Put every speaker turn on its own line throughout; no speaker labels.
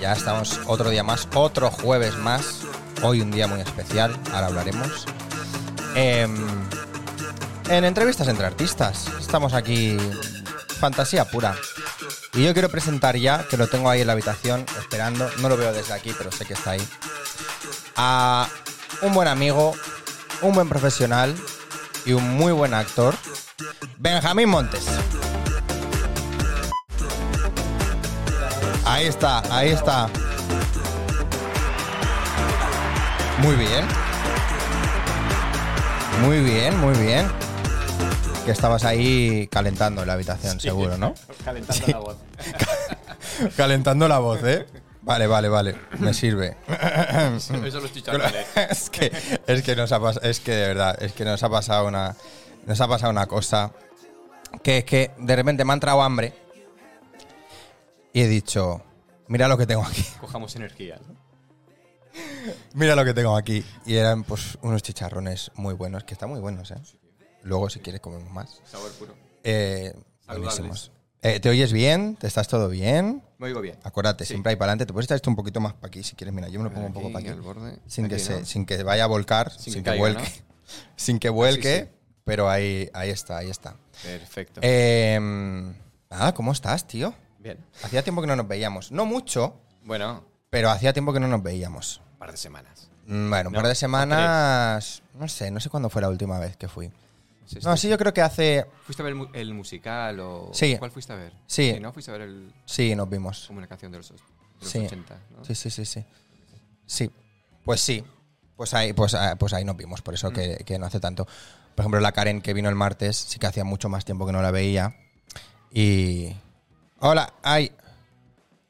Ya estamos otro día más, otro jueves más. Hoy un día muy especial, ahora hablaremos. Em, en entrevistas entre artistas. Estamos aquí, fantasía pura. Y yo quiero presentar ya, que lo tengo ahí en la habitación esperando, no lo veo desde aquí, pero sé que está ahí, a un buen amigo, un buen profesional y un muy buen actor, Benjamín Montes. Ahí está, ahí está. Muy bien. Muy bien, muy bien. Que estabas ahí calentando en la habitación, seguro, ¿no?
Calentando la voz.
Calentando la voz, ¿eh? Vale, vale, vale. Me sirve.
Eso lo estoy charlando.
es que es que nos ha pas- es que de verdad es que nos ha pasado una nos ha pasado una cosa que es que de repente me ha entrado hambre y he dicho mira lo que tengo aquí
Cojamos energía. ¿no?
mira lo que tengo aquí y eran pues unos chicharrones muy buenos que están muy buenos eh luego si quieres comemos más
Sabor puro.
eh,
Saludables.
buenísimos. Eh, te oyes bien te estás todo bien
Me oigo bien.
acuérdate
Sí.
siempre hay para adelante te puedes estar esto un poquito más para aquí si quieres mira yo me lo pongo un poco
Aquí,
para aquí
al borde.
sin que,
Aquí,
se,
¿no?
sin que vaya a volcar, sin,
Sin que
que,
caiga, Ah,
vuelque, sin que vuelque, pero ahí, ahí está, ahí está.
Perfecto.
Eh, nada, ¿cómo estás, tío?
bien.
Hacía tiempo que no nos veíamos, no mucho,
Bueno,
pero hacía tiempo que no nos veíamos.
un par de semanas.
Mm, Bueno, un
No,
par de semanas, no sé, no sé cuándo fue la última vez que fui.
Sí,
No,
sí.
sí, yo creo que hace,
¿Fuiste a ver el, mu- el musical o
Sí.
cuál fuiste a ver?
Sí.
¿No? Fuiste a ver el,
sí, nos vimos.
como una canción de los, os- de los
Sí.
80, ¿no?
Sí, sí, sí, sí. Sí, pues sí. Pues ahí, pues, ah, pues ahí nos vimos, por
Mm.
eso que, que no hace tanto. Por ejemplo, la Karen que vino el martes, sí que hacía mucho más tiempo que no la veía. Y. Hola, ay.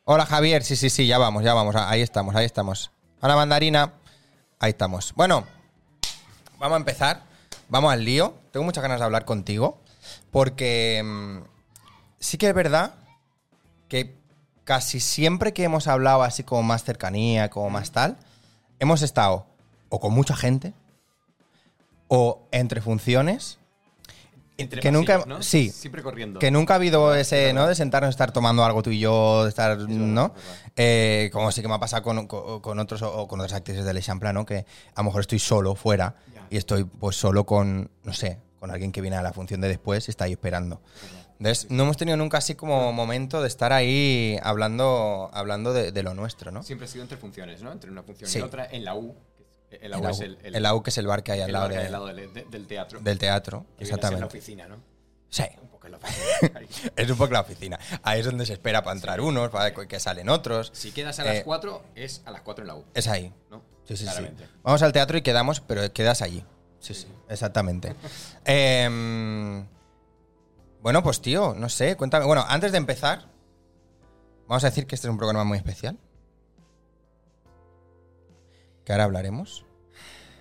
Hola Javier, sí, sí, sí, ya vamos, ya vamos, Ah, ahí estamos, ahí estamos. Hola Mandarina, ahí estamos. Bueno, vamos a empezar, vamos al lío. Tengo muchas ganas de hablar contigo, porque mm, sí que es verdad que casi siempre que hemos hablado así como más cercanía, como más tal, hemos estado o con mucha gente o entre funciones.
Entre
que nunca,
pasillos, ¿no?
sí,
Siempre corriendo.
que nunca ha habido ese, ¿no? De sentarnos, estar tomando algo tú y yo, de estar,
verdad,
¿no?
es verdad.
Eh, como sí que me ha pasado con, con- con otros o con otras actrices del Echampla, ¿no? Que a lo mejor estoy solo fuera
Ya.
y estoy pues solo con, no sé, con alguien que viene a la función de después y está ahí esperando. Entonces, no hemos tenido nunca así como momento de estar ahí hablando, hablando de, de lo nuestro, ¿no?
Siempre ha sido entre funciones, ¿no? Entre una función
Sí.
y otra. En la U. que es- En la U
El
es
AU,
el, el-
el AU, que es el bar que hay al
el
lado,
bar que hay
de-
al lado del, de- del teatro.
del teatro.
que viene a ser la
Exactamente.
oficina, ¿no?
Sí.
Un poco en la oficina. Ahí.
Es un poco la oficina. Ahí es donde se espera para entrar unos, para que salen otros.
si quedas a
Eh,
las 4, es a las 4 en la U,
Es ahí.
¿no?
Sí, sí,
Claramente.
sí. Vamos al teatro y quedamos, pero quedas allí. Sí, sí. Exactamente. Em, bueno, pues tío, no sé, cuéntame. Bueno, antes de empezar, vamos a decir que este es un programa muy especial. Que ahora hablaremos.
Un minuto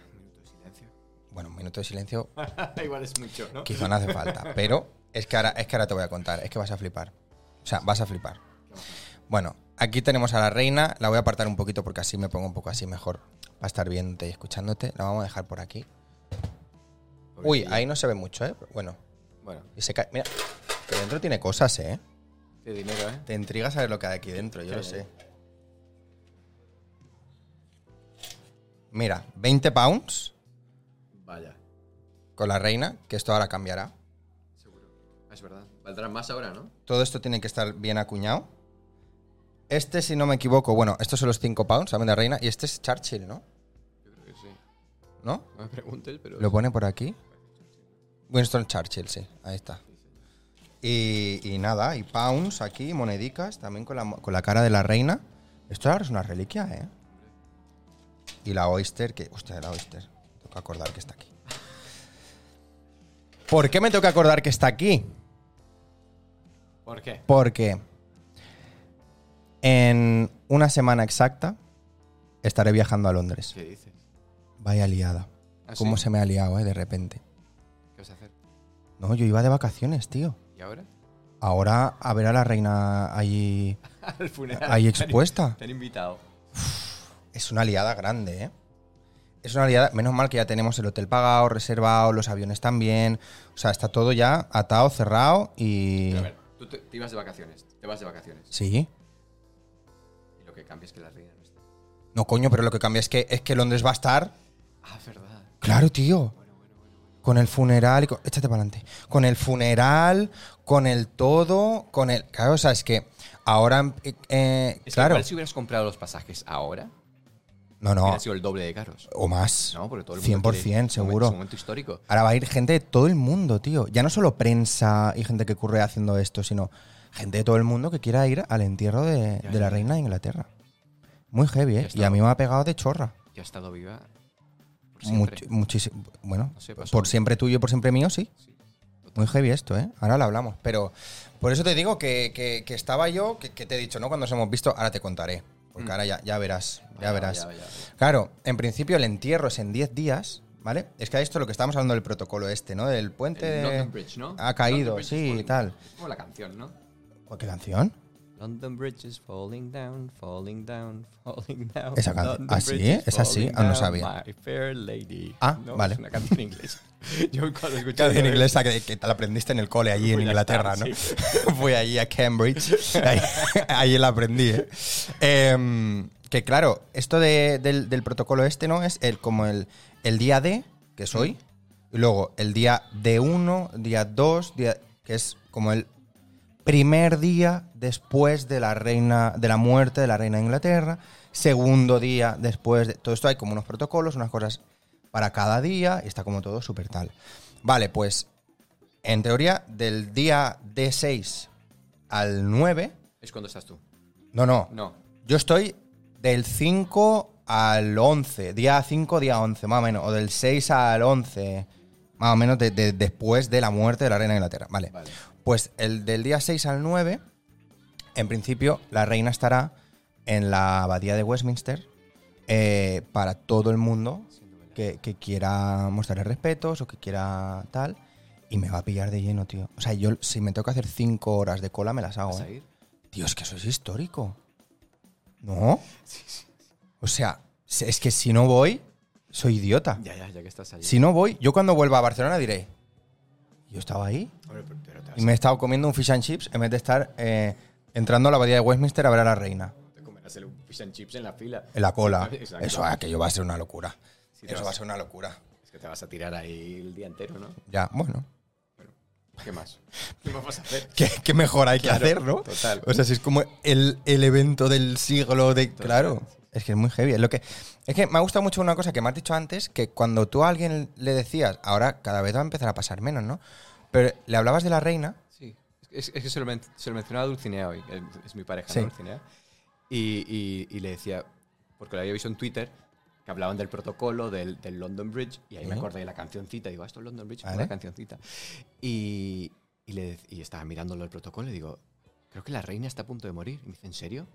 de silencio.
Bueno, un minuto de silencio
Igual es mucho, ¿no?
quizá no hace falta, pero es que, ahora, es que ahora te voy a contar, es que vas a flipar. O sea, vas a flipar. Bueno, aquí tenemos a la reina, la voy a apartar un poquito porque así me pongo un poco así mejor para estar viéndote y escuchándote. La vamos a dejar por aquí. Uy,
Pobrecilla.
ahí no se ve mucho, ¿eh? Bueno,
Bueno,
y se cae. Mira, que dentro tiene cosas, ¿eh?
de dinero, ¿eh?
Te intriga saber lo que hay aquí dentro, yo lo
Sí.
sé. Mira, 20 pounds
Vaya,
con la reina, que esto ahora cambiará.
seguro. Ah, Es verdad. Valdrán más ahora, ¿no?
Todo esto tiene que estar bien acuñado. Este, si no me equivoco, bueno, estos son los 5 pounds, también de reina, y este es Churchill, ¿no?
Yo creo que sí.
¿No?
No me preguntes, pero.
¿Lo pone por aquí? Winston Churchill, sí, ahí está. Y, y nada, y pounds aquí, monedicas, también con la, mo- con la cara de la reina. Esto ahora es una reliquia, ¿eh? Y la oyster, que... Hostia, la oyster. Tengo que acordar que está aquí. ¿Por qué me tengo que acordar que está aquí?
¿Por qué?
Porque en una semana exacta estaré viajando a Londres.
¿Qué dices?
Vaya liada.
¿Ah, sí?
¿Cómo se me ha liado, eh, de repente?
¿Qué vas a hacer?
No, yo iba de vacaciones, tío.
¿Y ahora?
Ahora a ver a la reina allí,
Al funeral.
allí
Te han-
expuesta.
Te han invitado.
Es una liada grande, ¿eh? Es una liada. Menos mal que ya tenemos el hotel pagado, reservado, los aviones también. O sea, está todo ya atado, cerrado y.
Pero a ver, tú te, te ibas de vacaciones. Te vas de vacaciones.
Sí.
Y lo que cambia es que la reina no está.
No, coño, pero lo que cambia es que, es que Londres va a estar.
Ah, verdad.
Claro, tío.
Bueno, bueno, bueno. bueno.
Con el funeral. y con- échate para adelante. Con el funeral, con el todo, con el. Claro, o sea, es que ahora. eh, eh,
Es
claro.
que igual si hubieras comprado los pasajes ahora,
No, no.
hubieran sido el doble de caros.
O más.
No, porque todo el mundo
100%
quiere- es un momento-
seguro.
Es un momento histórico.
Ahora va a ir gente de todo el mundo, tío. Ya no solo prensa y gente que ocurre haciendo esto, sino gente de todo el mundo que quiera ir al entierro de,
Ya,
de la
ya.
reina de Inglaterra. Muy heavy, ¿eh?
Ya está.
Y a mí me ha pegado de chorra.
Yo he estado viva por siempre.
Much- muchísimo. Bueno,
No sé, pasó.
por siempre tuyo, por siempre mío, sí.
Sí.
Muy heavy esto, ¿eh? Ahora lo hablamos. Pero por eso te digo que, que- que estaba yo, que, que te he dicho, ¿no? Cuando nos hemos visto, ahora te contaré. Porque
Mm.
ahora ya, ya verás, ya
Ah,
verás.
ya, ya.
Claro, en principio el entierro es en 10 días, ¿vale? Es que a esto lo que estábamos hablando del protocolo este, ¿no? Del puente...
El London Bridge, ¿no?
ha caído,
London Bridge
sí,
is falling
tal.
down. Como la canción, ¿no?
¿Qué canción?
London Bridge is falling down, falling down, falling down.
Esa canción-
London
¿Ah, sí?
Bridge is
¿Es así?
falling
Ah, no
down,
sabía.
My fair lady.
Ah,
No,
vale.
Es una canción inglesa. Yo cuando escuché
en
eso,
inglés que, que te la aprendiste en el cole allí en
Fui a
Inglaterra, ¿no?
estar,
Fui allí a Cambridge, ahí, ahí la aprendí. ¿eh? Em, que claro, esto de- del, del protocolo este, ¿no? Es el, como el, el día D, que es hoy, y luego el día D1, día 2, día, que es como el primer día después de la reina de la muerte de la reina de Inglaterra, segundo día después de todo esto hay como unos protocolos, unas cosas para cada día y está como todo súper tal. Vale, pues en teoría del día D6 al 9,
Es cuando estás tú.
no, no,
No.
yo estoy del 5 al 11, día 5, día 11, más o menos, o del 6 al 11, más o menos de- de- después de la muerte de la reina de Inglaterra. Vale.
Vale.
Pues el del día 6 al 9, en principio, la reina estará en la abadía de Westminster eh, para todo el mundo que, que quiera mostrarle respetos o que quiera tal. Y me va a pillar de lleno, tío. O sea, yo si me tengo que hacer 5 horas de cola, me las hago.
¿Vas a
¿eh?
ir?
Tío, es que eso es histórico. ¿No? O sea, si- es que si no voy, soy idiota.
Ya, ya, ya que estás allí.
Si no voy, yo cuando vuelva a Barcelona diré, yo estaba ahí.
Hombre, pero- pero te vas
Y me he estado comiendo un fish and chips en vez de estar eh, entrando a la abadía de Westminster a ver a la reina.
a- te comerás el fish and chips en la fila.
En la cola.
Exacto.
Eso, ah. aquello va a ser una locura.
Sí, te
Eso
vas-
va a ser una locura.
Es que te vas a tirar ahí el día entero, ¿no?
Ya, bueno.
¿Qué más? ¿Qué más vas a hacer?
¿Qué, qué mejor hay
Claro,
que hacer, no?
total.
O sea, si es como el, el evento del siglo de... Claro. Es que es muy heavy. Es, lo que, es que me ha gustado mucho una cosa que me has dicho antes, que cuando tú a alguien le decías, ahora cada vez va a empezar a pasar menos, ¿no? Pero le hablabas de la reina,
Sí, es, es que se lo, men- se lo mencionaba a Dulcinea hoy, eh, es mi pareja,
Sí.
¿no? Dulcinea. Y, y- y le decía, porque lo había visto en Twitter, que hablaban del protocolo del, del London Bridge, y ahí me
Sí.
acordé de la cancioncita, digo, "Ah, esto es London Bridge,
Vale.
una cancioncita. Y, y le, dec- y estaba mirándolo el protocolo y digo, creo que la reina está a punto de morir. Y me dice, ¿en serio?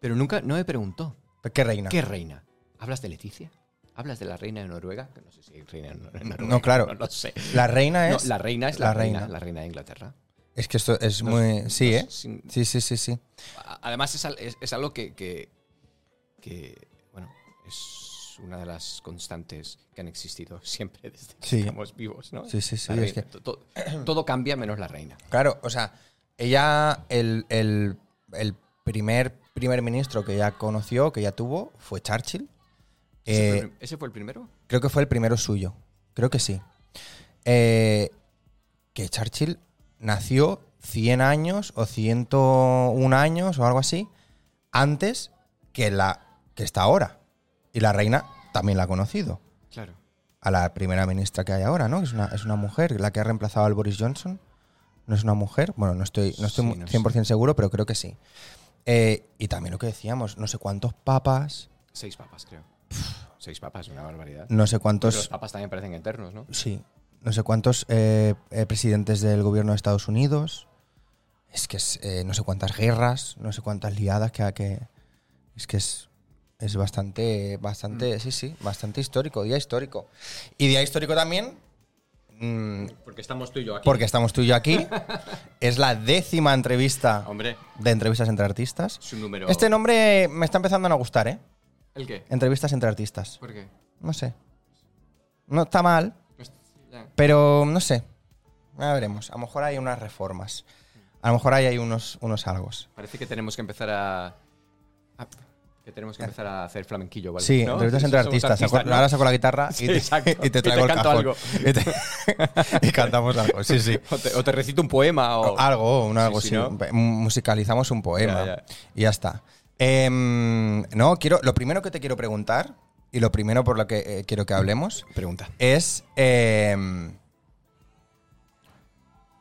Pero nunca, no me preguntó,
¿pero ¿qué reina?
¿qué reina? ¿Hablas de Leticia? ¿Hablas de la reina de Noruega? Que no sé si hay reina en Nor- en Noruega.
claro.
No lo sé.
La reina
No,
es...
la reina es la, reina. la reina de Inglaterra.
Es que esto es
No-
muy... Sí,
no-
¿eh?
sin-
Sí, sí, sí, sí.
A- Además, es, al- es- es algo que, que- que, bueno, es una de las constantes que han existido siempre desde que
Sí.
estamos vivos, ¿no?
Sí, sí, sí,
La
es
reina-
que-
to- to- todo cambia menos la reina.
Claro, o sea, ella, el, el- el primer primer ministro que ella conoció, que ella tuvo, fue Churchill.
¿Ese,
Eh,
fue el, prim- ese fue el primero?
creo que fue el primero suyo. Creo que sí. Eh, que Churchill nació 100 años o 101 años o algo así antes que la que está ahora. Y la reina también la ha conocido.
Claro.
a la primera ministra que hay ahora, ¿no? Que Es una, es una mujer, la que ha reemplazado al Boris Johnson. ¿No es una mujer? Bueno, no estoy, no estoy
Sí,
mu-
no
100% seguro, pero creo que sí. Eh, y también lo que decíamos, no sé cuántos papas,
Seis papas, creo. Seis papas, una barbaridad.
no sé
Pero los
cuántos...
papas también parecen eternos, ¿no?
Sí, no sé cuántos eh, eh, presidentes del gobierno de Estados Unidos. Es que es, eh, no sé cuántas guerras, no sé cuántas liadas que... ha- que es que es, es bastante, bastante, sí, sí, bastante histórico, día histórico. Y día histórico también... mm,
Porque estamos tú y yo aquí.
porque estamos tú y yo aquí. es la décima entrevista
Hombre,
de entrevistas entre artistas.
es un número...
Este nombre me está empezando a no gustar, ¿eh?
¿El qué?
Entrevistas entre artistas.
¿Por qué?
No sé. No está mal,
Pues, ya.
pero no sé. Ya veremos. A lo mejor hay unas reformas. A lo mejor ahí hay unos, unos algo.
Parece que tenemos que empezar a, a que tenemos que empezar a hacer flamenquillo, ¿vale?
Ah. Sí,
¿No?
entrevistas
Sí,
entre
somos
artistas. Saco-
¿no?
Ahora saco la guitarra
Sí,
y, te,
exacto.
y te
Y te
traigo el
canto
cajón.
algo.
Y, te- y cantamos algo, sí, sí.
O te, o te recito un poema o...
Algo, un algo,
Oh. sí,
sí.
¿no?
Musicalizamos un poema.
Ya, ya.
Y ya está. Em, no, quiero. Lo primero que te quiero preguntar, y lo primero por lo que eh, quiero que hablemos,
Pregunta.
es. em,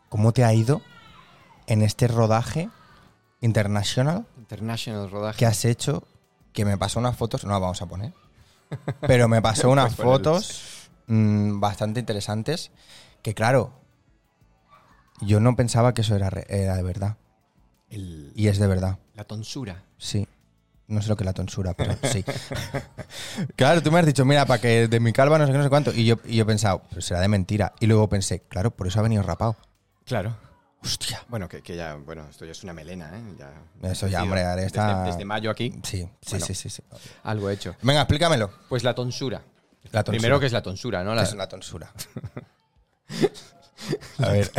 ¿Cómo te ha ido en este rodaje internacional
International Rodaje.
que has hecho? Que me pasó unas fotos, no las vamos a poner, pero me pasó unas
Puedes ponerlas.
fotos mm, bastante interesantes que, claro, yo no pensaba que eso era, re- era de verdad.
El-
Y es de verdad,
la tonsura.
sí. No sé lo que es la tonsura, pero sí. claro, tú me has dicho, mira, para que de mi calva no sé qué, no sé cuánto. Y yo, y yo he pensado, pero será de mentira. Y luego pensé, claro, por eso ha venido rapado.
Claro.
Hostia.
Bueno, que, que ya, bueno, esto ya es una melena, ¿eh? Ya,
Eso ya,
decido.
hombre, ahora está-
Desde, desde mayo aquí,
Sí, sí,
Bueno.
sí, sí, sí.
algo hecho.
Venga, explícamelo.
Pues la tonsura.
La tonsura.
Primero que es la tonsura, ¿no? La,
es una tonsura. A ver.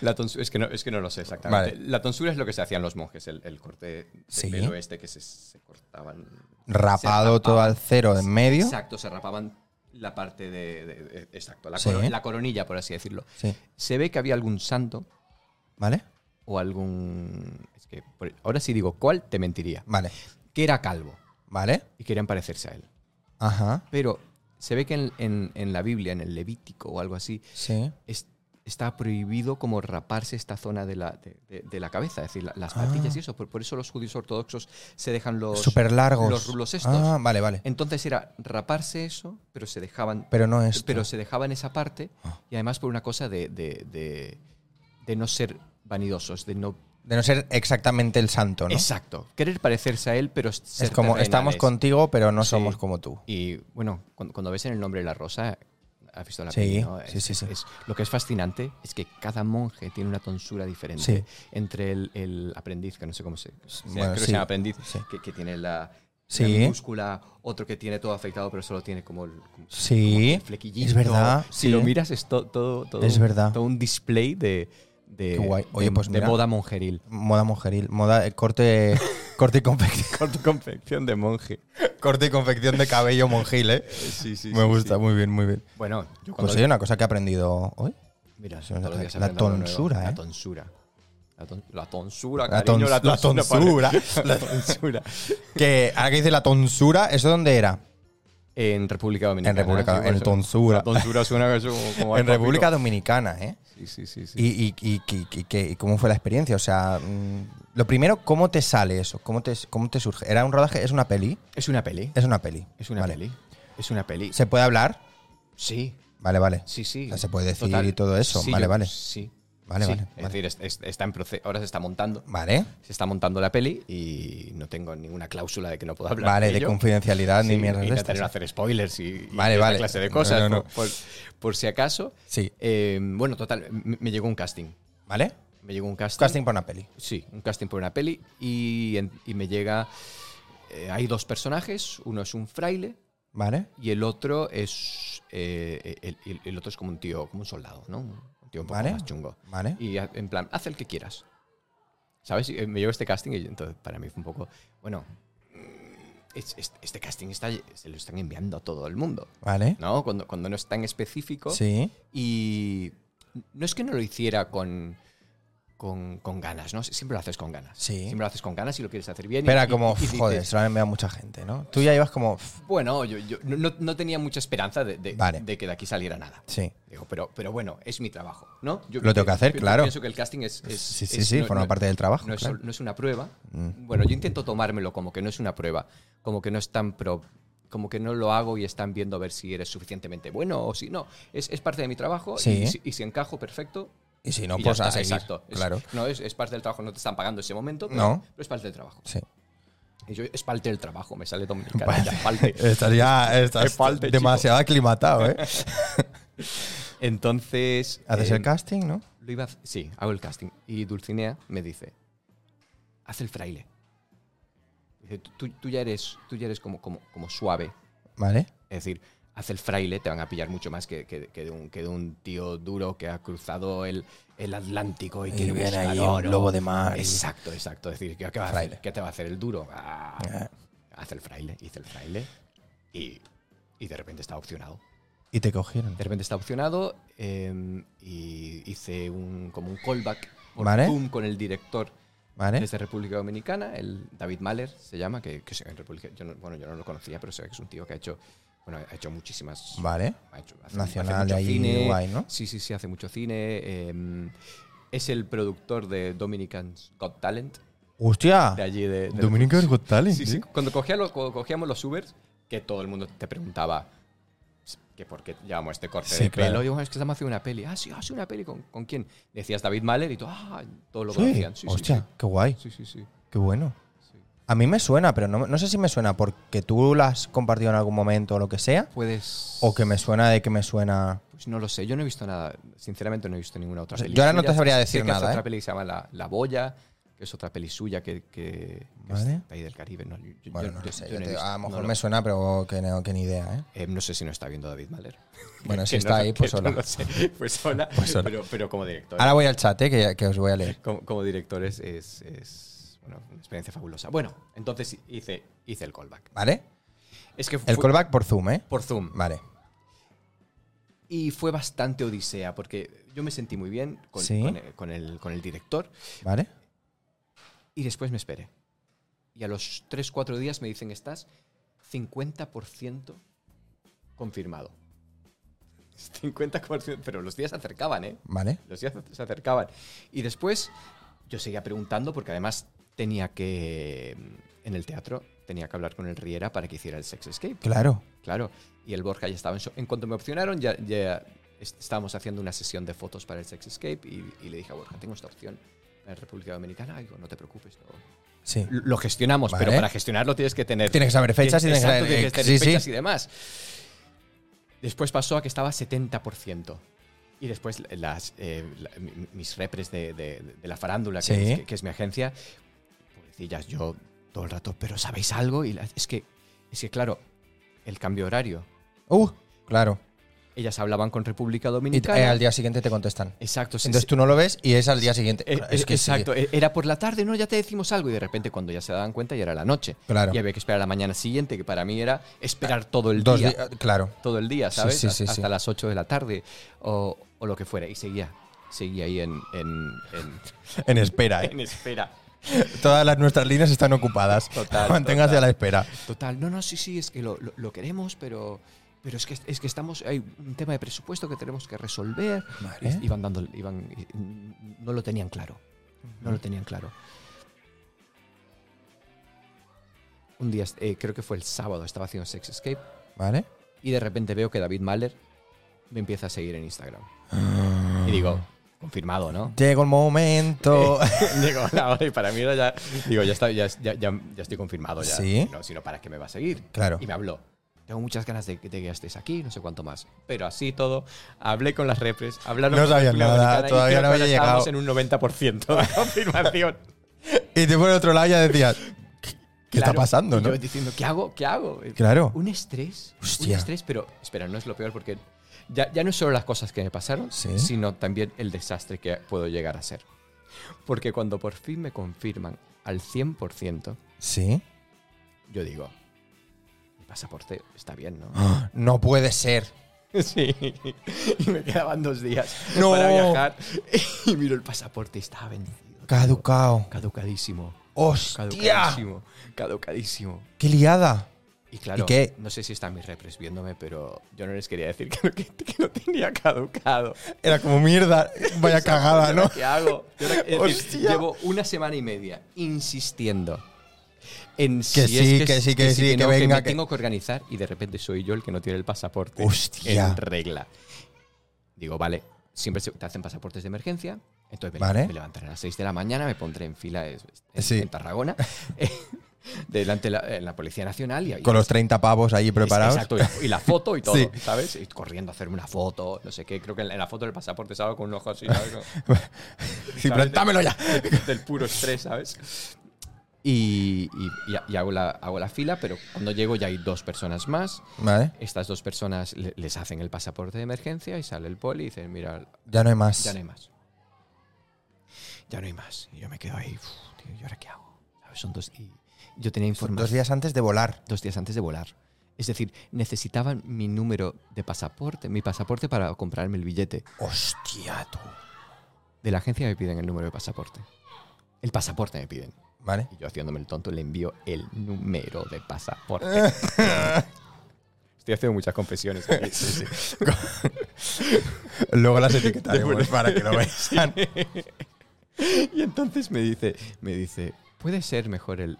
la tonsu- es, que no, es que no lo sé exactamente.
Vale.
La tonsura es lo que se hacían los monjes, el, el corte de
Sí.
pelo este que se, se cortaban.
rapado
Se
todo
rapaban.
al cero en medio.
Exacto, se rapaban la parte de. de- de- exacto, la,
Sí.
coro- la coronilla, por así decirlo.
Sí.
Se ve que había algún santo
¿Vale?
o algún. Es que por- ahora sí digo, ¿cuál te mentiría?
Vale.
Que era calvo
¿Vale?
y querían parecerse a él.
Ajá.
Pero se ve que en, en- en la Biblia, en el Levítico o algo así,
Sí.
es- está prohibido como raparse esta zona de la, de, de- de la cabeza, es decir, la- las
Ah.
patillas y eso. Por, por eso los judíos ortodoxos se dejan los,
Súper largos.
los rulos estos.
Ah, vale, vale.
Entonces era raparse eso, pero se dejaban,
Pero no es.
pero se dejaban esa parte
Ah.
y además por una cosa de, de- de- de no ser vanidosos, de no...
De no ser exactamente el santo, ¿no?
Exacto, querer parecerse a él, pero ser
es como estamos
terrenales.
contigo, pero no
Sí.
somos como tú.
Y bueno, cuando, cuando ves en el nombre de la rosa, has visto la
Sí,
peli, ¿no?
sí,
Es-
sí, sí.
es- lo que es fascinante es que cada monje tiene una tonsura diferente.
Sí.
Entre el, el aprendiz, que no sé cómo se, se-
bueno,
creo que
sí,
se llama aprendiz,
sí.
que, que tiene la,
Sí.
la minúscula, otro que tiene todo afectado, pero solo tiene como el, como
Sí.
el flequillito.
Es verdad.
Si
sí.
lo miras, es to- todo, todo,
Es
un-
verdad.
todo un display de, de,
Qué guay. Oye,
de-
pues
de
mira.
moda monjeril.
Moda mujeril, moda eh, corte, corte, y confec-
Con tu confección de monje.
corte y confección de cabello monjil, ¿eh?
Sí, sí.
Me gusta, muy bien, muy bien.
Bueno,
Pues
yo cuando,
hay una cosa que he aprendido hoy.
Mira,
Sí, me
todos los
la-
días
la
aprendo algo nuevo.
tonsura, ¿eh?
La tonsura. La, ton- la tonsura,
La
cariño,
tons-
la
la tonsura.
tonsura. padre. La tonsura.
Que ahora que dice la tonsura, ¿eso dónde era?
En República Dominicana.
En República-
sí,
en
eso-
tonsura.
La tonsura suena que eso como, como
En
algo
República Dominicana, ¿eh?
pico. Sí, sí, sí. sí.
¿Y, y, y- y- y- qué- y cómo fue la experiencia? O sea, mm, lo primero, ¿cómo te sale eso? ¿Cómo te, cómo te surge? ¿Era un rodaje? ¿Es una peli?
es una peli.
Es una peli.
Es una
Vale.
peli. Es una peli.
¿Se puede hablar?
Sí,
Vale, vale.
sí,
O
sí.
sea, se puede decir
Total.
y todo eso.
Sí,
Vale,
yo-
vale.
Sí.
Vale,
Sí.
vale,
Es
vale.
decir, es- es- está en proce- ahora se está montando.
Vale.
Se está montando la peli y no tengo ninguna cláusula de que no puedo hablar.
Vale, de
ello.
confidencialidad
Sí,
ni mierdas
y
de
trataré de no
estas.
hacer spoilers y, y
Vale,
esta
vale.
clase de
No,
cosas
no, no.
Por, por- por si acaso.
Sí.
Eh, bueno, total, me, me llegó un casting.
¿Vale?
Me llegó un casting.
Casting para una peli.
Sí, un casting por una peli y, en- y me llega... eh, hay dos personajes, uno es un fraile
¿Vale?
y el otro es... eh, el, el- el otro es como un tío, como un soldado, ¿no? Un tío un poco
Vale.
más chungo.
¿Vale?
Y ha- en plan, haz el que quieras. ¿Sabes? Y, eh, Me llegó este casting y entonces para mí fue un poco... Bueno, mm, es- es- este casting está, se lo están enviando a todo el mundo.
¿Vale?
¿No? Cuando, cuando no es tan específico.
Sí.
Y no es que no lo hiciera con, con, con ganas, ¿no? Siempre lo haces con ganas.
Sí.
Siempre lo haces con ganas y lo quieres hacer bien. y-
Pero
y-
como,
y dices,
joder, se lo han enviado a mucha gente, ¿no? Tú ya ibas como, "Pff,
Bueno, yo, yo no, no- no tenía mucha esperanza de, de-
Vale.
de que de aquí saliera nada.
sí.
Digo, pero, pero bueno, es mi trabajo, ¿no? Yo-
Lo tengo que hacer,
yo
claro.
Pienso que el casting es... es-
Sí, sí,
es-
sí,
no-
forma
no-
parte del trabajo.
no es,
claro. Mm.
no es una prueba. Bueno, yo intento tomármelo como que no es una prueba, como que no es tan pro, como que no lo hago y están viendo a ver si eres suficientemente bueno o si no. Es, es parte de mi trabajo y
Sí.
si- y, si encajo, perfecto.
Y si no,
y ya
pues a
está,
seguir.
Exacto. Es-
Claro.
no, es, es parte del trabajo, no te están pagando ese momento, pero,
No.
pero es parte del trabajo.
Sí.
Y yo, es parte del trabajo, me sale dominicana, ya, parte.
Estás ya estás
Qué falte,
demasiado aclimatado, ¿eh?
Entonces...
Haces
eh,
el casting, ¿no?
lo iba a hacer- sí, hago el casting. Y Dulcinea me dice, haz el fraile. Dice, "Tú- tú, tú ya eres, tú ya eres como, como, como suave,
Vale.
Es decir, haz el fraile, te van a pillar mucho más que, que- que de, un, que de un tío duro que ha cruzado el, el Atlántico y,
Y
quiere
viene
buscar
ahí un
oro.
lobo de mar y-
Exacto, exacto. Es decir, ¿qué, qué va a
Fraile.
hacer? ¿Qué te va a hacer el duro? Ah, hace el fraile, hice el fraile y, y de repente estaba opcionado.
Y te cogieron.
De repente está opcionado eh, y hice un, como un callback por
Vale. ¿Eh?
Zoom con el director
¿Vale?
desde República Dominicana, el David Mahler se llama, que, que se- en República, yo no, bueno, yo no lo conocía, pero sé que es un tío que ha hecho, bueno, ha hecho muchísimas...
Vale.
ha hecho-
Nacional de ahí, guay, ¿no?
Sí, sí, sí, hace mucho cine. eh, es el productor de Dominican's Got Talent,
¡Hostia!
de allí de... de
Dominican
República.
Got Talent,
Sí, sí,
¿eh?
cuando, cogía lo- cuando cogíamos los Ubers, que todo el mundo te preguntaba "Pues, que por qué llevamos este corte
Sí,
de pelo.
claro.
Y, "Bueno, es que estamos haciendo una peli. Ah, sí, ah, sí, una peli. ¿Con, con quién? Decías David Mahler y tú, ah, todos lo
Sí.
conocían. Sí, sí,
Hostia, qué guay.
sí, sí, sí, sí.
Qué bueno.
Sí.
A mí me suena, pero no, no sé si me suena porque tú la has compartido en algún momento o lo que sea.
Puedes.
O que me suena de que me suena.
Pues no lo sé, yo no he visto nada. Sinceramente, no he visto ninguna otra
O sea,
peli.
yo ahora no
suya.
te sabría
Sé
decir
que hace
nada,
otra
¿eh?
peli que se llama La, La Boya, que es otra peli suya que, que, que
Vale.
está ahí del Caribe. No, yo- yo-
Bueno,
yo-
no
yo-
lo sé.
yo
yo
no he
te-
visto,
a lo
no
mejor
lo-
me suena, pero que no, que ni idea, ¿eh?
Eh, no sé si no está viendo David Mahler.
Bueno, si
Que
está
no-
ahí,
que
pues
no
hola.
lo sé. Pues hola.
Pues hola.
Pero, pero como director.
Ahora voy al chat, ¿eh? que, que os voy a leer.
Como, como director es, es- es, bueno, una experiencia fabulosa. Bueno, entonces hice, hice el callback.
¿Vale?
Es que
El
fue
callback por Zoom, ¿eh?
por Zoom.
Vale.
Y fue bastante odisea, porque yo me sentí muy bien con,
Sí.
con el, con el- con el director
¿Vale?
y después me esperé. Y a los 3, 4 días me dicen, estás 50% confirmado. 50%, pero los días se acercaban, ¿eh?
Vale.
Los días se acercaban. Y después yo seguía preguntando porque además tenía que, mm, en el teatro, tenía que hablar con el Riera para que hiciera el Sex Escape.
Claro.
Claro. Y el Borja ya estaba en... so- En cuanto me opcionaron, ya, ya est- estábamos haciendo una sesión de fotos para el Sex Escape y, y le dije a Borja, tengo esta opción en República Dominicana. Y digo, no te preocupes. no".
Sí.
Lo lo gestionamos,
Vale.
pero para gestionarlo tienes que tener...
Tienes que saber fechas y tienes que
Exacto,
saber-
tienes que
sí,
tener
sí.
fechas y demás. Después pasó a que estaba 70%. Y después las, eh, la- mi- mis repres de, de- de la farándula, que,
Sí.
es, que- que es mi agencia, pobrecillas, yo todo el rato, pero ¿sabéis algo? Y la- es, que, es que, claro, el cambio de horario.
Uh, claro.
Ellas hablaban con República
Y
Dominicana.
eh, al día siguiente te contestan.
Exacto. se-
Entonces tú no lo ves y es al día siguiente.
eh,
Claro, es
eh,
que sí.
exacto, eh, era por la tarde, no, ya te decimos algo y de repente cuando ya se daban cuenta ya era la noche.
Claro. Ah,
Y había que esperar a la mañana siguiente, que para mí era esperar todo el
Dos
día.
di- eh, claro.
todo el día,
Sí,
¿sabes?
sí, sí, sí.
Hasta las 8 de la tarde o, o lo que fuera. Y seguía, seguía ahí en, en, en-
En espera,
en
¿eh?
espera.
Todas las, nuestras líneas están ocupadas.
Total,
Manténgase
total.
a la espera.
Total, no, no, sí, sí, es que lo, lo- lo queremos, pero, pero es, que, es que estamos, hay un tema de presupuesto que tenemos que resolver.
Vale.
Y- Iban dando, iban, y- no lo tenían claro, no lo tenían claro. Un día, eh, creo que fue el sábado, estaba haciendo Sex Escape
¿Vale?
y de repente veo que David Mahler me empieza a seguir en Instagram.
Ah.
Y digo, confirmado, ¿no?
Llegó el momento.
Digo, la hora y para mí era ya. Digo, ya, está, ya, ya, ya- ya estoy confirmado. Ya.
Sí.
No, sino para qué me va a seguir.
Claro.
Y me habló. Tengo muchas ganas de, que- de que estés aquí, no sé cuánto más. Pero así todo, hablé con las repres, hablaron
No
con
sabían
República
nada,
Dominicana y
todavía
creo
no
que
había
ahora Estábamos en
llegado.
un 90% de confirmación.
Y te por el otro lado ya decías, ¿qué, qué está
Claro,
pasando,
y
no?
Yo diciendo, ¿qué hago? ¿Qué hago?
Claro.
Un estrés.
Hostia.
Un estrés, pero espera, no es lo peor porque ya, ya no es solo las cosas que me pasaron,
Sí.
sino también el desastre que puedo llegar a ser. Porque cuando por fin me confirman al 100%,
Sí.
yo digo, mi pasaporte está bien, ¿no?
¡Ah! No puede ser.
Sí. Y me quedaban dos días
No.
para viajar. Y miro el pasaporte y estaba vencido.
Caducao.
Caducadísimo.
¡Hostia!
Caducadísimo. Caducadísimo.
¡Qué liada!
Y claro,
¿Y qué?
no sé si están mis repres viéndome, pero yo no les quería decir que, que- que lo tenía caducado.
Era como mierda. Vaya cagada,
¿Y ahora
¿no?
¿Qué hago? Y ahora- es decir,
Hostia.
llevo una semana y media insistiendo en si
Que
es
sí, que sí, que sí, que
no,
venga,
me
que-
tengo que organizar y de repente soy yo el que no tiene el pasaporte
Hostia.
en regla. Digo, vale, siempre se- te hacen pasaportes de emergencia. Entonces me,
Vale.
me levantaré a las 6 de la mañana, me pondré en fila es- en,
Sí.
en Tarragona, eh, delante de la, en la Policía Nacional y, y
Con los 30 pavos ahí preparados.
Exacto, y la, y la foto y todo,
Sí.
¿sabes? Y corriendo a hacerme una foto, no sé qué. Creo que en la, en la foto del pasaporte estaba con un ojo así, ¿sabes? Como-
Sí, pero dámelo ya.
Del puro estrés, ¿sabes? Y, y- y ha- y hago, la, hago la fila, pero cuando llego ya hay dos personas más.
Vale.
Estas dos personas le- les hacen el pasaporte de emergencia y sale el poli y dicen, mira,
Ya no hay más.
ya no hay más. Ya no hay más. Y yo me quedo ahí, "Uf, tío, ¿y ahora qué hago? ¿Sabes? Son dos- y, Yo tenía información.
Dos días antes de volar.
dos días antes de volar. Es decir, necesitaban mi número de pasaporte, mi pasaporte para comprarme el billete.
Hostia, tú.
De la agencia me piden el número de pasaporte. El pasaporte me piden.
¿Vale?
Y yo haciéndome el tonto le envío el número de pasaporte. Estoy haciendo muchas confesiones. aquí, sí, sí.
Luego las etiquetaremos para que lo vean.
Y entonces me dice, me dice, ¿puede ser mejor el...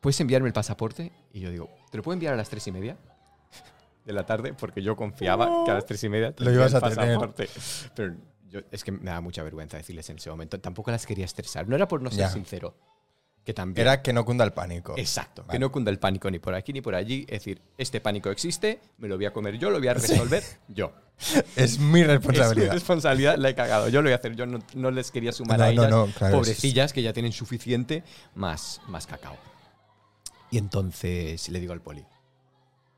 ¿Puedes enviarme el pasaporte? Y yo digo, ¿te lo puedo enviar a las tres y media? De la tarde, porque yo confiaba que a las tres y media
Lo
tendría
ibas
el
a tener.
pasaporte. Pero yo, es que me da mucha vergüenza decirles en ese momento. Tampoco las quería estresar. No era por no ser
Ya.
sincero. Que también...
Era que no cunda el pánico.
Exacto. Que
Vale.
no cunda el pánico ni por aquí ni por allí. Es decir, este pánico existe, me lo voy a comer yo, lo voy a resolver yo.
Es mi
Es mi
responsabilidad.
responsabilidad, la he cagado. Yo lo voy a hacer. Yo no, no les quería sumar
No,
a
no,
ellas,
no, claro,
pobrecillas, que ya tienen suficiente, más, más cacao. Y entonces le digo al poli.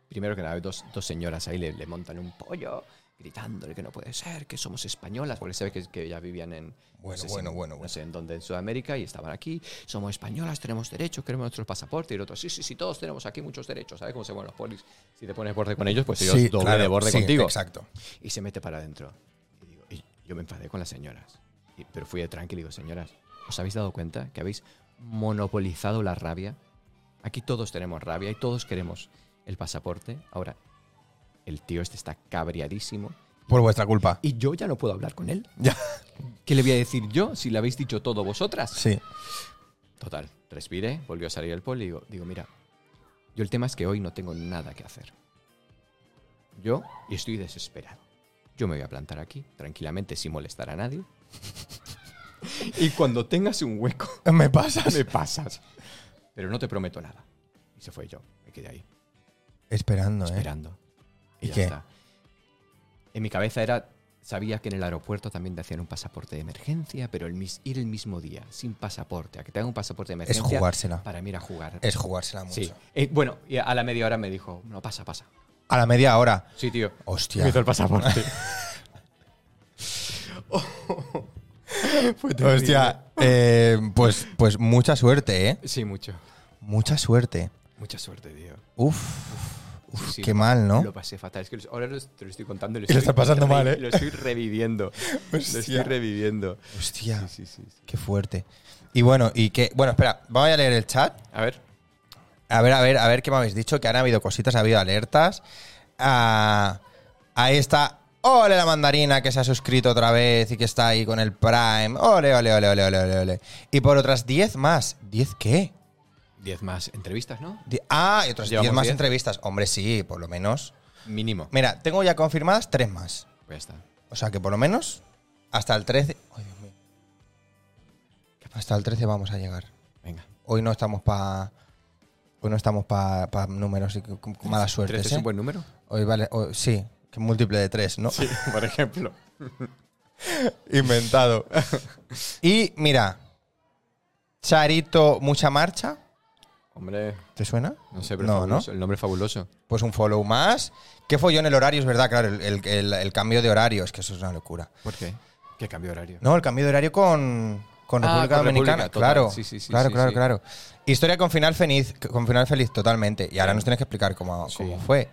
Primero que nada, hay dos, dos señoras ahí le, le montan un pollo, gritándole que no puede ser, que somos españolas, porque sabe que, que ya vivían en.
Bueno,
si-
bueno, bueno,
No
bueno.
sé en dónde, en Sudamérica, y estaban aquí. Somos españolas, tenemos derechos, queremos nuestro pasaporte. Y el otro, sí, sí, sí, todos tenemos aquí muchos derechos. ¿Sabes cómo se mueven los polis? Si te pones borde con ellos, pues ellos doble
claro,
de borde
sí,
contigo
Exacto.
y se mete para adentro. Y, digo- y yo me enfadé con las señoras. Y- pero fui de tranquilo y digo, señoras, ¿os habéis dado cuenta que habéis monopolizado la rabia? Aquí todos tenemos rabia y todos queremos el pasaporte. Ahora, el tío este está cabreadísimo
Por vuestra culpa.
y yo ya no puedo hablar con él.
Ya.
¿Qué le voy a decir yo si le habéis dicho todo vosotras?
Sí.
Total, respiré, volvió a salir el poli y digo, digo, mira, yo el tema es que hoy no tengo nada que hacer. Yo y estoy desesperado. Yo me voy a plantar aquí, tranquilamente, sin molestar a nadie. y cuando tengas un hueco,
Me pasas.
me pasas. Pero no te prometo nada. Y se fue yo, me quedé ahí,
Esperando, ¿eh?
esperando. Y,
¿Y
ya
qué?
está. En mi cabeza era, sabía que en el aeropuerto también te hacían un pasaporte de emergencia, pero el mis- ir el mismo día, sin pasaporte, a que te hagan un pasaporte de
Es
emergencia.
jugársela.
Para mí era jugar.
Es jugársela mucho.
Sí. Eh, bueno, y a la media hora me dijo, no, pasa, pasa.
A la media hora.
Sí, tío.
Hostia.
Me hizo el pasaporte.
Hostia. eh, pues, pues mucha suerte, ¿eh?
sí, mucho.
Mucha suerte.
Mucha suerte, tío.
Uf. Uf,
Sí,
qué
lo-
mal, ¿no?
Lo pasé fatal. Es que los- ahora los- te lo estoy contando.
Y
y
lo
estoy
estás pasando
revi-
mal, ¿eh?
Lo estoy reviviendo. lo estoy
Hostia.
reviviendo.
Hostia.
Ah, Sí, sí, sí.
Qué fuerte. Y bueno, y que. Bueno, espera, vamos a leer el chat.
A ver.
A ver, a ver, a ver qué me habéis dicho, que han habido cositas, ha habido alertas. Ah, ahí está. Ole la mandarina que se ha suscrito otra vez y que está ahí con el Prime. Ole, ole, ole, ole, ole, ole, ole. Y por otras 10 más. ¿10 qué?
Diez más entrevistas, ¿no?
Die- ah, y otras 10
Llevamos
más
10.
entrevistas. Hombre, sí, por lo menos.
Mínimo.
Mira, tengo ya confirmadas 3 más.
Pues ya está.
O sea que por lo menos hasta el 13. Ay, Dios mío. Hasta el 13 vamos a llegar.
Venga.
Hoy no estamos para. Hoy no estamos para números y con- con mala suerte. ¿eh?
¿Tres es un buen número?
Hoy vale, hoy- sí, que múltiple de tres, ¿no?
Sí, por ejemplo.
Inventado. y mira, Charito Mucha Marcha,
Hombre,
¿te suena?
no sé, pero
no,
fabuloso,
¿no?
el nombre es fabuloso.
Pues un follow más. ¿Qué folló en el horario? Es verdad, claro, el, el- el- el cambio de horario, es que eso es una locura.
¿Por qué? ¿Qué cambio de horario?
No, el cambio de horario con, con
Ah,
República
con
Dominicana,
República, total.
claro.
Sí, sí, sí,
claro,
sí,
claro,
sí.
claro. Historia con final feliz, con final feliz totalmente. Y ahora nos tienes que explicar cómo,
Sí.
cómo fue.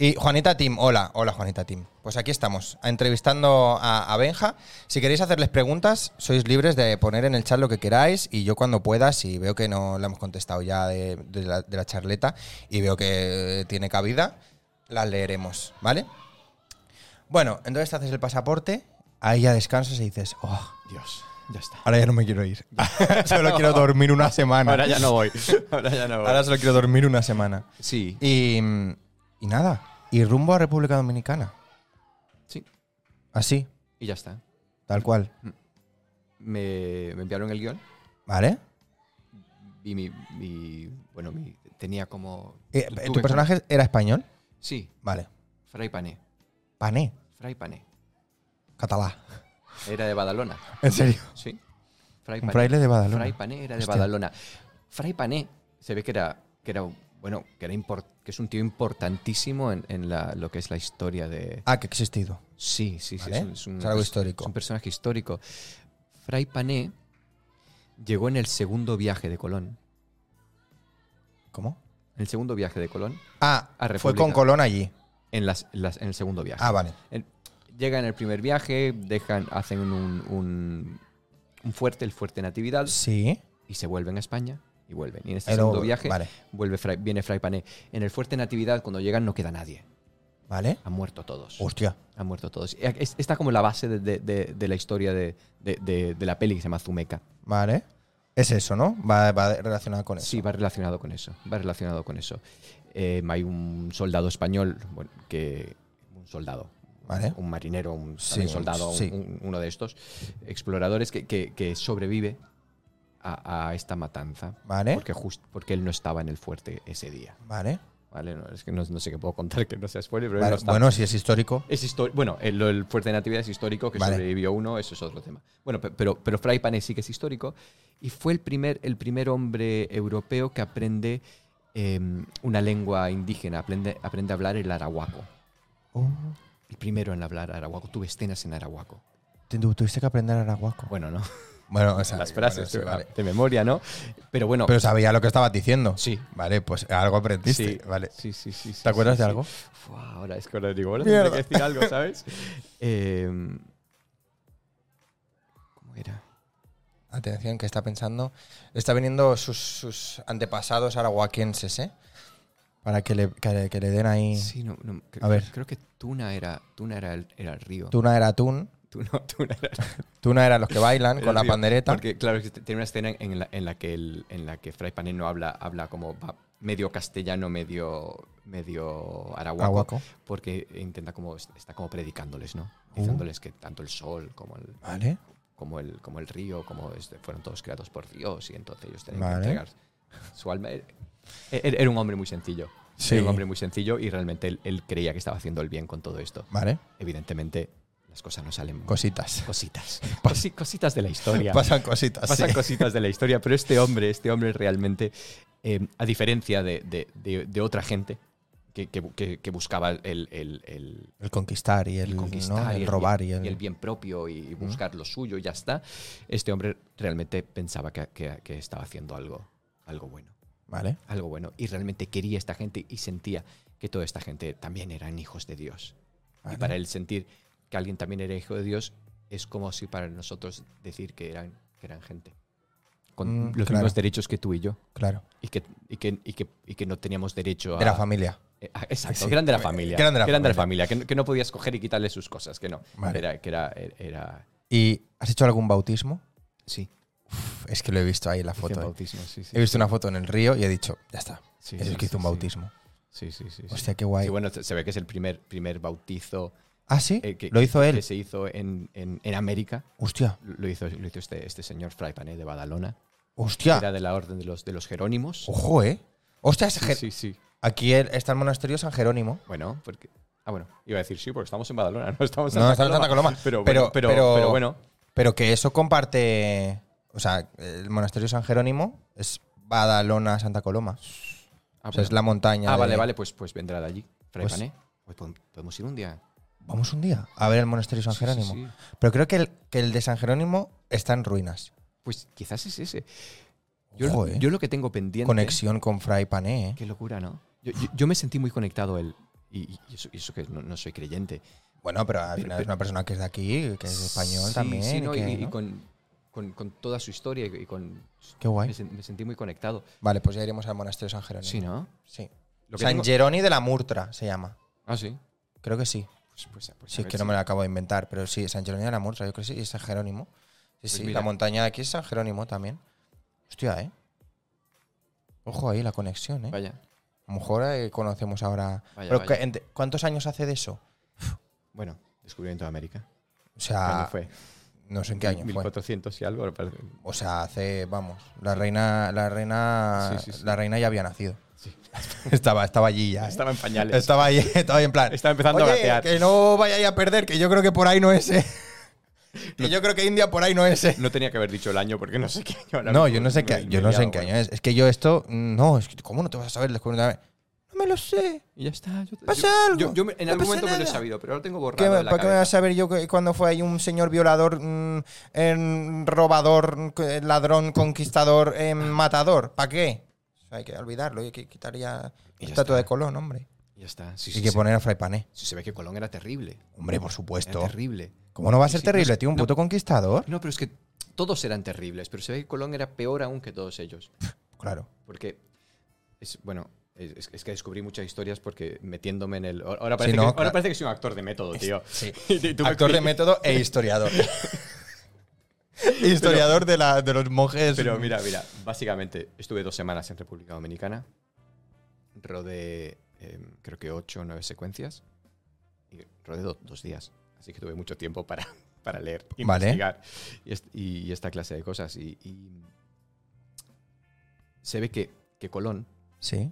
Y Juanita Tim, hola, hola Juanita Tim. Pues aquí estamos, entrevistando a, a Benja. Si queréis hacerles preguntas, sois libres de poner en el chat lo que queráis y yo cuando pueda, si veo que no la hemos contestado ya de, de la, de la charleta y veo que tiene cabida, las leeremos, ¿vale? Bueno, entonces te haces el pasaporte, ahí ya descansas y dices, oh,
Dios, ya está.
Ahora ya no me quiero ir. solo quiero dormir una semana.
Ahora ya no voy. Ahora ya no voy.
Ah, Ahora solo quiero dormir una semana.
Sí.
Y, mm, y nada. Y rumbo a República Dominicana.
Sí.
Así,
Y ya está.
tal cual.
Me, me enviaron el guión
¿Vale?
y mi, mi- bueno, mi, tenía como...
Eh,
tu-
¿Tu
tuve
personaje era español?
como- sí,
Vale.
Fray Pané.
Pané,
Fray Pané.
catalá.
Era de Badalona.
En serio.
Sí. Fray
Un
Pané.
fraile de Badalona.
Fray Pané era de
Hostia.
Badalona. Fray Pané se ve que era, que era un- bueno, que, era import- que es un tío importantísimo en, en la- lo que es la historia de...
Ah, que ha existido.
Sí, sí, sí.
Vale. Es algo histórico.
es un personaje histórico. Fray Pané llegó en el segundo viaje de Colón.
¿Cómo?
En el segundo viaje de Colón,
Ah,
A
fue
República.
con Colón allí.
en, las, las- en el segundo viaje.
Ah, vale.
En- llegan el primer viaje, dejan, hacen un, un- un fuerte, el fuerte Natividad,
Sí.
y se vuelven a España y vuelven. Y en este
Pero-
segundo viaje
Vale.
vuelve Fray- viene Fray Pané. En el fuerte Natividad, cuando llegan, no queda nadie.
Vale.
Han muerto todos.
Hostia.
Han muerto todos. E- es- Está como la base de, de- de- de la historia de, de- de- de la peli que se llama Zumeca.
Vale. Es eso, ¿no? Va, va relacionado con eso.
Sí, va relacionado con eso. Va relacionado con eso. Eh, hay un soldado español, bueno, que. Un soldado.
Vale.
Un marinero, un
Sí,
también soldado,
un- sí.
un- uno de estos exploradores que, que- que sobrevive a, a esta matanza.
Vale.
Porque, jus- porque él no estaba en el fuerte ese día.
Vale.
¿Vale? No, es que no, no sé qué puedo contar que no sea spoiler, pero él
Vale,
no estaba.
Bueno, si es histórico.
Es histo- bueno, el, el fuerte de natividad es histórico, que
Vale.
sobrevivió uno, eso es otro tema. Bueno, pe- pero, pero Fray Pané sí que es histórico y fue el primer, el primer hombre europeo que aprende eh, una lengua indígena, aprende, aprende a hablar el arahuaco. Oh.
Oh.
El primero en hablar arahuaco. Tuve escenas en arahuaco.
Te- tú- Tuviste que aprender arahuaco.
Bueno, no.
Bueno, o sea,
Las
bueno,
frases
sí, vale.
de memoria, ¿no? Pero bueno.
Pero sabía lo que estabas diciendo.
Sí.
Vale, pues algo aprendiste.
sí,
Vale.
sí, sí, sí, sí,
¿Te acuerdas
sí,
de
sí.
algo?
Fua, ahora es que ahora digo, ahora tendré
Mierda.
que decir algo, ¿sabes? Eh, ¿Cómo era?
Atención, que está pensando. Está viniendo sus, sus antepasados arahuaquenses, ¿eh? Para que le, que le- que le den ahí.
Sí, no, no, cre-
A ver.
Creo que Tuna era, Tuna era, el, era el río.
Tuna era Tun.
Tuna, Tuna era el
Tuna era los que bailan
era
con
el
la
río.
pandereta.
Porque, claro, es que tiene una escena en la, en la que, el, en la que Fray Pané no habla, habla como va- medio castellano, medio, medio arahuaco.
Arahuaco. Uh.
Porque intenta como, está como predicándoles, ¿no? Diciéndoles que tanto el sol como el,
Vale.
como el, como el río, como este, fueron todos creados por Dios y entonces ellos tenían
Vale.
que entregar su alma. Era, era- era un hombre muy sencillo.
Sí.
Era un hombre muy sencillo y realmente él, él creía que estaba haciendo el bien con todo esto.
Vale.
Evidentemente, las cosas no salen.
Cositas.
cositas. Cosi- cositas de la historia.
Pasan cositas.
Pasan
sí.
cositas de la historia, pero este hombre, este hombre realmente, eh, a diferencia de, de- de- de otra gente que, que bu- que- que buscaba el- el- el,
El conquistar y el,
el
¿no?
conquistar
el
y el
robar
bien,
y el.
bien propio y, y buscar lo suyo y ya está. Este hombre realmente pensaba que, que- que estaba haciendo algo, algo bueno,
Vale.
algo bueno y realmente quería esta gente y sentía que toda esta gente también eran hijos de Dios.
Vale.
Y para él sentir que alguien también era hijo de Dios es como si para nosotros decir que eran, que eran gente con
Mm,
los
claro.
mismos derechos que tú y yo
Claro.
y que, y que, y que, y que no teníamos derecho a
De la familia.
eh, ah, Exacto,
Sí.
que eran de la familia.
Que eran de la
familia, que, no- que no podías coger y quitarle sus cosas, que no.
Vale.
Era, que era, era-
¿Y has hecho algún bautismo?
Sí,
Uf, es que lo he visto ahí en la
hice un
foto. eh.
bautismo, sí, sí.
He visto una foto en el río y he dicho, ya está.
Sí,
Eso
sí,
es que hizo
sí,
un
sí.
bautismo.
Sí, sí, sí. sí.
Hostia, qué guay.
Sí, bueno, se se ve que es el primer, primer bautizo
ah, sí.
eh, que,
lo hizo
que
él.
se hizo en, en- en América.
Hostia.
Lo hizo, lo hizo este, este señor Fray Pané de Badalona.
Hostia.
Era de la orden de los, de los Jerónimos.
Ojo, eh. Hostia, es
Sí,
Jer-
sí, sí.
aquí el- está el monasterio San Jerónimo.
Bueno, porque. Ah, bueno, iba a decir sí, porque estamos en Badalona, no estamos en
No, está en
Santa
Santa Coloma. Pero-
Pero, bueno, pero,
pero-
pero bueno, Ah,
Pero que eso comparte. O sea, el monasterio San Jerónimo es Badalona, Santa Coloma.
Ah,
O sea,
bueno.
es la montaña.
Ah,
de-
vale, vale, pues, pues vendrá de allí. Fray
Pues-
Pané. Pues podem- podemos ir un día.
Vamos un día a ver el monasterio San
Sí, sí,
Jerónimo.
sí.
Pero creo que el, que el de San Jerónimo está en ruinas.
Pues quizás es ese. Yo,
Ojo,
lo,
eh.
yo lo que tengo pendiente.
Conexión con Fray Pané, eh.
Qué locura, ¿no? Yo, yo- yo me sentí muy conectado a él. Y, y eso, y eso que no, no soy creyente.
Bueno, pero al final es
pero-
una persona que es de aquí, que es español
Sí,
también.
sí, ¿no?
y
Y,
que,
y
¿no?
con, con- con toda su historia y con.
Qué guay.
Me, sen- me sentí muy conectado.
Vale, pues ya iremos al monasterio San Jerónimo.
Sí, ¿no?
Sí.
Lo que
San
tengo-
Geroni de la Murtra se llama.
Ah, sí.
Creo que sí.
Pues, pues- pues
Sí,
a
es
ver
que no
si-
me lo acabo de inventar, pero sí, San Jerónimo de la Murtra, yo creo que sí, y San Jerónimo. Sí, sí,
Pues mira.
la montaña de aquí es San Jerónimo también. Hostia, ¿eh? Ojo ahí la conexión, ¿eh?
Vaya.
A lo mejor eh, conocemos ahora...
Vaya,
Pero
vaya.
que ente- ¿Cuántos años hace de eso?
Bueno, descubrimiento de América.
O
¿Cuándo
sea,
fue?
no sé en qué Ah, este año fue.
1400 y algo. me parece.
O sea, hace, vamos, la reina, la reina,
Sí, sí, sí.
la reina ya había nacido.
Sí.
Estaba, estaba allí ya. ¿eh?
Estaba en pañales.
Estaba ahí, estaba ahí en plan.
Estaba empezando a
"Oye,
gatear".
Que no vayáis a perder, que yo creo que por ahí no es. eh". que yo creo que India por ahí no es. eh.
No tenía que haber dicho el año porque no sé qué año. ahora
No,
mismo,
yo no sé qué,
me-
yo
me
no
he
sé en
liado,
qué
bueno.
año es. Es que yo esto, no, es que, ¿cómo no te vas a saber el descubrimiento de la- No me lo sé.
Y ya está. Yo,
Pasa
yo-
algo,
yo- yo me- en
no pasa
algún momento me lo he
nada.
sabido, pero ahora tengo
¿Qué me-
borrado. en la
¿Para qué me vas
cabeza.
a saber yo que- cuando fue ahí un señor violador, mm, eh, Ah. en- robador, mm, ladrón, conquistador, em, matador? ¿Para qué? O sea, hay que olvidarlo. Hay que quitar ya
Y
la
ya
estatua
está.
de Colón, hombre.
Ya está. Sí,
Y
sí,
que
sí.
poner a Fray Pané.
Sí, se ve que Colón era terrible.
Hombre, por
Era
supuesto.
terrible.
¿Cómo pues, no va a
Sí,
ser
sí, no
terrible,
sé.
tío? Un
No.
puto conquistador.
No, pero es que todos eran terribles, pero se ve que Colón era peor aún que todos ellos.
Claro.
Porque, es, bueno, es, es que descubrí muchas historias porque metiéndome en el... Ahora parece,
no,
que,
claro.
ahora parece que soy un actor de método, tío.
Sí.
Y tú me-
Actor de método e historiador. historiador de, la, de los monjes.
Pero mira, mira, básicamente estuve dos semanas en República Dominicana, rodé eh, creo que ocho o nueve secuencias y rodé do- dos días, así que tuve mucho tiempo para, para leer,
Vale.
investigar y, est- y- y esta clase de cosas. Y, y se ve que, que Colón,
Sí.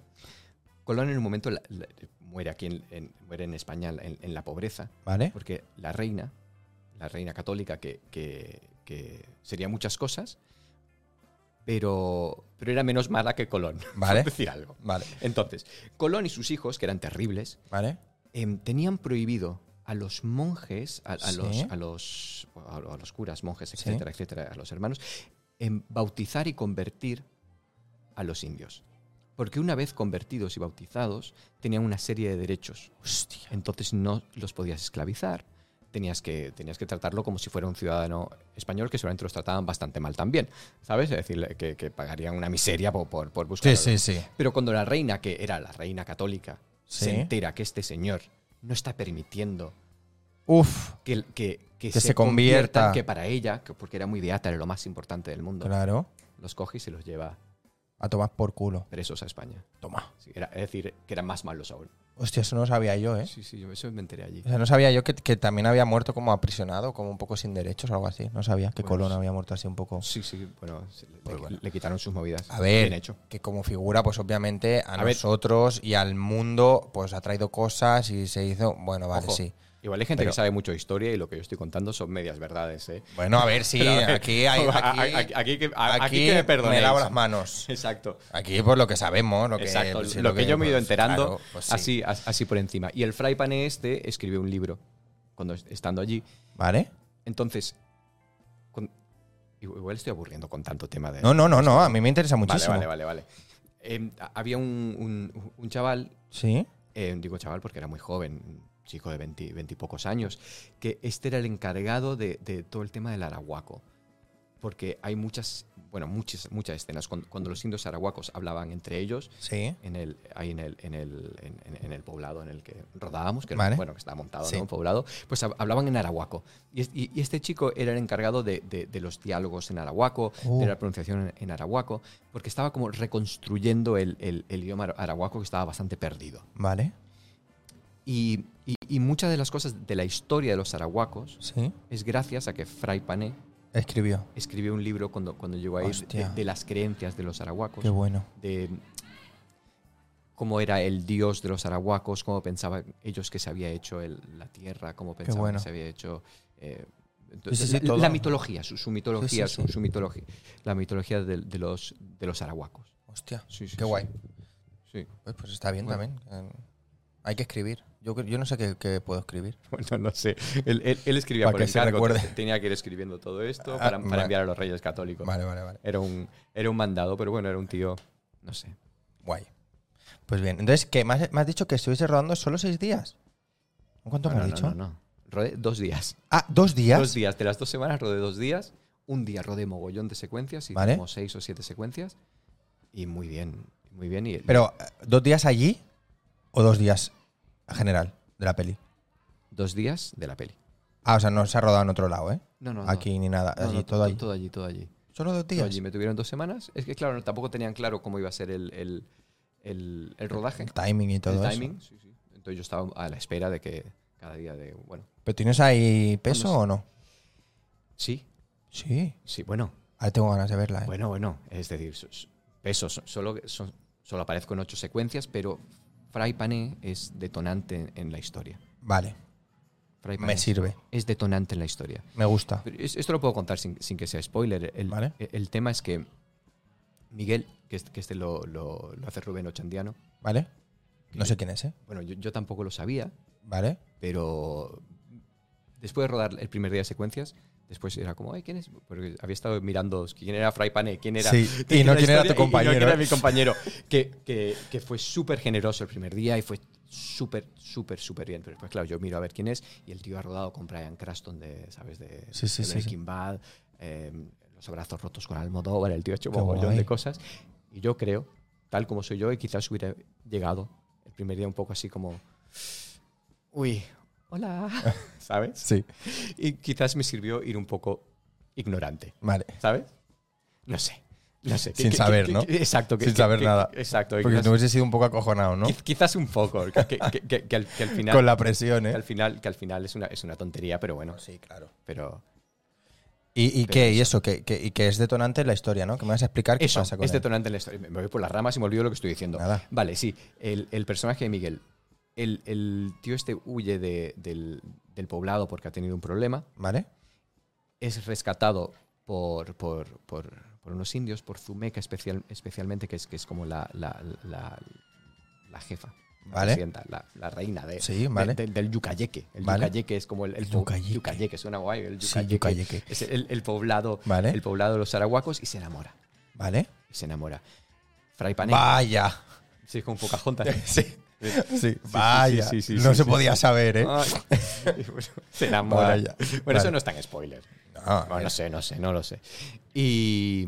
Colón en un momento la- la- muere aquí, en, en- muere en España en- en la pobreza,
¿Vale?
porque la reina, la reina católica, que, que- que sería muchas cosas, pero, pero era menos mala que Colón, por
Vale.
decir algo.
Vale.
Entonces, Colón y sus hijos, que eran terribles,
¿Vale?
em, tenían prohibido a los monjes, a, a
Sí.
los, a, los, a, a los curas, monjes,
Sí.
etcétera, etcétera, a los hermanos, em, bautizar y convertir a los indios. Porque una vez convertidos y bautizados, tenían una serie de derechos.
Hostia.
Entonces no los podías esclavizar. Tenías que, tenías que tratarlo como si fuera un ciudadano español, que seguramente los trataban bastante mal también, ¿sabes? Es decir, que, que pagarían una miseria por, por, por buscar.
Sí,
algo.
sí, sí.
Pero cuando la reina, que era la reina católica,
Sí.
se entera que este señor no está permitiendo
Uf.
que, que, que
se convierta.
conviertan, que para ella, que porque era muy beata, era lo más importante del mundo,
Claro.
los coge y se los lleva
A tomar por culo.
presos a España.
Toma.
Sí, era- es decir, que eran más malos aún.
Hostia, eso no lo sabía yo, ¿eh?
Sí, sí, yo eso me enteré allí.
O sea, no sabía yo que, que también había muerto como aprisionado, como un poco sin derechos o algo así. No sabía que
Pues-
Colón había muerto así un poco.
Sí, sí, bueno, se- le,
Pues bueno.
le quitaron sus movidas.
A ver,
Bien hecho.
que como figura, pues obviamente a,
A ver.
nosotros y al mundo, pues ha traído cosas y se hizo. Bueno, vale,
Ojo,
sí.
Igual hay gente
Pero-
que sabe mucho de historia y lo que yo estoy contando son medias verdades, ¿eh?
Bueno, a ver, sí,
Pero, a ver,
aquí Eh, hay.
a-
Aquí,
a- aquí- aquí que- a- aquí que me perdonéis.
lavo las manos.
Exacto.
Aquí, pues lo que sabemos, lo que,
Exacto,
sí,
lo que, yo me he ido
pues,
enterando
claro, pues sí.
así, as- así por encima. Y el fray Pané este escribió un libro cuando est- estando allí.
¿Vale?
Entonces, con- igual estoy aburriendo con tanto tema de...
No, no, no, no, a mí me interesa
vale,
muchísimo.
vale, vale, vale. Em, a- había un- un- un chaval
Sí,
eh, digo chaval porque era muy joven, un chico de 20, 20 y pocos años, que este era el encargado de, de todo el tema del arahuaco. Porque hay muchas, bueno, muchas, muchas escenas. Cuando, cuando los indios arahuacos hablaban entre ellos,
sí.
en el, ahí en el, en el, en, en- en el poblado en el que rodábamos, que era-
Vale.
bueno, que estaba montado,
Sí.
¿no? Un poblado, pues hab- hablaban en arahuaco. Y, es- y- y este chico era el encargado de, de- de los diálogos en arahuaco,
Oh.
de la pronunciación en, en arahuaco, porque estaba como reconstruyendo el, el- el idioma ara- arahuaco que estaba bastante perdido.
Vale,
Y, y- y muchas de las cosas de la historia de los arahuacos
sí.
es gracias a que Fray Pané
Escribió.
escribió un libro cuando, cuando llegó ahí de-
Hostia.
de, las creencias de los arahuacos,
Qué bueno.
de cómo era el dios de los arahuacos, cómo pensaban ellos que se había hecho el- la tierra, cómo pensaban
bueno.
que se había hecho... eh,
Sí,
entonces,
sí, sí,
la,
todo.
la mitología, su, su mitología,
sí,
su-
sí.
Su, mitología, la mitología de, de los, de los arahuacos.
Hostia,
Sí, sí,
qué
sí.
guay.
Sí.
Pues, pues está bien
Bueno.
también. Eh, Hay que escribir. Yo, cre- yo no sé qué, qué puedo escribir.
Bueno, no sé. Él, él- él escribía
Para
por
que se
encargo,
recuerde.
te- tenía que ir escribiendo todo esto
Ah,
para, para
vale.
enviar a los reyes católicos.
Vale, vale, vale.
Era un, era un mandado, pero bueno, era un tío, no sé.
Guay. Pues bien, entonces, ¿qué? ¿Me has, me has dicho que estuviste rodando solo seis días? ¿Cuánto
No,
me
no,
has
no,
dicho?
no, no. Rodé dos días.
Ah, ¿dos días?
Dos días. De las dos semanas rodé dos días. Un día rodé mogollón de secuencias. Y
Vale.
como seis o siete secuencias. Y muy bien, muy bien. Y
Pero, eh, ¿dos días allí o dos días en general de la peli?
dos días de la peli.
Ah, o sea, no se ha rodado en otro lado, ¿eh?
No, no, no.
Aquí ni nada.
No, no,
allí,
to-
todo allí.
Todo allí, todo allí.
¿Solo dos
Todo
días?
allí. Me tuvieron dos semanas. Es que claro, no, tampoco tenían claro cómo iba a ser el, el- el- el rodaje.
El timing y todo eso.
el timing, sí, sí. Entonces yo estaba a la espera de que cada día de. Bueno,
¿Pero tienes ahí peso
Vamos.
o no?
sí,
Sí.
sí, bueno,
Ahora tengo ganas de verla, ¿eh?
bueno, bueno. Es decir, so- so- peso, so- solo, so- solo aparezco en ocho secuencias, pero Fray Pané es detonante en, en la historia.
Vale,
Fray Pané
me sirve.
Es detonante en la historia.
Me gusta.
Pero es- esto lo puedo contar sin, sin que sea spoiler. El, e,
Vale.
el tema es que Miguel, que este, que este lo, lo- lo hace Rubén Ochandiano,
¿Vale? No sé quién es, ¿eh?
bueno, yo- yo tampoco lo sabía,
¿Vale?
pero después de rodar el primer día de secuencias, Después era como, ay, ¿quién es? Porque había estado mirando quién era Fray Pané, quién era.
Sí, y no
la
quién era tu
historia, y- y no
compañero.
quién era mi compañero. Que, que- que fue súper generoso el primer día y fue súper, súper, súper bien. Pero después, claro, yo miro a ver quién es y el tío ha rodado con Brian Craston de, ¿sabes? De,
Sí, sí,
de
sí,
Breaking Bad, eh, Los abrazos rotos con Almodóvar, el tío ha hecho
Qué
un montón
guay.
de cosas. Y yo creo, tal como soy yo, y quizás hubiera llegado el primer día un poco así como, uy, hola, ¿sabes?
Sí,
Y quizás me sirvió ir un poco ignorante,
vale.
¿sabes? No sé, no sé.
Sin saber, ¿no?
exacto.
Sin saber nada.
Exacto.
Porque
quizás,
tú hubiese sido un poco acojonado, ¿no?
quiz- quizás un poco, que, que- que- que- que al, que al final...
Con la presión,
que al
¿eh?
final, que al final es, una, es una tontería, pero bueno.
Sí, claro.
Pero
¿Y, y
Pero
qué? ¿Y eso? que que- y que es detonante en la historia, ¿no? Que me vas a explicar qué
eso este
pasa con
es
él.
detonante en la historia. Me voy por las ramas y me olvido lo que estoy diciendo.
Nada.
Vale, sí. El, el personaje de Miguel. El, el tío este huye de- del, del poblado porque ha tenido un problema.
¿Vale?
es rescatado por, por, por, por unos indios, por Zumeca especial, especialmente, que es, que es como la, la, la, la jefa, la
Vale.
presidenta, la, la reina de,
Sí,
de-
vale.
de- del yucayeque. El
Vale.
yucayeque es como el, el,
El
po-
yucayeque.
yucayeque, suena guay, el
Sí,
yucayeque.
yucayeque.
Es el, el poblado,
Vale.
el poblado de los arahuacos y se enamora.
¿Vale?
y se enamora. Fray Pané,
Vaya.
sí, es como Pocahontas.
Sí. Sí,
sí,
vaya.
sí, sí, sí,
no
sí,
se
sí,
podía saber, ¿eh?
Ay, y bueno, se enamora.
Vaya.
Bueno,
Vale.
eso no es tan spoiler.
No,
Ah, Bueno, no sé, no sé, no lo sé. Y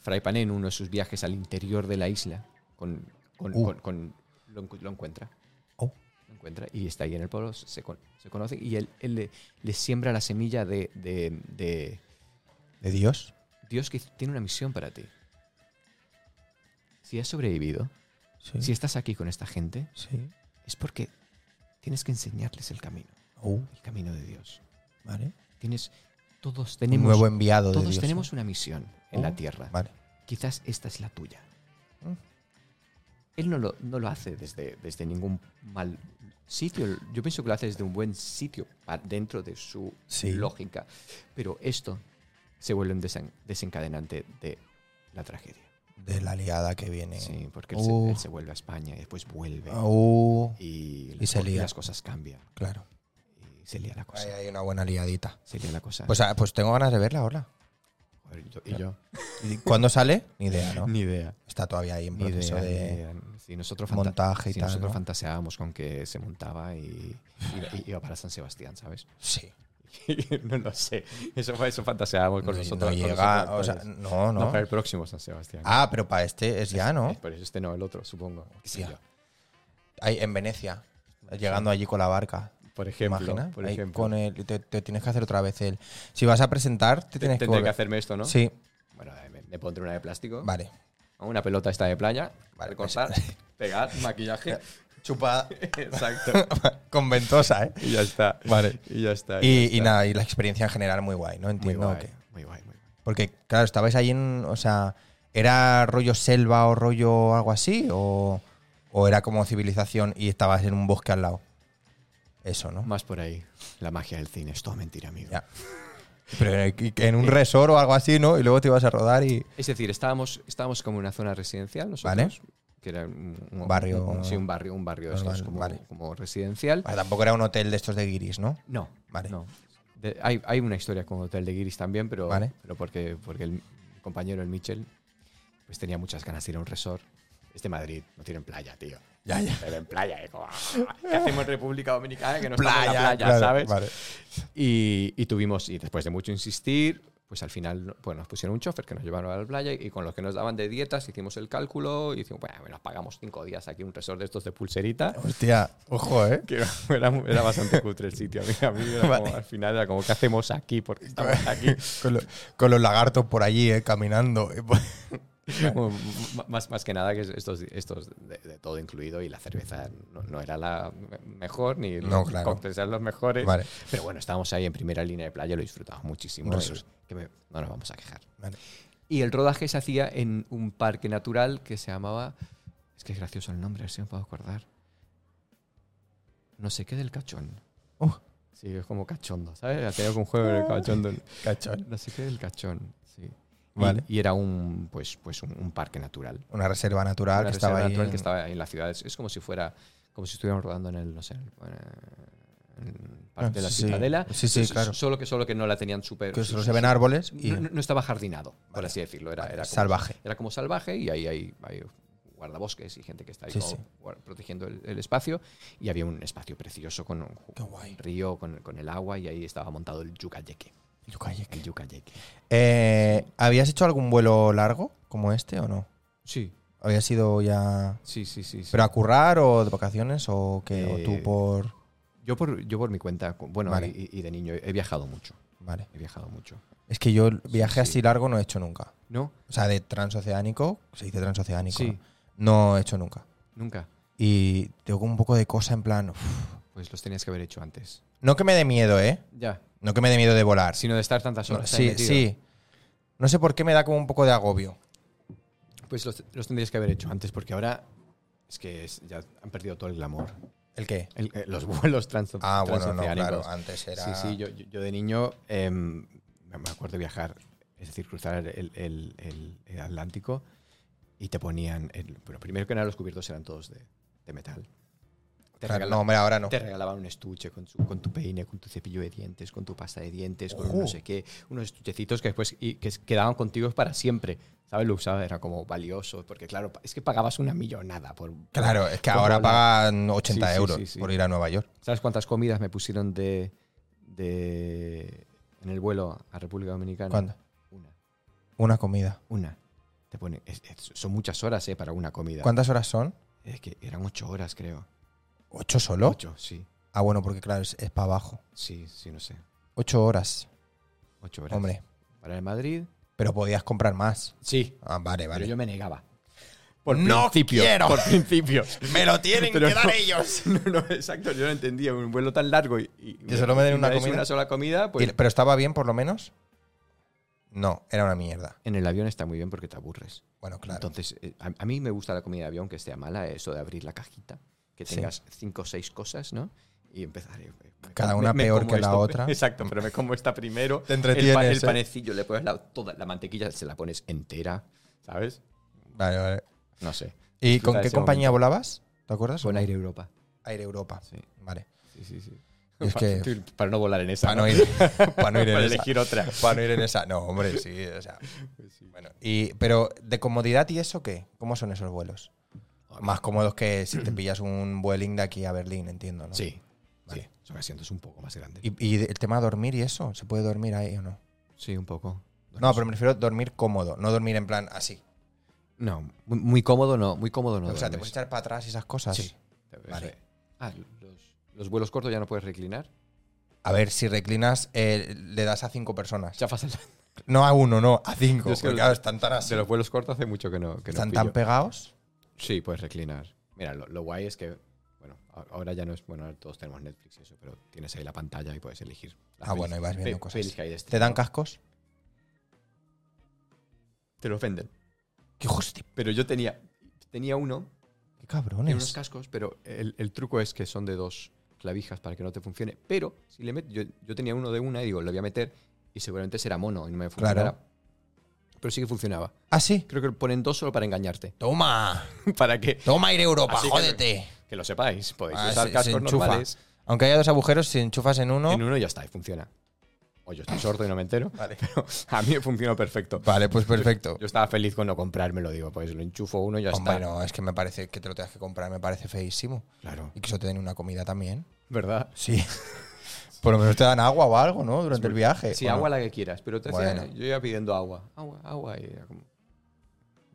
Fray Pané, en uno de sus viajes al interior de la isla, con, con-
Uh.
con- con- lo, encu- lo encuentra.
Oh.
Lo encuentra y está ahí en el pueblo, se, con- se conoce y él, él le, le siembra la semilla de, de- de
¿De Dios?
Dios que tiene una misión para ti. Si has sobrevivido,
Sí.
si estás aquí con esta gente,
Sí.
es porque tienes que enseñarles el camino,
Uh,
el camino de Dios.
vale.
Tienes, todos
Un
tenemos,
nuevo enviado de
todos
Dios. ¿eh?
tenemos una misión en
Oh,
la tierra.
Vale.
quizás esta es la tuya.
Mm.
Él no lo, no lo hace desde, desde ningún mal sitio. Yo pienso que lo hace desde un buen sitio, pa- dentro de su
Sí.
lógica. Pero esto se vuelve un desen- desencadenante de la tragedia.
De la liada que viene.
Sí, porque él, se-
Uh.
él se, vuelve a España y después vuelve.
Uh,
Y,
Y se
las-
lía.
las cosas cambian.
claro.
Y se lía la cosa.
Ahí hay una buena liadita.
Se lía la cosa.
Pues, ah, pues tengo ganas de verla ahora.
Joder, yo- y yo,
¿Y ¿Cuándo sale? Ni idea, ¿no?
ni idea.
Está todavía ahí en
Ni
proceso
idea,
de.
ni idea. Sí, nosotros
montaje y
sí,
tal,
Nosotros
¿no?
fantaseábamos con que se montaba y iba, y- iba para San Sebastián, ¿sabes?
Sí.
no lo sé. Eso, fue- eso fantaseábamos con
No-
nosotros.
no
con
llega.
nosotros
O sea,
actores.
no,
no.
no.
para el próximo San Sebastián.
Ah, pero para este es ya, ¿no?
Eh, Pero este no, el otro, supongo. Qué sé
Hostia. Ahí, en Venecia. Llegando allí con la barca.
yo. Por
¿Te
ejemplo.
imaginas?
Por
Ahí
ejemplo.
con el, te, te tienes que hacer otra vez el. Si vas a presentar, te tienes que.
Tendré que
volver.
hacerme esto, ¿no?
Sí,
Bueno, eh, me, me pondré una de plástico.
vale.
Una pelota esta de playa.
Vale, pues,
recortar, pegar, maquillaje.
Chupada
Exacto.
con ventosa, ¿eh?
Y ya está.
Vale.
Y ya está.
Y, y
ya está.
nada, y la experiencia en general muy guay, ¿no?
Muy
Entiendo
guay,
que.
muy guay, muy guay.
Porque, claro, estabais ahí en. O sea, ¿era rollo selva o rollo algo así? ¿O, o era como civilización y estabas en un bosque al lado? Eso, ¿no?
Más por ahí. La magia del cine es todo mentira, amigo.
Ya. Pero en- en un resort o algo así, ¿no? Y luego te ibas a rodar y.
Es decir, estábamos, estábamos como en una zona residencial nosotros. Que era un, un-
Barrio-
un- sí, un barrio, un barrio de
Normal,
estos como,
vale.
como residencial.
Ah, tampoco era un hotel de estos de guiris, ¿no?
No,
Vale.
no. De- hay, hay una historia con Hotel de Guiris también, pero,
Vale.
pero porque, porque el compañero, el Mitchell, pues tenía muchas ganas de ir a un resort. Es de Madrid, no tienen playa, tío.
Ya, ya.
Pero en playa, es como, "Ah, ¿qué hacemos en República Dominicana? Que no estamos en la playa,
claro,
¿sabes?
Vale.
Y, y tuvimos, y después de mucho insistir, pues al final pues nos pusieron un chofer que nos llevaron a la playa y con los que nos daban de dietas hicimos el cálculo y dijimos, bueno, nos pagamos cinco días aquí en un resort de estos de pulserita.
Hostia, ojo, ¿eh?
Que era, era bastante cutre el sitio. A mí, a mí era como-
Vale.
al final era como, ¿qué hacemos aquí? Porque estamos aquí.
Con, lo- con los lagartos por allí, ¿eh? Caminando.
Como m- más, más que nada que estos, estos de, de todo incluido y la cerveza no, no era la me- mejor ni
No,
los
claro.
cócteles eran los mejores.
Vale.
Pero bueno, estábamos ahí en primera línea de playa, lo disfrutamos muchísimo.
Por
y
eso.
que me- no nos vamos a quejar.
Vale.
Y el rodaje se hacía en un parque natural que se llamaba. Es que es gracioso el nombre, a ver si me puedo acordar. No sé qué del cachón.
Uh.
Sí, es como cachondo, ¿sabes? Ha tenido un juego de cachondo.
Cachón.
No sé qué del cachón, sí. Y-
Vale.
Y, era un, pues, pues un, un parque natural.
Una reserva natural
Una
que
reserva
estaba ahí.
natural
en-
que estaba ahí en la ciudad. Es, es como si fuera. Como si estuvieran rodando en el, no sé, en el- en parte
Ah,
de la
sí, sí.
ciudadela.
Sí, sí,
S-
claro.
Solo que, solo que no la tenían súper.
Que solo se ven árboles y.
No, no- no estaba jardinado, por así decirlo. Era,
Vale,
era como-
salvaje.
Era como salvaje y ahí hay, hay guardabosques y gente que está ahí
Sí,
como
sí.
guar- protegiendo el, el espacio. Y había un espacio precioso con un, ju-
Qué guay.
río, con, con el agua y ahí estaba montado el yucayeque. El
Yucayec.
yucayeque.
Eh, ¿Habías hecho algún vuelo largo como este o no?
Sí,
¿Habías ido ya.
sí, sí, sí. sí.
¿Pero a currar o de vacaciones o que
Eh,
tú por.?
yo, por, yo por mi cuenta, cu- bueno,
Vale.
y, y de niño he he viajado mucho.
Vale.
He viajado mucho.
Es que yo viaje
sí.
así largo no he hecho nunca.
¿No?
O sea, de transoceánico, se dice transoceánico.
Sí.
No, No he hecho nunca.
Nunca.
Y tengo como un poco de cosa en plan. uf.
Pues los tenías que haber hecho antes.
No que me dé miedo, ¿eh?
Ya.
No que me dé miedo de volar.
Sino de estar tantas
No,
horas. ahí
sí,
metido.
sí. No sé por qué me da como un poco de agobio.
Pues los, los tendrías que haber hecho antes, porque ahora es que es- ya han perdido todo el glamour.
¿El qué?
El- eh, los vuelos trans,
Ah, bueno, no,
transoceánicos.
claro. Antes era.
Sí, sí, yo, yo- yo de niño em, me acuerdo de viajar, es decir, cruzar el, el- el- el Atlántico y te ponían. el- bueno, primero que nada, los cubiertos eran todos de, de metal. Te
Claro,
regala-
no, hombre, ahora no.
te regalaban un estuche con, su- con tu peine, con tu cepillo de dientes, con tu pasta de dientes, con
Ojo.
no sé qué, unos estuchecitos que después y- que s- quedaban contigo para siempre. ¿Sabes? Lo usaba, era como valioso, porque claro, pa- es que pagabas una millonada por...
Claro, es que
por
ahora
volar.
pagan 80
Sí, sí,
euros
sí, sí.
por ir a Nueva York.
¿Sabes cuántas comidas me pusieron de... de en el vuelo a República Dominicana?
¿Cuándo?
Una.
Una comida.
Una. Te pone, es- es- son muchas horas, ¿eh? Para una comida.
¿Cuántas horas son?
Es que eran ocho horas, creo.
¿Ocho solo?
Ocho, sí.
Ah, bueno, porque claro, es, para abajo.
Sí, sí, no sé.
Ocho horas,
Ocho horas.
hombre.
Para el Madrid.
Pero podías comprar más.
Sí,
Ah, vale,
Pero
vale.
yo me negaba. Por
¡No
principio,
quiero!
Por principio.
¡Me lo tienen
Pero no.
ellos!
No, no, exacto. Yo no entendía. Un vuelo tan largo y... y
Que solo me den
y
una
dais
comida.
una sola comida, pues...
Y- ¿Pero estaba bien por lo menos? No, era una mierda.
En el avión está muy bien porque te aburres.
Bueno, claro.
Entonces, eh, a, a mí me gusta la comida de avión, que esté mala, eso de abrir la cajita, que
Sí.
tengas cinco o seis cosas, ¿no? Y empezar. eh, me-
Cada
me-
una
me
peor
como
que la
esto.
otra.
Exacto, pero me como esta primero.
Te
El pa- El,
entretienes, ¿eh?
panecillo, le pones la, toda la mantequilla, se la pones entera, ¿sabes?
vale, vale.
No sé.
¿Y
Disfruta
con
de
qué
ese
compañía volabas? ¿Te acuerdas?
Con Aire Europa.
Aire Europa.
Sí,
Vale.
sí, sí. sí.
Es que-
para no volar en esa.
Para
¿no?
no ir, para no ir en
Para
esa.
elegir otra.
Para no ir en esa. No, hombre, sí. O sea, bueno, y, pero de comodidad y eso, ¿qué? ¿Cómo son esos vuelos? Más cómodos que si te pillas un vueling de aquí a Berlín, entiendo, ¿no?
Sí.
Vale.
Sí, son asientos un poco más grandes.
¿Y, y el tema de dormir y eso? ¿Se puede dormir ahí o no?
sí, un poco.
No, pero me refiero a dormir cómodo, no dormir en plan así.
No, muy, muy cómodo no, muy cómodo no.
o sea, ¿te
duermes.
puedes echar para atrás y esas cosas?
Sí.
Vale.
Ah, los, los vuelos cortos ya no puedes reclinar.
A ver, si reclinas, eh, le das a cinco personas.
Chafas el-
No a uno, no, a cinco.
Yo es que
porque,
los-
claro, están tan así.
De los vuelos cortos hace mucho que no. Que no
están
pillo.
tan pegados.
sí, puedes reclinar. Mira, lo, lo guay es que, bueno, a- ahora ya no es, bueno, ahora todos tenemos Netflix y eso, pero tienes ahí la pantalla y puedes elegir. la
Ah, bueno, y vas viendo
pe-
cosas.
pelis que hay de este
¿Te dan
estreno.
cascos?
Te lo ofenden.
¡Qué hijos de-
Pero yo tenía, tenía uno
¡Qué
Hay unos
cabrones!
cascos, pero el, el truco es que son de dos clavijas para que no te funcione. Pero si le met- yo, yo tenía uno de una y digo, lo voy a meter y seguramente será mono y no me funcionará. Pero sí que funcionaba.
¿Ah, sí?
Creo que ponen dos solo para engañarte.
¡Toma!
para que,
¡Toma, Aire Europa!
Así que-
¡Jódete!
que lo sepáis. Podéis
Ah,
usar
se- se
cascos
enchufa.
normales.
Aunque haya dos agujeros, si enchufas en uno.
En uno y ya está, y funciona. O yo estoy sordo y no me entero.
Ah, Vale.
Pero a mí me funcionó perfecto.
Vale, pues perfecto.
Yo estaba feliz con no comprármelo, digo, pues lo enchufo uno y ya
Hombre,
está.
no, es que me parece que te lo tengas que comprar, me parece feísimo.
Claro.
Y que eso te den una comida también.
¿Verdad?
Sí. Por lo menos te dan agua o algo, ¿no? Durante el viaje.
Sí,
¿o no?
agua la que quieras, pero te hacían-
Bueno.
yo iba pidiendo agua, agua, agua y era como-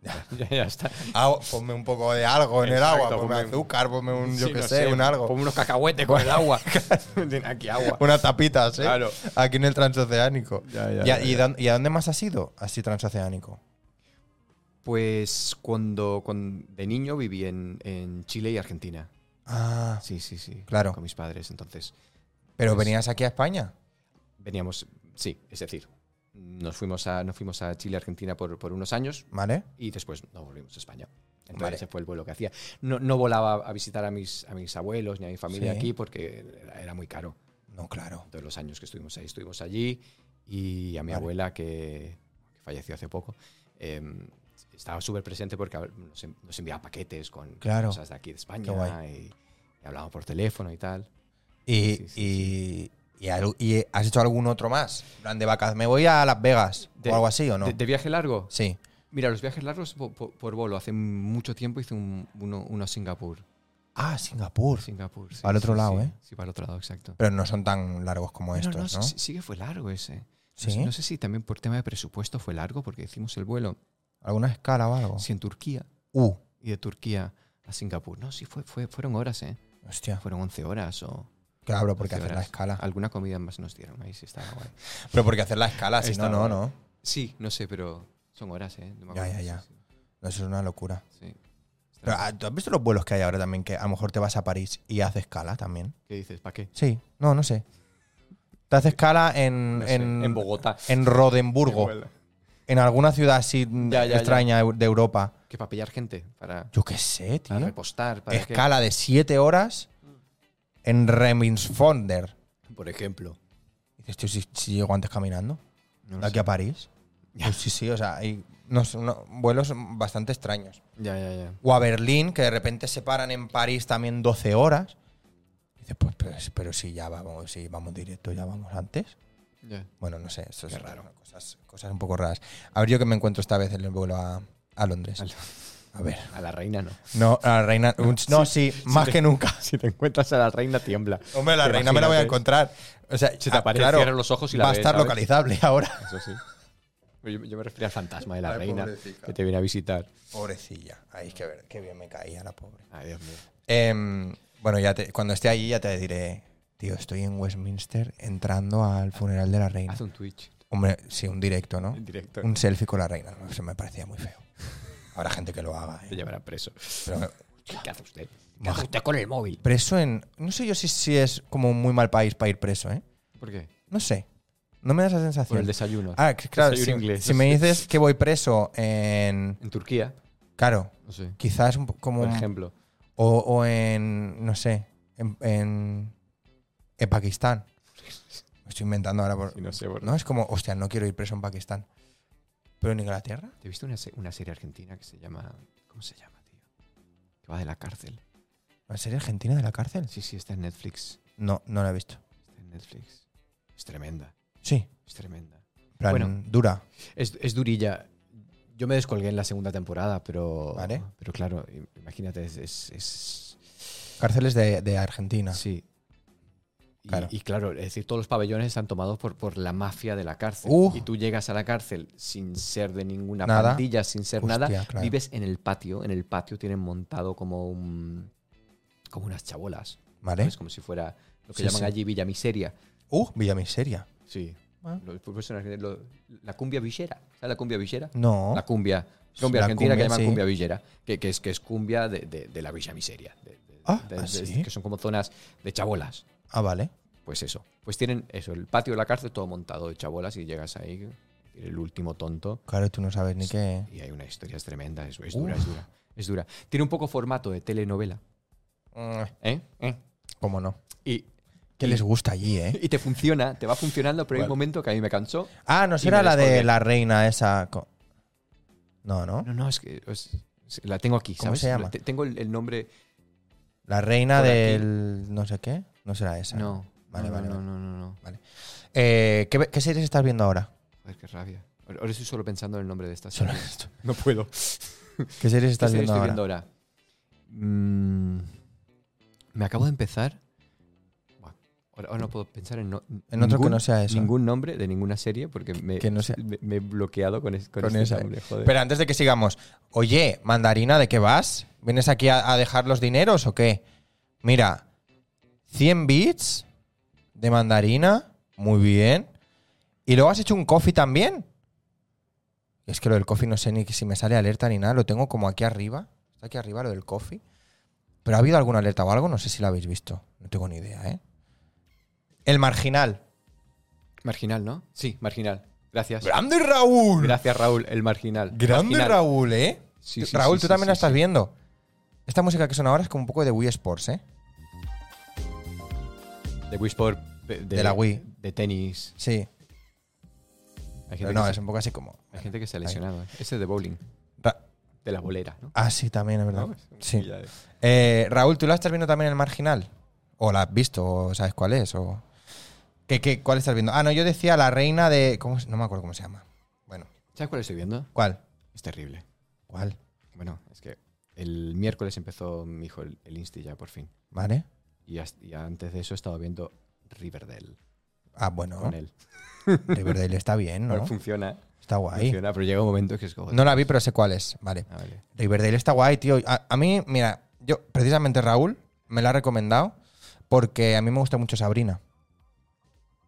ya, ya, está.
Agua- ponme un poco de algo en
Exacto,
el agua, ponme,
ponme-
azúcar, ponme un, yo
Sí,
qué
no
sé, un algo.
Pongo unos cacahuetes con el agua. Tiene Aquí agua.
Unas tapitas, ¿eh?
Claro.
Aquí en el transoceánico.
Ya, ya,
¿Y a-
ya,
¿Y,
ya.
dan- y a dónde más has ido? Así transoceánico.
Pues cuando, cuando de niño viví en, en Chile y Argentina.
Ah,
Sí, sí, sí.
Claro.
Con mis padres, entonces
pero
pues-
venías aquí a España.
veníamos, sí, es decir, nos fuimos a, nos fuimos a Chile, Argentina por, por unos años
¿Vale?
y después nos volvimos a España. Entonces
Vale.
ese fue el vuelo que hacía. No, no volaba a visitar a mis, a mis abuelos ni a mi familia
Sí.
aquí porque era, era muy caro.
No, claro.
Todos los años que estuvimos ahí, estuvimos allí y a mi
Vale.
abuela, que, que falleció hace poco, eh, estaba súper presente porque nos, en- nos enviaba paquetes con
Claro.
cosas de aquí de España
guay.
y, y hablábamos por teléfono y tal.
Y,
Sí, sí,
y- y al- y has hecho algún otro más. En plan de vacas, me voy a Las Vegas o algo así, ¿o no?
¿De, de viaje largo?
sí.
Mira, los viajes largos po- po- por, bolo. Hace mucho tiempo hice un- uno, uno a Singapur.
Ah, Singapur.
Singapur. sí,
Para el otro
sí,
lado,
sí.
¿eh?
Sí, para el otro lado, exacto.
Pero no son tan largos como
Bueno,
estos,
no,
¿no?
sí- Sí que fue largo ese. No sé-
¿Sí?
No, sé si también por tema de presupuesto fue largo, porque hicimos el vuelo
¿Alguna escala o algo?
sí, en Turquía
Uh,
y de Turquía a Singapur. No, sí, fue, fue, fueron horas, ¿eh?
hostia.
Fueron 11 horas o...
Claro, porque
11
hacer la
horas.
escala.
Alguna comida más nos dieron, ahí sí estaba guay.
Pero porque hacer la escala, si no,
Está
no,
guay.
no.
Sí, no sé, pero son horas, ¿eh? No me
Ya,
acuerdo.
ya, ya.
Sí,
No, Eso es una locura.
sí, sí. Está
Pero,
bien.
ah, ¿Tú has visto los vuelos que hay ahora también? Que a lo mejor te vas a París y haces escala también.
¿Qué dices? ¿Para qué?
Sí, no, no sé. Te haces escala en,
No sé,
en,
en Bogotá.
en
Oh.
Rodemburgo, en alguna ciudad así mm,
Ya, ya, ya.
extraña de Europa.
Que para pillar gente, para,
Yo qué sé,
para
tío.
repostar, para que-
Escala de 7 horas en Reminsfonder.
por ejemplo.
Dices, tío, si, si llego antes caminando,
No lo
de aquí
sé.
a París.
Ya.
Pues sí, sí, o sea, hay unos- unos vuelos bastante extraños.
Ya, ya, ya.
o a Berlín, que de repente se paran en París también 12 horas. Dices, pues, pero, pero si ya vamos, si vamos directo, ya vamos antes.
ya.
Bueno, no sé, eso
Qué
es
raro.
Cosas, cosas un poco raras. A ver, yo que me encuentro esta vez en el vuelo a, a Londres.
Al-
A ver.
A la reina no.
No, a la reina. No, sí, más que nunca.
Si te encuentras a la reina, tiembla.
Hombre, la reina me la voy a
Imagínate.
encontrar. O sea,
Se te
ah,
aparece,
claro,
cierras los ojos y la
Va a
ves,
estar
¿sabes?
localizable ahora.
Eso sí. Pues Yo, yo me refería al fantasma de la
Ay,
reina
pobrecita.
que te viene a visitar.
Pobrecilla. Ay, es que ver, qué bien me caía la pobre.
Ay, Dios mío.
Em, bueno, ya te- cuando esté allí ya te diré, tío, estoy en Westminster entrando al funeral de la reina.
Haz un Twitch
Hombre, sí, un directo, ¿no?
en directo.
Un selfie con la reina. No, Eso me parecía muy feo. Habrá gente que lo haga.
Te
¿eh?
llevará preso.
Pero,
¿Qué hace usted? ¿Qué hace usted con el móvil?
preso en... No sé yo si, si es como un muy mal país para ir preso, ¿eh?
¿Por qué?
No sé. No me da esa
Por
sensación.
el desayuno.
ah, c- claro.
Desayuno
Si,
inglés.
si me dices que voy preso en...
En Turquía,
Claro,
no sé.
quizás un po- como...
Por
un-
ejemplo.
O, o en, no sé, en, en, en Pakistán. Me estoy inventando ahora. Por,
Y no sé, bueno.
no, es como, hostia, no quiero ir preso en Pakistán. ¿Pero en Inglaterra?
¿Te viste una, se- una serie argentina que se llama. ¿Cómo se llama, tío? Que va de la cárcel.
¿La serie argentina de la cárcel?
Sí, sí, está en Netflix.
No, no la he visto.
Está en Netflix. Es tremenda.
Sí,
Es tremenda.
en plan,
Bueno.
dura.
Es, es durilla. Yo me descolgué en la segunda temporada, pero.
Vale.
Pero claro, im- imagínate, es. es- es-
Cárceles de, de Argentina.
sí. Y y
Claro.
claro. es decir, todos los pabellones están tomados por, por la mafia de la cárcel.
Uh.
Y tú llegas a la cárcel sin ser de ninguna
Nada.
pandilla, sin ser
Hostia,
nada.
claro.
Vives en el patio. En el patio tienen montado como un. como unas chabolas.
¿Vale?
Es como si fuera lo
Sí,
que llaman
sí.
allí Villa Miseria.
Uh, Villa Miseria.
Sí.
Ah.
Lo- pues, lo- la cumbia villera. ¿Sabes la cumbia villera?
No.
La cumbia. Cumbia
La
argentina
cumbia,
que llaman
sí.
cumbia villera, que, que es, que es cumbia de, de- de la Villa Miseria. de- de-
Ah,
de-
¿ah,
de-
sí?
Que son como zonas de chabolas.
Ah, vale.
Pues eso. Pues tienen eso, el patio de la cárcel todo montado de chabolas y llegas ahí, el último tonto,
Claro, tú no sabes ni qué.
y hay una historia es tremenda, es, es
Uf.
dura, es dura. Es dura. Tiene un poco formato de telenovela.
Mm,
¿eh?
¿Cómo no?
Y,
¿Qué
y-
les gusta allí, eh?
y te funciona, te va funcionando, pero hay un momento que a mí me cansó.
Ah, no
Y
será
me
la de
descolgué.
la reina esa. co- No, no.
No, no, es que es- es- la tengo aquí.
¿Cómo
¿sabes?
se llama?
Te- Tengo el, el nombre.
La reina
Por aquí.
del no sé qué. No será esa.
No.
Vale,
no,
vale,
No,
vale.
no, no, no.
Eh, ¿qué, ve- qué series estás viendo ahora?
Joder, qué rabia. Ahora ahora estoy solo pensando en el nombre de esta
Solo
serie.
esto.
No puedo.
¿Qué series
¿Qué
estás
serie
viendo
estoy
ahora?
viendo ahora? Mm, me acabo de empezar. Buah, Ahora, ahora no puedo pensar en, no-
En otro que no sea eso.
ningún nombre de ninguna serie porque me,
que no sea-
me, me he bloqueado con, es- con,
Con
este
esa,
nombre, joder.
Pero antes de que sigamos, oye, mandarina, ¿de qué vas? ¿Vienes aquí a, a dejar los dineros o qué? Mira, 100 bits de mandarina, muy bien. Y luego has hecho un coffee también. Es que lo del coffee no sé ni si me sale alerta ni nada, lo tengo como aquí arriba. Está aquí arriba lo del coffee. Pero ha habido alguna alerta o algo, no sé si la habéis visto. No tengo ni idea, ¿eh? El marginal.
Marginal, ¿no? Sí, marginal. Gracias.
Grande Raúl.
Gracias, Raúl, el marginal.
Grande
Marginal.
Raúl, ¿eh?
Sí,
Tú-
sí,
Raúl,
sí,
tú
sí,
también la
sí,
estás
sí.
viendo. Esta música que son ahora es como un poco de Wii Sports, ¿eh?
De Wii Sport. De, de-
De la Wii.
De tenis.
Sí.
Hay
Pero
gente,
no,
que,
es un poco así como.
se, hay gente que se ha lesionado. ¿eh? Ese de bowling.
Ra-
De la bolera, ¿no? pues,
ah, sí, también, es verdad.
¿No? Es un
Sí.
pilla de-
Eh, Raúl, ¿tú la estás viendo también en el marginal? O la has visto, o sabes cuál es, o. ¿Qué, qué, ¿Cuál estás viendo? Ah, no, yo decía la reina de. ¿cómo es? No me acuerdo cómo se llama. Bueno,
¿Sabes cuál estoy viendo?
¿cuál?
Es terrible.
¿Cuál?
Bueno, es que el miércoles empezó mi hijo el, el Insti ya por fin.
¿Vale?
Y, as- y antes de eso he estado viendo Riverdale
Ah, bueno,
con él.
Riverdale está bien, ¿no?
Bueno, funciona.
Está guay.
Funciona, pero llega un momento que es como.
No la vi, pero sé cuál es. Vale.
Ah, vale.
Riverdale está guay, tío. A, a mí, mira, yo, precisamente Raúl me la ha recomendado porque a mí me gusta mucho Sabrina.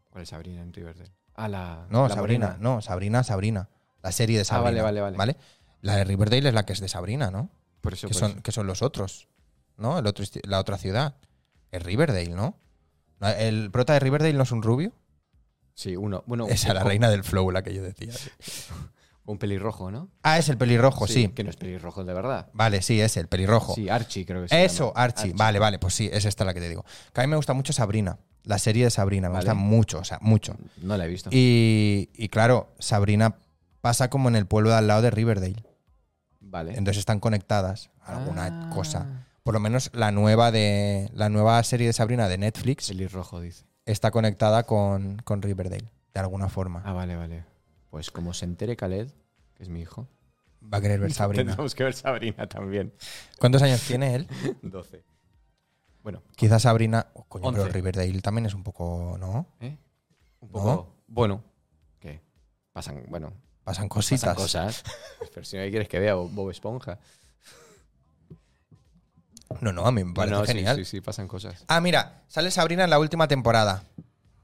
¿Cuál es Sabrina en Riverdale? Ah, la.
No,
la
Sabrina,
morena.
no, Sabrina, Sabrina. La serie de
Ah,
Sabrina.
vale, vale, vale.
La de Riverdale es la que es de Sabrina, ¿no?
Por eso. pues,
Que
por
son,
eso.
que son los otros, ¿no? El otro, esti- la otra ciudad. Es Riverdale, ¿no? No, ¿El prota de Riverdale no es un rubio?
Sí, uno. Bueno,
Esa, la
un-
reina del flow, la que yo decía.
Un pelirrojo, ¿no?
Ah, es el pelirrojo, sí.
Que no es pelirrojo de verdad.
Vale, sí, es el pelirrojo.
Sí, Archie creo que se
Eso,
llama.
Archie. Vale, vale, pues sí, es esta la que te digo. Que a mí me gusta mucho Sabrina, la serie de Sabrina, me
Vale.
gusta mucho, o sea, mucho.
No la he visto.
Y, y claro, Sabrina pasa como en el pueblo de al lado de Riverdale.
vale.
Entonces están conectadas a alguna
Ah,
cosa. Por lo menos la nueva, de, la nueva serie de Sabrina de Netflix
Pelirrojo dice.
está conectada con, con Riverdale, de alguna forma.
Ah, vale, vale. Pues como se entere Khaled, que es mi hijo.
Va a querer ver Sabrina.
Tendremos que ver Sabrina también.
¿Cuántos años tiene él?
12. Bueno,
Quizás Sabrina... oh, coño, pero
Once.
Riverdale también es un poco... ¿No?
¿eh? Un
¿No?
poco. Bueno. ¿Qué? Pasan, bueno,
Pasan cositas.
pasan cosas. Pero si no quieres que vea Bob Esponja.
No, no, a mí me parece
no, no, sí,
genial.
Sí, sí, pasan cosas.
Ah, mira, sale Sabrina en la última temporada.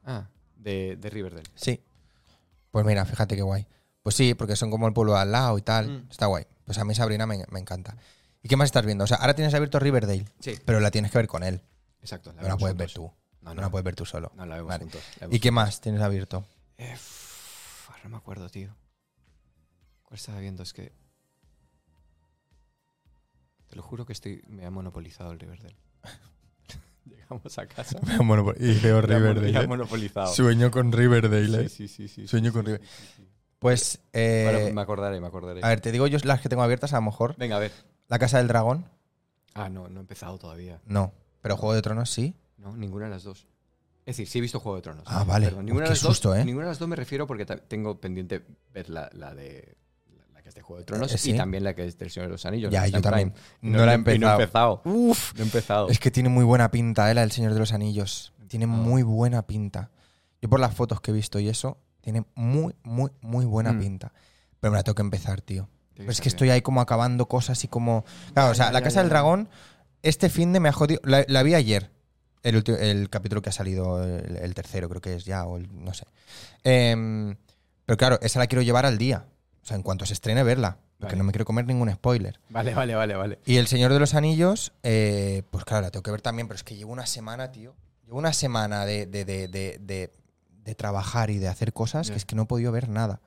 Ah, de, de Riverdale.
Sí. Pues mira, fíjate qué guay. Pues sí, porque son como el pueblo de al lado y tal.
Mm.
Está guay. Pues a mí Sabrina me, me encanta. ¿Y qué más estás viendo? O sea, ahora tienes abierto Riverdale,
Sí.
pero la tienes que ver con él.
Exacto.
no la
vemos
puedes ver
juntos.
tú.
No,
No,
no.
la puedes ver tú solo.
No, la vemos
Vale.
juntos. la
¿Y
vemos
qué más tienes abierto?
Eh, f- ahora no me acuerdo, tío. ¿Cuál estaba viendo? Es que. Te lo juro que estoy. Me ha monopolizado el Riverdale. Llegamos a casa. me
y veo
ha mono- me
¿eh?
ha monopolizado.
Sueño con Riverdale. ¿eh?
Sí, sí, sí, sí,
Sueño
sí,
con
sí,
River-
sí, sí, sí.
Pues, eh,
Ahora me acordaré, me acordaré.
a ver, te digo yo las que tengo abiertas, a lo mejor.
Venga, a ver.
La Casa del Dragón,
Ah, no, no he empezado todavía.
no. Pero Juego de Tronos sí.
No, ninguna de las dos. Es decir, sí he visto Juego de Tronos.
Ah, vale.
Perdón, ninguna
Uf,
de
qué
las dos-
susto, ¿eh?
Ninguna de las dos me refiero porque ta- tengo pendiente ver la, la de. la- La que es de Juego de Tronos
Eh, sí.
y también la que es del Señor de los Anillos.
Ya,
que
yo
está en
también.
Prime.
No, la he
y No
empezado.
he empezado. Uf, no he empezado.
Es que tiene muy buena pinta, ¿eh? La del Señor de los Anillos. Tiene
Ah.
muy buena pinta. Yo por las fotos que he visto y eso, tiene muy, muy, muy buena
Mm.
pinta. Pero me la tengo que empezar, tío.
Tiene
Pero es
estar
que
bien.
estoy ahí como acabando cosas y como... Claro, o sea,
ya,
La
ya,
Casa
ya,
del
ya.
Dragón, este fin de me ha jodido... La, la vi ayer, el, ulti- el capítulo que ha salido, el, el tercero creo que es ya, o el- no sé. Em, pero claro, esa la quiero llevar al día. O sea, en cuanto se estrene, verla. Porque
Vale.
no me quiero comer ningún spoiler.
Vale, vale, vale, vale.
Y El Señor de los Anillos, eh, pues claro, la tengo que ver también, pero es que llevo una semana, tío. Llevo una semana de, de- de- de- de- de trabajar y de hacer cosas
Ya.
que es que no he podido ver nada.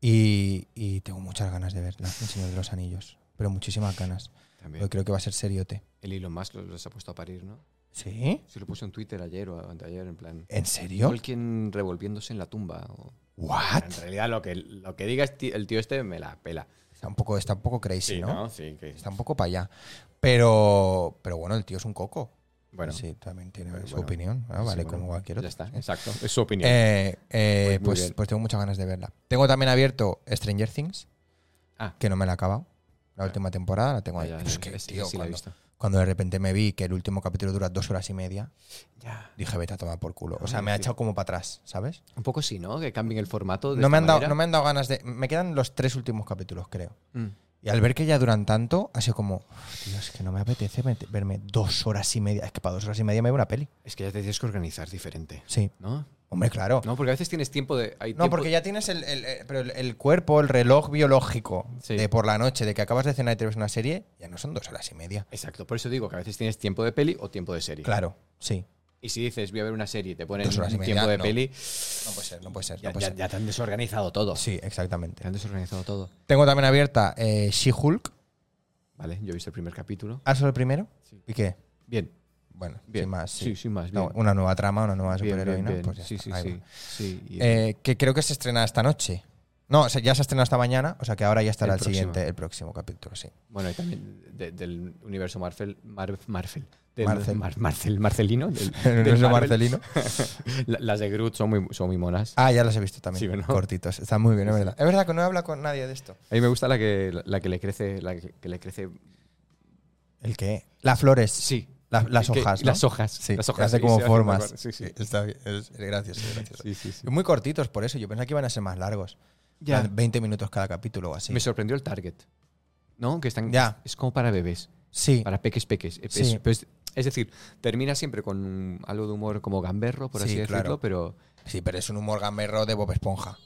Y, y tengo muchas ganas de verla, El Señor de los Anillos. Pero muchísimas ganas.
También.
Porque creo que va a ser seriote.
El Elon Musk los, los ha puesto a parir, ¿no?
¿Sí?
Se lo puso en Twitter ayer o anteayer, en plan.
¿En serio?
Tolkien revolviéndose en la tumba. o-
¿What?
En realidad, lo que, lo que diga este- el tío este me la pela.
Está un poco, está un poco crazy, ¿no?
Sí, que-
Está un poco para allá. Pero, pero bueno, el tío es un coco.
Bueno,
sí, también tiene
pero
su
bueno.
opinión. Ah,
Sí,
vale,
bueno,
como cualquier
Ya
otro.
está,
Sí.
exacto. Es su opinión.
Eh, eh,
Pues muy
pues,
bien.
pues, tengo muchas ganas de verla. Tengo también abierto Stranger Things,
Ah.
que no me la he acabado. La
Ah.
última temporada la tengo
Ya,
ahí.
ya,
Pero es
ya,
que,
esa-
tío,
esa sí la he
cuando,
visto.
cuando de repente me vi que el último capítulo dura dos horas y media,
Ya.
dije, vete a tomar por culo. O
Ah,
sea, me ha
sí.
echado como para atrás, ¿sabes?
Un poco sí, ¿no? Que cambien el formato. De
No me,
esta
han dado,
manera.
no me han dado ganas de... Me quedan los tres últimos capítulos, creo.
Mm.
Y al ver que ya duran tanto, ha sido como, tío, es que no me apetece met- verme dos horas y media. Es que para dos horas y media me veo una peli.
Es que ya te tienes que organizar diferente.
Sí.
¿No?
Hombre, claro.
No, porque a veces tienes tiempo de. Hay
No,
tiempo-
porque ya tienes el, el- el- pero el- el cuerpo, el reloj biológico
Sí.
de por la noche, de que acabas de cenar y te ves una serie, ya no son dos horas y media.
Exacto, por eso digo que a veces tienes tiempo de peli o tiempo de serie.
Claro, sí.
Y si dices, voy a ver una serie y te ponen
Dos horas y
un
media,
tiempo de
no.
peli,
No puede ser, no puede ser.
ya,
no puede
ya-
ser.
ya te han desorganizado todo.
Sí, exactamente.
Te han desorganizado todo.
Tengo también abierta eh, She-Hulk.
Vale, yo he visto el primer capítulo.
¿Has solo el primero?
Sí.
¿Y qué?
Bien,
Bueno,
bien.
sin más. Sí,
sí, sin más.
Está
Bien.
bueno. una nueva trama, una nueva
Bien, bien,
superheroína.
bien.
Pues ya
sí,
está,
sí,
ahí
sí.
va.
sí y-
Eh, que creo que se estrena esta noche. No, o sea, ya se ha estrenado esta mañana, o sea que ahora ya estará
El
el,
próximo.
siguiente, el próximo capítulo, sí.
Bueno, y también de- del universo Marvel. Mar- Marvel. Del-
Marcel.
Mar- Marcel- Marcelino. del-
El
del
universo
Marvel.
Marcelino.
La- Las de Groot son muy, son muy monas.
Ah, ya las he visto también.
Sí, ¿no?
Cortitos. Está muy bien, es verdad. Es verdad que no he hablado con nadie de esto.
A mí me gusta la que, la que le crece. La que, que le crece.
¿El qué? Las flores.
Sí.
La- las
Que-
hojas. ¿no?
Las hojas.
Sí,
las hojas.
Hace
sí,
como
se hace
formas. Eh,
mejor. Sí, sí.
Está bien. Es gracioso, es gracioso.
Sí, sí, sí.
Muy cortitos, por eso. Yo pensaba que iban a ser más largos.
Ya.
20 minutos cada capítulo o así.
Me sorprendió el target. ¿No? Que están.
Ya.
Es como para bebés.
Sí.
Para peques peques. Es,
Sí.
pues, es decir, termina siempre con un- algo de humor como gamberro, por
Sí,
así decirlo,
claro.
pero.
Sí, pero es un humor gamberro de Bob Esponja.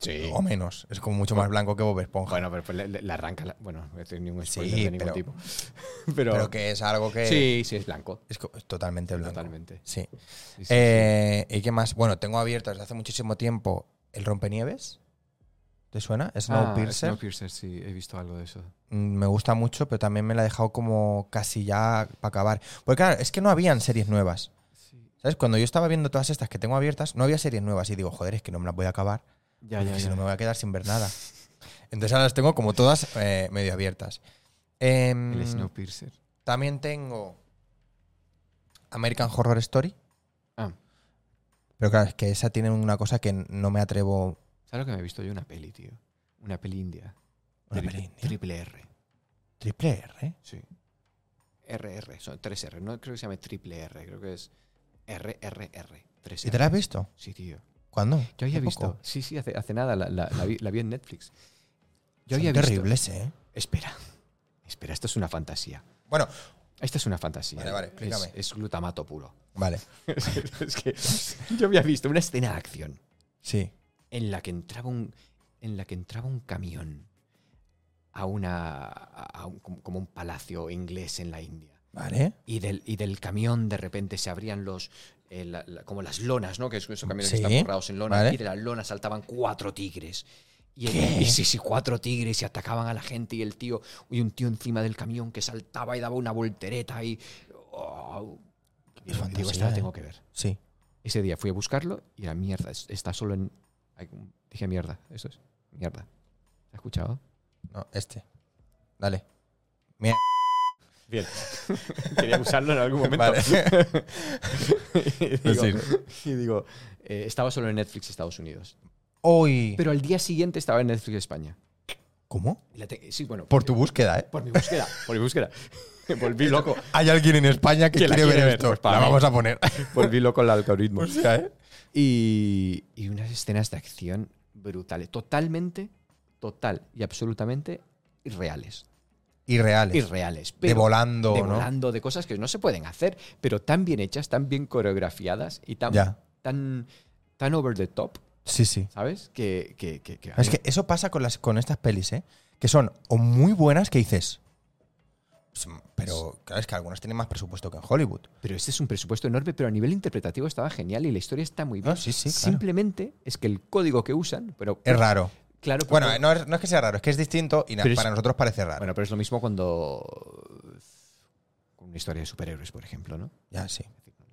Sí.
O menos. Es como mucho más blanco que Bob Esponja.
Bueno, pero pues le, le- le arranca. la- bueno, no estoy ningún
Sí,
spoiler de ningún
pero-
tipo. Pero,
pero que es algo que.
sí, sí, es blanco.
Es, co- es totalmente blanco.
Totalmente.
Sí.
Sí, sí,
Eh, ¿Y qué más? Bueno, tengo abierto desde hace muchísimo tiempo el rompenieves. ¿Te suena?
sí. Ah,
Snowpiercer.
Snowpiercer, sí, he visto algo de eso.
Mm, Me gusta mucho, pero también me la he dejado como casi ya para acabar. Porque claro, es que no habían series nuevas.
Sí.
¿Sabes? Cuando yo estaba viendo todas estas que tengo abiertas, no había series nuevas. Y digo, joder, es que no me las voy a acabar.
Ya,
porque
ya,
si
ya.
no me voy a quedar sin ver nada. Entonces ahora las tengo como todas eh, medio abiertas. Em,
El Snowpiercer.
también tengo American Horror Story.
Ah,
Pero claro, es que esa tiene una cosa que no me atrevo.
¿sabes lo que me he visto yo? Una peli, tío. Una peli india.
Una
Tri-
peli india.
Triple R.
Triple R. ¿eh?
Sí. RR, son tres R. No creo que se llame triple R, creo que es RRR. Tres
¿Y te
R.
la has visto?
Sí, tío.
¿Cuándo?
Yo había
¿Hace
visto.
poco?
Sí, sí, hace, hace nada la, la- la vi, la vi en Netflix. Yo
Son
había visto.
terribles, ¿eh?
Espera. Espera, esto es una fantasía.
Bueno,
Esta es una fantasía.
Vale, vale,
Es-
explícame.
Es, glutamato puro.
vale.
es que yo había visto una escena de acción
Sí.
en la que entraba un, en la que entraba un camión a una a- a un- como como un palacio inglés en la India.
Vale.
Y del, y del camión de repente se abrían los. eh, la- la- como las lonas, ¿no? Que es- esos camiones que
Sí,
están forrados en lonas.
vale.
Y de las lonas saltaban cuatro tigres. Y, el-
¿Qué?
y sí, sí, cuatro tigres y atacaban a la gente. Y el tío. Y un tío encima del camión que saltaba y daba una voltereta y. oh,
Es
digo,
fantasía,
esta la
¿eh?
tengo que ver.
Sí.
Ese día fui a buscarlo y la mierda. es- Está solo en. hay un- Dije mierda, eso es. Mierda. ¿Has escuchado?
No, este. Dale.
Bien. Quería usarlo en algún momento.
Vale.
y
Pues
digo, y digo, eh, estaba solo en Netflix Estados Unidos.
Hoy.
Pero al día siguiente estaba en Netflix España.
¿Cómo?
Y la te- sí, bueno,
Por tu búsqueda, ¿eh?
por mi búsqueda, por mi búsqueda. volví loco,
Hay alguien en España que
Que
quiere,
la quiere
ver,
ver,
esto.
pues, para
la
mí.
vamos a poner.
volví loco el algoritmo.
o sea, ¿eh?
Y, y unas escenas de acción brutales, totalmente, total y absolutamente irreales.
Irreales.
Irreales.
de
Pero
volando,
de
¿no?
volando, de cosas que no se pueden hacer, pero tan bien hechas, tan bien coreografiadas y tan,
Ya.
tan, tan over the top,
Sí, sí.
¿sabes? Que, que, que- que a
Es
mí-
que eso pasa con, las, con estas pelis, ¿eh? Que son o muy buenas que dices. "Pues, mm, Pero claro, es que algunas tienen más presupuesto que en Hollywood.
Pero este es un presupuesto enorme, pero a nivel interpretativo estaba genial y la historia está muy bien.
Ah, sí, sí, claro.
Simplemente es que el código que usan, pero
Es raro.
claro, porque-
Bueno, eh, no es, no es que sea raro, es que es distinto y na-
Pero es-
para nosotros parece raro.
bueno, pero es lo mismo cuando con una historia de superhéroes, por ejemplo, ¿no?
ya, sí.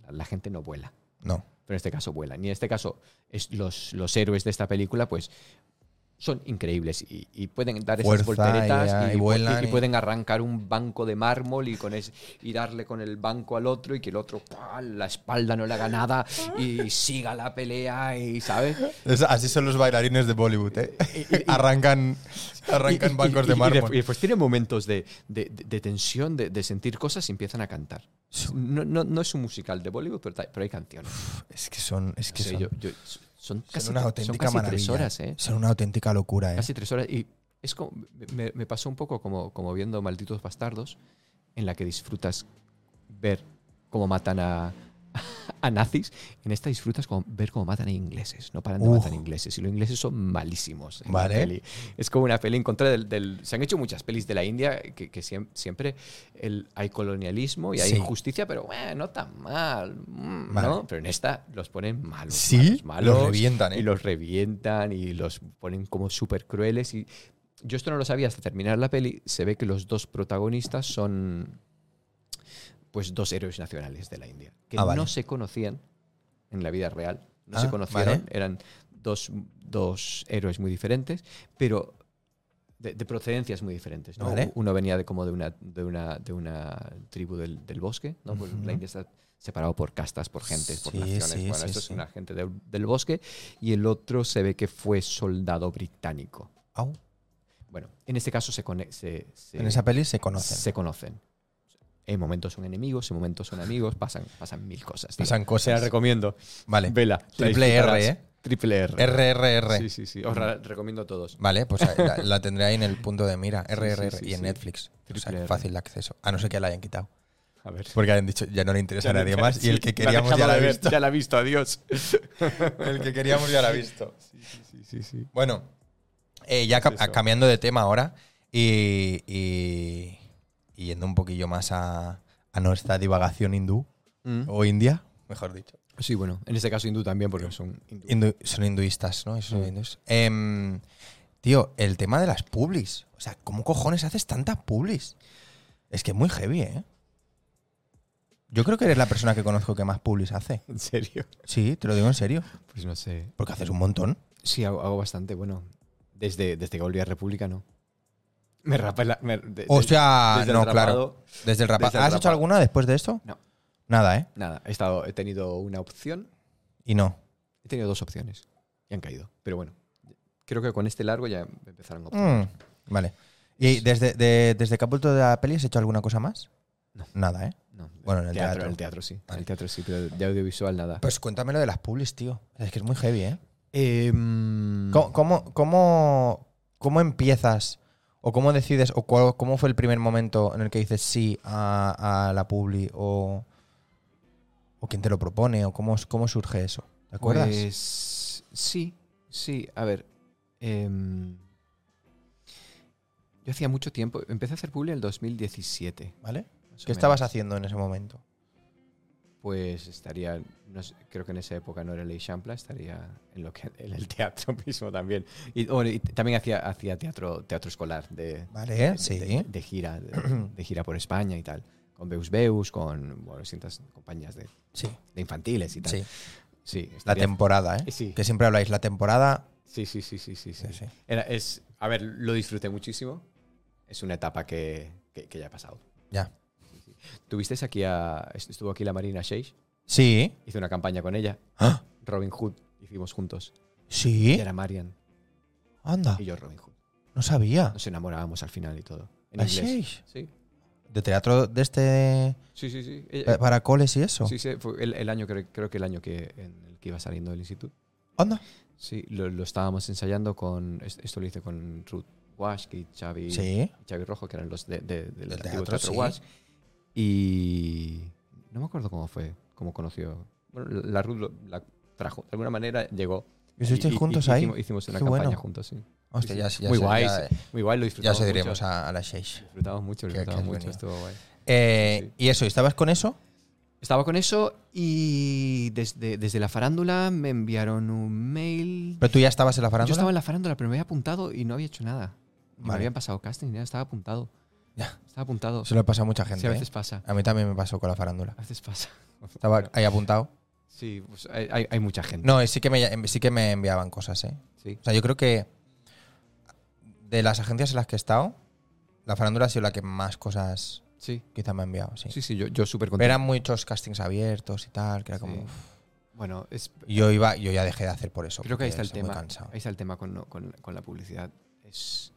La, la gente no vuela,
No.
pero en este caso vuelan. Y en este caso es los, los héroes de esta película, pues son increíbles y, y pueden dar
Fuerza
esas volteretas
y- y vuelan y-
pueden arrancar un banco de mármol y, con es- y darle con el banco al otro y que el otro ¡pua! la espalda no le haga nada y siga la pelea y sabes
Es- así son los bailarines de Bollywood, ¿eh? arrancan
Y- y-
arrancan bancos
y-
de
y
mármol.
Y, después tienen momentos de, de- de- de tensión, de, de sentir cosas y empiezan a cantar. No, no- no es un musical de Bollywood, pero, ta- pero hay canciones.
es que son, es que
O sea,
son,
yo- yo- son
son
casi,
una
son
auténtica
casi
maravilla.
tres horas, ¿eh?
Son una auténtica locura, ¿eh?
Casi tres horas. Y es como, me, me pasó un poco como, como viendo Malditos Bastardos, en la que disfrutas ver cómo matan a, a nazis. En esta disfrutas como- ver cómo matan a ingleses. No paran de
Uf.
matar ingleses. Y los ingleses son malísimos. en la
Vale.
peli. Es como una peli en contra del, del- Se han hecho muchas pelis de la India que, que siem- siempre el- hay colonialismo y hay
Sí.
injusticia, pero bueno, no tan mal. mm,
Vale.
¿no? Pero en esta los ponen malos.
Sí,
malos, malos,
los revientan, ¿eh?
Y los revientan y los ponen como súper crueles. Y yo esto no lo sabía hasta terminar la peli. Se ve que los dos protagonistas son pues dos héroes nacionales de la India que
Ah, vale.
no se conocían en la vida real. No
Ah,
se conocieron,
vale.
eran dos, dos héroes muy diferentes, pero de, de procedencias muy diferentes. ¿no?
Vale.
Uno venía de como de una, de una, de una tribu del, del bosque, ¿no? Pues
Ujú.
la India está separado por castas, por gentes, por
Sí,
naciones.
sí,
bueno,
sí,
esto es
sí.
una gente del- del bosque. Y el otro se ve que fue soldado británico.
Au.
Bueno, en este caso se, cone- se, se-
En esa peli se conocen.
se conocen. En momentos son enemigos, en momentos son amigos, pasan, pasan mil cosas. tío.
Pasan
Se la
cosas.
recomiendo.
Vale.
Vela. la
Triple R,
disfrutarás.
¿eh?
Triple R.
RRR.
Sí, sí, sí. Os la recomiendo a todos.
Vale, pues ahí la, la tendré ahí en el punto de mira. RRR
sí,
y en
sí.
Netflix. O sea,
Triple R.
fácil de acceso. A no ser que la hayan quitado.
A ver.
Porque han dicho, Pues ya no le interesa a
Ya
nadie
la-
más.
sí,
y el que
la
queríamos
dejaba
ya la ha
de ver,
visto.
Ya la ha visto, adiós.
El que queríamos ya la ha visto.
Sí, sí, sí.
Bueno, eh, ya ca-
eso.
cambiando de tema ahora y, y- y yendo un poquillo más a, a nuestra divagación hindú o india, mejor dicho.
Mm. Sí, bueno, en este caso hindú también, porque son hindú.
Hindu- son hinduistas, ¿no? Esos
Mm.
hindús. Em, tío, el tema de las publis. O sea, ¿cómo cojones haces tantas publis? Es que es muy heavy, ¿eh? Yo creo que eres la persona que conozco que más publis hace.
¿En serio?
Sí, te lo digo en serio.
Pues no sé.
Porque haces un montón.
Sí, hago, hago bastante, bueno. Desde, desde que volví a República, no. Me rapa la. me- de-
O
de-
sea,
desde el
ah, no,
rapado,
claro. Desde el rapaz.
Desde el
¿Has hecho
rapado.
alguna después de esto?
No.
Nada, ¿eh?
Nada, he, estado, he tenido una opción.
Y no.
He tenido dos opciones. Y han caído. Pero bueno, creo que con este largo ya empezaron opciones.
Mm, vale. ¿Y desde, de- desde qué punto de la peli has hecho alguna cosa más?
No.
Nada, ¿eh?
No,
Bueno, en el teatro.
En el teatro sí. En
Vale.
el teatro sí, pero de audiovisual nada.
Pues cuéntame lo de las publis, tío. Es que es muy heavy, ¿eh? Mm.
Eh,
em, ¿Cómo, cómo, cómo, cómo empiezas o cómo decides o cuál- cómo fue el primer momento en el que dices sí a, a la publi o, o quién te lo propone o cómo, cómo surge eso? ¿Te acuerdas?
Pues sí, sí. A ver. em, yo hacía mucho tiempo. Empecé a hacer publi en el 2017.
¿Vale?
más o
¿Qué estabas
menos.
haciendo en ese momento?
Pues estaría. no sé, creo que en esa época no era Ley Champla, estaría en, lo que, en el teatro mismo también. Y, bueno, y también hacía, hacía teatro, teatro escolar de,
¿Vale?
de-
¿Eh? sí.
de, de gira, de, de gira por España y tal. Con Beus Beus, con bueno, distintas compañías de,
sí.
de infantiles y tal.
Sí.
Sí,
La
estaría-
temporada, ¿eh?
Sí.
Que siempre habláis, la temporada.
sí, sí, sí, sí, sí, sí.
Sí, sí.
Era- es, a ver, lo disfruté muchísimo. Es una etapa que, que- que ya ha pasado.
Ya.
Tuvisteis aquí a. est- Estuvo aquí la Marina Sheish.
Sí.
Hice una campaña con ella.
¡Ah!
Robin Hood hicimos juntos.
Sí.
Y era Marian
Anda.
y yo Robin Hood.
No sabía.
Nos enamorábamos al final y todo. En
¿La
inglés.
Sheish?
Sí,
De teatro de este.
sí, sí. sí. Ella-
pa- para coles y eso.
sí, sí, fue el, el año, creo, creo que el año que, en el que iba saliendo del instituto.
Anda.
Sí, lo, lo estábamos ensayando con. es- Esto lo hice con Ruth Wash y Xavi,
Sí.
Xavi Rojo, que eran los de- de- del
Del
antiguo
teatro,
teatro,
sí.
Wash. Y. No me acuerdo cómo fue, cómo conoció. Bueno, la la Ruth lo- la trajo. De alguna manera llegó.
¿Y os estoy
Y- y-
juntos
y-
ahí?
Hicimos, hicimos una
Qué
campaña
bueno.
juntos, sí.
Hostia,
Sí,
ya,
sí.
ya
muy
sé,
guay,
ya-
sí. muy guay, lo
Ya
disfrutamos.
se diremos
diremos
a, a la Sheish.
Disfrutamos mucho,
que- que
disfrutamos
has
mucho,
venido.
estuvo guay.
Eh,
Sí.
Y eso, ¿y estabas con eso?
Estaba con eso y desde, desde la farándula me enviaron un mail
Pero tú ya estabas en la farándula.
Yo estaba en la farándula, pero me había apuntado y no había hecho nada. Y Me
Vale.
habían pasado casting, ya estaba apuntado.
Ya.
Estaba apuntado.
Se lo pasa a mucha
Sí,
gente.
a
¿eh?
veces pasa.
A mí también me pasó con la farándula.
A veces pasa.
Estaba ahí apuntado.
Sí, pues hay, hay- hay mucha gente.
No, y sí que, me, sí que me enviaban cosas, ¿eh?
Sí.
O sea, yo creo que de las agencias en las que he estado, la farándula ha sido la que más cosas
Sí,
quizá me ha enviado, sí.
sí, sí, yo, yo súper
Pero
contento.
eran muchos castings abiertos y tal, que era como...
Sí.
uf.
Bueno, es-
Y Yo iba, yo ya dejé de hacer por eso.
creo que ahí
porque
está el
estoy
tema.
Muy cansado.
Ahí está el tema con, con- con la publicidad. Es,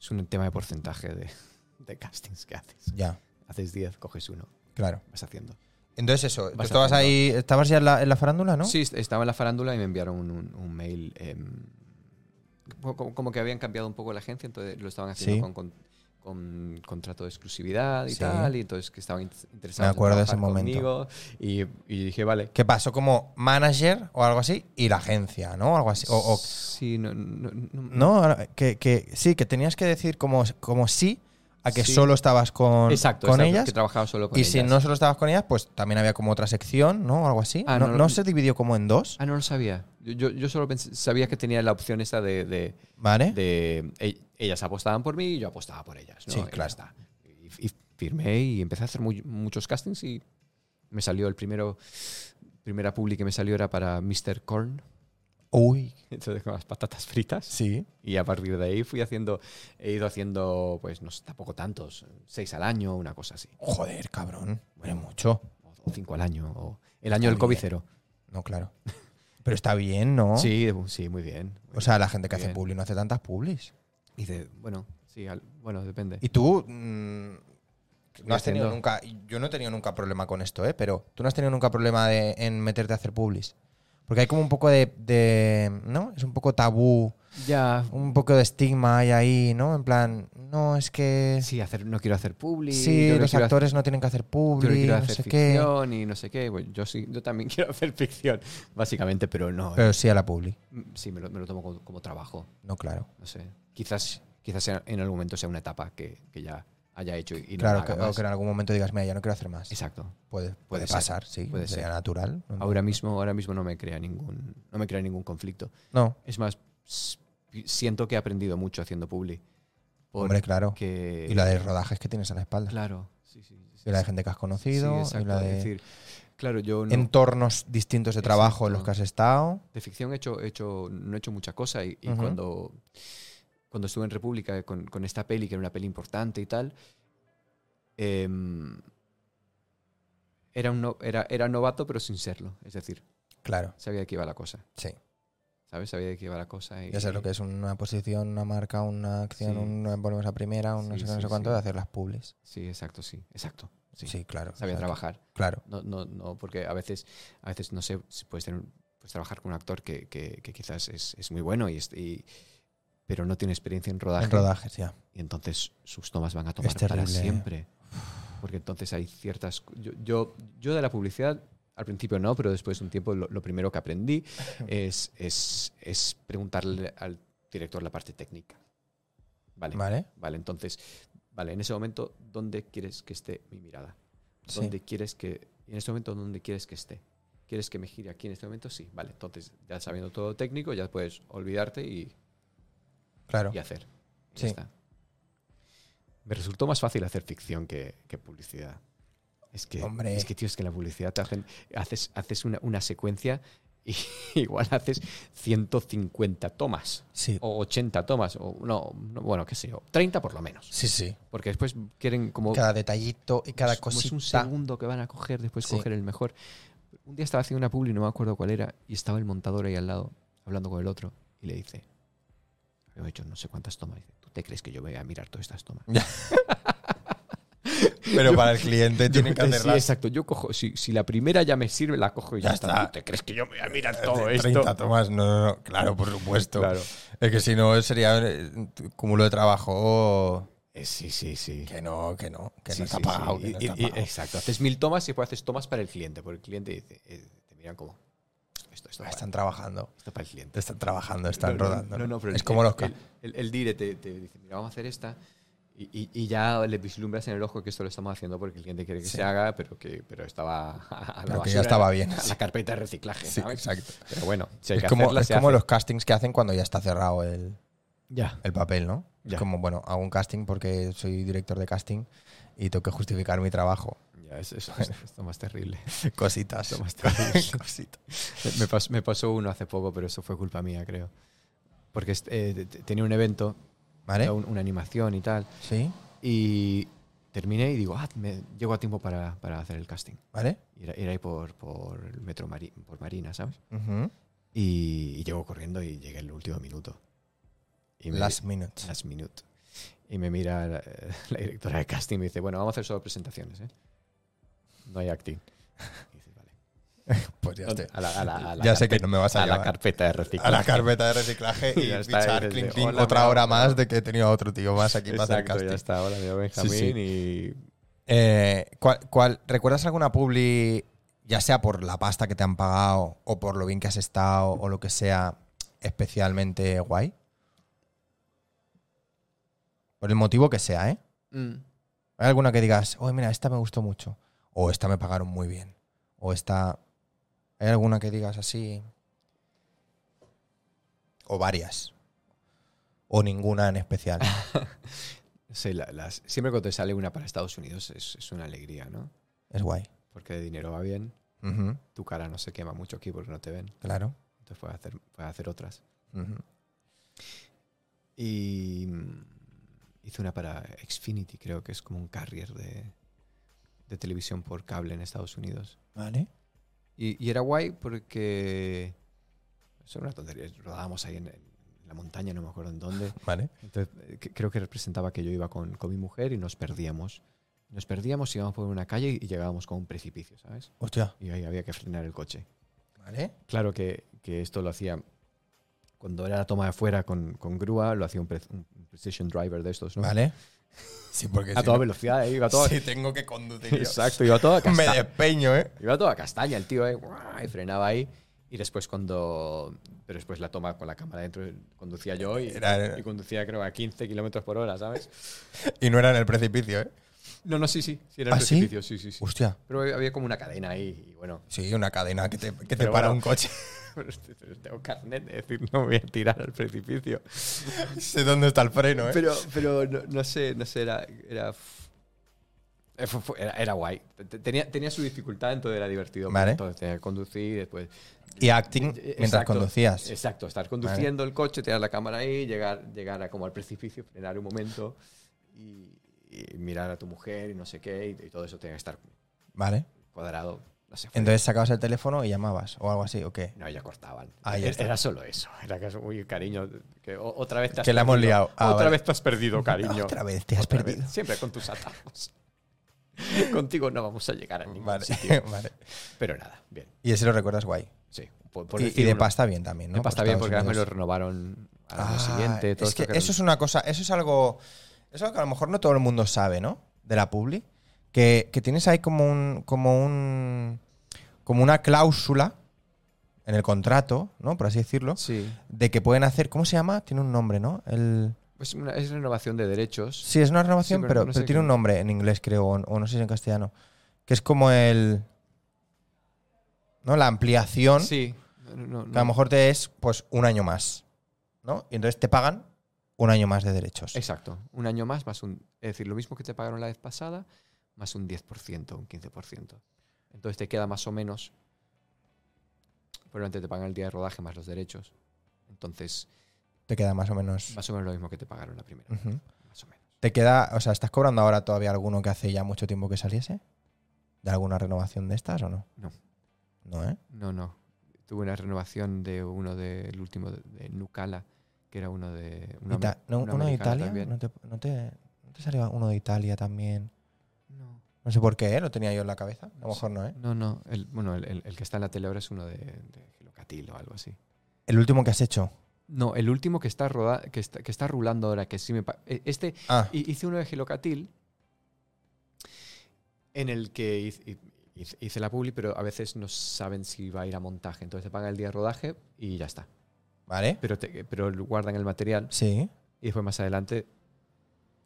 es un tema de porcentaje de, de castings que haces.
Ya,
Haces 10, coges uno,
claro.
vas haciendo.
Entonces eso, tú
Vas
estabas ahí,
haciendo.
estabas ya en la, en la farándula, ¿no?
Sí, est- estaba en la farándula y me enviaron un, un- un mail. em, co- como, como que habían cambiado un poco la agencia, entonces lo estaban haciendo
Sí.
con, con- con contrato de exclusividad y
Sí.
tal, y entonces que estaban in- interesados
Me acuerdo de
en
ese
trabajar
momento.
conmigo. Y, y dije, vale.
Que pasó como manager o algo así y la agencia, ¿no? Algo así. O, o-
sí, no, no- no-
no, ahora- que, que sí, que tenías que decir como, como sí a que
Sí.
solo estabas con,
Exacto,
con
exacto,
ellas.
que trabajaba solo con
y
ellas.
si no solo estabas con ellas, pues también había como otra sección, ¿no? Algo así.
Ah,
no,
no,
no
no.
se dividió como en dos,
Ah, no lo sabía. Yo, yo- yo solo pens- sabía que tenía la opción esta de, de-
¿vale?
de- e- ellas apostaban por mí y yo apostaba por ellas. ¿no?
Sí,
Y ya
claro.
está. Y, y firmé y empecé a hacer muy- muchos castings y me salió el primero, primera publi que me salió era para Mr. Korn.
Uy,
Entonces con las patatas fritas.
sí.
Y a partir de ahí fui haciendo, he ido haciendo, pues no sé, tampoco tantos, seis al año, una cosa así.
Joder, cabrón. Muere mucho.
O o cinco al año, o el
Ah,
año del COVID cero.
No, claro. Pero está bien, ¿no?
Sí, sí, muy bien. muy
O sea, la gente que hace
Bien.
publi no hace tantas publis.
Y de, bueno, sí, al- bueno, depende.
Y tú mm, no has tenido
Haciendo-
nunca. Yo no he tenido nunca problema con esto, ¿eh? Pero tú no has tenido nunca problema de, en meterte a hacer publis. Porque hay como un poco de, de- ¿No? Es un poco tabú,
Ya,
un poco de estigma hay ahí, ¿no? En plan, no, es que. Sí,
sí, hacer, no quiero hacer publi. yo no
los
quiero
actores no tienen que hacer
hacer- yo no
publi,
quiero
no,
hacer
sé qué.
ficción y no sé qué. Bueno, yo sí, yo también quiero hacer ficción, básicamente, pero no.
Pero sí a la publi.
mm, Sí, me lo, me lo tomo como, como trabajo,
No, claro.
no sé. Quizás, quizás sea- en algún momento sea una etapa que, que ya haya hecho y, y no
claro,
la
que,
haga
o
más.
que en algún momento digas, mira, ya no quiero hacer más.
Exacto.
Puede, puede
ser.
pasar, sí.
Puede
sería
ser.
natural. No,
Ahora mismo, ahora mismo no me crea ningún, no me crea ningún conflicto.
no.
Es más, s- siento que he aprendido mucho haciendo publi.
hombre, claro.
porque-
Y la de rodajes que tienes a la espalda.
Claro, sí, sí. sí,
Y la de gente que has
sí,
conocido. y
exacto,
la de
es decir, claro, yo no-
entornos distintos de trabajo en los
Exacto.
que has estado.
de ficción he hecho, he hecho, no he hecho mucha cosa y, y
Ujú.
cuando, cuando estuve en República con, con esta peli, que era una peli importante y tal, em, era, un no- era, era novato pero sin serlo. Es decir,
Claro,
sabía de qué iba la cosa,
sí.
¿sabes? Sabía de qué iba la cosa. Y,
Ya sabes lo que es una posición, una marca, una acción,
Sí.
un volvemos a primera, un no
Sí,
sé qué, no
sí,
sé cuánto,
sí.
de hacer las publis.
Sí, exacto, sí, exacto.
Sí,
Sí,
claro.
Sabía
exacto.
trabajar.
Claro,
No, no, no, porque a veces, a veces no sé si puedes, tener, puedes trabajar con un actor que, que- que quizás es, es muy bueno, y, es- y- pero no tiene experiencia en rodaje.
en rodajes, ya.
Y entonces sus tomas van a tomar para
terrible. ¿eh?
siempre. Porque entonces hay ciertas... Yo, yo, yo de la publicidad, al principio no, pero después de un tiempo lo, lo primero que aprendí es, es, es preguntarle al director la parte técnica. Vale, vale,
¿Vale?
entonces, vale, en ese momento, ¿dónde quieres que esté mi mirada?
Sí.
¿Dónde quieres que... En este momento, ¿dónde quieres que esté? ¿Quieres que me gire aquí en este momento? Sí, vale. Entonces, ya sabiendo todo técnico, ya puedes olvidarte y
Claro.
y hacer. Y ya
Sí.
está. Me resultó más fácil hacer ficción que, que publicidad. Es que,
Hombre.
es que, tío, es que la publicidad te hacen, haces, haces una, una secuencia y igual haces 150 tomas
Sí.
o 80 tomas o no, no, bueno, qué sé yo, 30 por lo menos.
Sí, sí.
Porque después quieren como
Cada detallito y cada
como es Pues, un
cosita.
segundo que van a coger, después
Sí.
coger el mejor. Un día estaba haciendo una publi, no me acuerdo cuál era, y estaba el montador ahí al lado, hablando con el otro, y le dice, he hecho no sé cuántas tomas. Dice, ¿tú te crees que yo voy a mirar todas estas tomas?
Pero para el cliente tienen que
Sí,
hacerlas.
exacto. Yo cojo, si, si la primera ya me sirve, la cojo y ya,
Ya está.
¿Tú te crees que yo voy a mirar todo esto?
30 tomas, no, no, no, claro, por supuesto.
Claro.
Es que si no sería eh, cúmulo de trabajo
Eh, sí, sí, sí.
que no, que no, que
Sí,
no está
sí,
pagado. que
sí. Y-
no
y-
está
y-
pagado.
exacto. Haces mil tomas y después haces tomas para el cliente, porque el cliente dice, eh, te miran como, esto, esto,
Ah,
para,
Están trabajando.
esto para el cliente.
Están trabajando, están
No, no,
rodando.
no, no, pero
es
el-
como los ca-
El, el, el dire te, te dice, mira, vamos a hacer esta. Y, y- y ya le vislumbras en el ojo que esto lo estamos haciendo porque el cliente quiere que
Sí.
se haga, pero que pero estaba a la
Pero que ya
basura,
estaba bien,
a la
sí.
carpeta de reciclaje,
Sí,
¿sabes?
exacto.
Pero bueno, si hay
Es
que
como,
hacerla,
es
se
como
hace.
los castings que hacen cuando ya está cerrado el,
Ya.
el papel, ¿no? Es
Ya.
como, bueno, hago un casting porque soy director de casting y tengo que justificar mi trabajo.
Ya, es, es- es- esto más terrible.
Cositas.
Esto más terrible.
Cositas.
Me- me, pas- me pasó uno hace poco, pero eso fue culpa mía, creo. Porque este, eh, te- te- tenía un evento, ¿Eh?
¿Vale?
un- una animación y tal,
Sí,
y terminé y digo, ah, me, llego a tiempo para, para hacer el casting.
¿vale?
Y era, era ahí por, por el metro Mari- por Marina, ¿sabes?
Ujú.
Y, y llego corriendo y llegué el último minuto. Y me-
Last minute.
last minute. Y me mira la, la directora de casting y me dice, bueno, vamos a hacer solo presentaciones, ¿eh? No hay acting. Y dices, vale.
Pues ya está.
A la- a la- a la
Ya sé que
carpeta-
no me vas a
a la
llevar.
carpeta de reciclaje.
A la carpeta de reciclaje y,
Y ya está, y
fichar
dices,
clink,
de,
clink,
"Hola,
otra
mira,
hora
hola".
más de que he tenido a otro tío más aquí para hacer
Exacto, ya
casting.
está. Hola, me Benjamín
Sí, sí.
y...
Eh, ¿cuál- cuál- ¿Recuerdas alguna publi, ya sea por la pasta que te han pagado o por lo bien que has estado o lo que sea, especialmente guay? Por el motivo que sea, ¿eh?
Mm.
¿Hay alguna que digas, oye, mira, esta me gustó mucho? O esta me pagaron muy bien. O esta... ¿Hay alguna que digas así? O varias. O ninguna en especial.
Sí, la- las, siempre cuando te sale una para Estados Unidos es, es una alegría, ¿no?
es guay.
Porque de dinero va bien,
Ujú,
tu cara no se quema mucho aquí porque no te ven.
claro.
Entonces fue a hacer, fue a hacer otras. Y mm, hizo una para Xfinity, creo que es como un carrier de, de televisión por cable en Estados Unidos.
Vale.
Y, y era guay porque... Eso era una tontería. Rodábamos ahí en, en la montaña, no me acuerdo en dónde.
Vale.
Entonces, eh, que- creo que representaba que yo iba con, con mi mujer y nos perdíamos. Nos perdíamos, íbamos por una calle y llegábamos con un precipicio, ¿sabes?
Hostia.
Y ahí había que frenar el coche.
Vale.
Claro que, que esto lo hacía cuando era la toma de afuera con, con grúa, lo hacía un, pre- un precision driver de estos, ¿no?
Vale. Sí, porque
A
si
toda
no-
velocidad, ¿eh? iba a toda.
si tengo que conducir. yo,
Exacto, iba a toda
Me
casta-
despeño, ¿eh?
Iba a toda castaña el tío, ¿eh? Guau, Y frenaba ahí. Y después cuando... Pero después la toma con la cámara dentro conducía yo y,
Era- era-
y conducía creo a 15 kilómetros por hora, ¿sabes?
Y no era en el precipicio, ¿eh?
No, no, sí, sí. Sí, era el
¿Ah, sí?
precipicio, sí, sí, sí.
Hostia.
Pero había como una cadena ahí y bueno,
Sí, una cadena que te, que te
Pero
para
bueno.
un coche.
pero este- pero tengo carnet de decir no voy a tirar al precipicio.
sé dónde está el freno, ¿eh?
Pero, pero no, no sé, no sé, era... Era, eh, fue- fue- era, era guay. Te- Tenía, tenía su dificultad, entonces era divertido. porque
Vale.
Entonces tenía que conducir, después...
y acting
Eh,
mientras
exacto,
conducías.
Exacto, estar conduciendo el coche, tirar la cámara ahí, llegar, llegar a como al precipicio, frenar un momento y, y mirar a tu mujer y no sé qué, y, y todo eso tenía que estar
Vale.
cuadrado. No sé, fue-
Entonces sacabas el teléfono y llamabas o algo así, ¿o qué?
No, ya cortaban.
Ah, ya
era,
está.
era solo eso. Era que, uy, cariño, que o- otra vez te has
Que la hemos
perdido.
liado. Ah,
otra
vale.
vez te has perdido, cariño.
Otra vez te has
Otra
perdido.
vez. Siempre con tus atajos. Contigo no vamos a llegar a ningún
Vale,
sitio.
vale.
Pero nada, bien.
Y ese lo recuerdas guay.
Sí, por, por
y, y
decir
de
uno.
pasta bien también, ¿no?
De pasta
Por
bien,
Estados
porque además me lo
Unidos.
renovaron al año
Ah,
siguiente. Todo
es
esto
que
que
eso
era-
es una cosa, eso es algo, es algo que a lo mejor no todo el mundo sabe, ¿no? De la publi, que, que tienes ahí como un, como un, como una cláusula en el contrato, ¿no? Por así decirlo,
Sí.
de que pueden hacer, ¿cómo se llama? Tiene un nombre, ¿no? El,
Es, una, es renovación de derechos.
sí, es una renovación,
Sí, pero
pero,
no
pero
sé
tiene
qué-
un nombre en inglés, creo, o, o no sé si en castellano, que es como el, ¿no? La ampliación.
Sí. No, no, no.
que a lo mejor te es pues un año más, ¿no? Y entonces te pagan un año más de derechos.
Exacto. Un año más, más un. Es decir, lo mismo que te pagaron la vez pasada, más un 10%, un 15%. Entonces te queda más o menos. Probablemente te pagan el día de rodaje más los derechos. Entonces,
Te queda más o menos.
más o menos lo mismo que te pagaron la primera.
Ujú.
Más o menos.
Te queda, o sea, ¿estás cobrando ahora todavía alguno que hace ya mucho tiempo que saliese? ¿De alguna renovación de estas o no?
No.
No, ¿eh?
No, no. Tuve una renovación de uno del último, de, de Nucala, que era uno de. uno
Ita-
ame-
no,
uno
¿Uno de
americano
Italia?
también.
¿No te, no, te, no te salió uno de Italia también?
No.
No sé por qué, ¿eh? Lo tenía yo en la cabeza. A lo mejor no, ¿eh?
No, no. El, bueno, el, el- el que está en la tele ahora es uno de, de Gelocatil o algo así.
El último que has hecho.
No, el último que está, roda, que está, que está rulando ahora, que sí me... pa- eh, Este,
Ah,
hi- hice uno de Gelocatil en el que hiz- hi- hice, hice la publi, pero a veces no saben si va a ir a montaje. Entonces te pagan el día de rodaje y ya está.
¿vale?
Pero, te- pero guardan el material
Sí.
y después más adelante,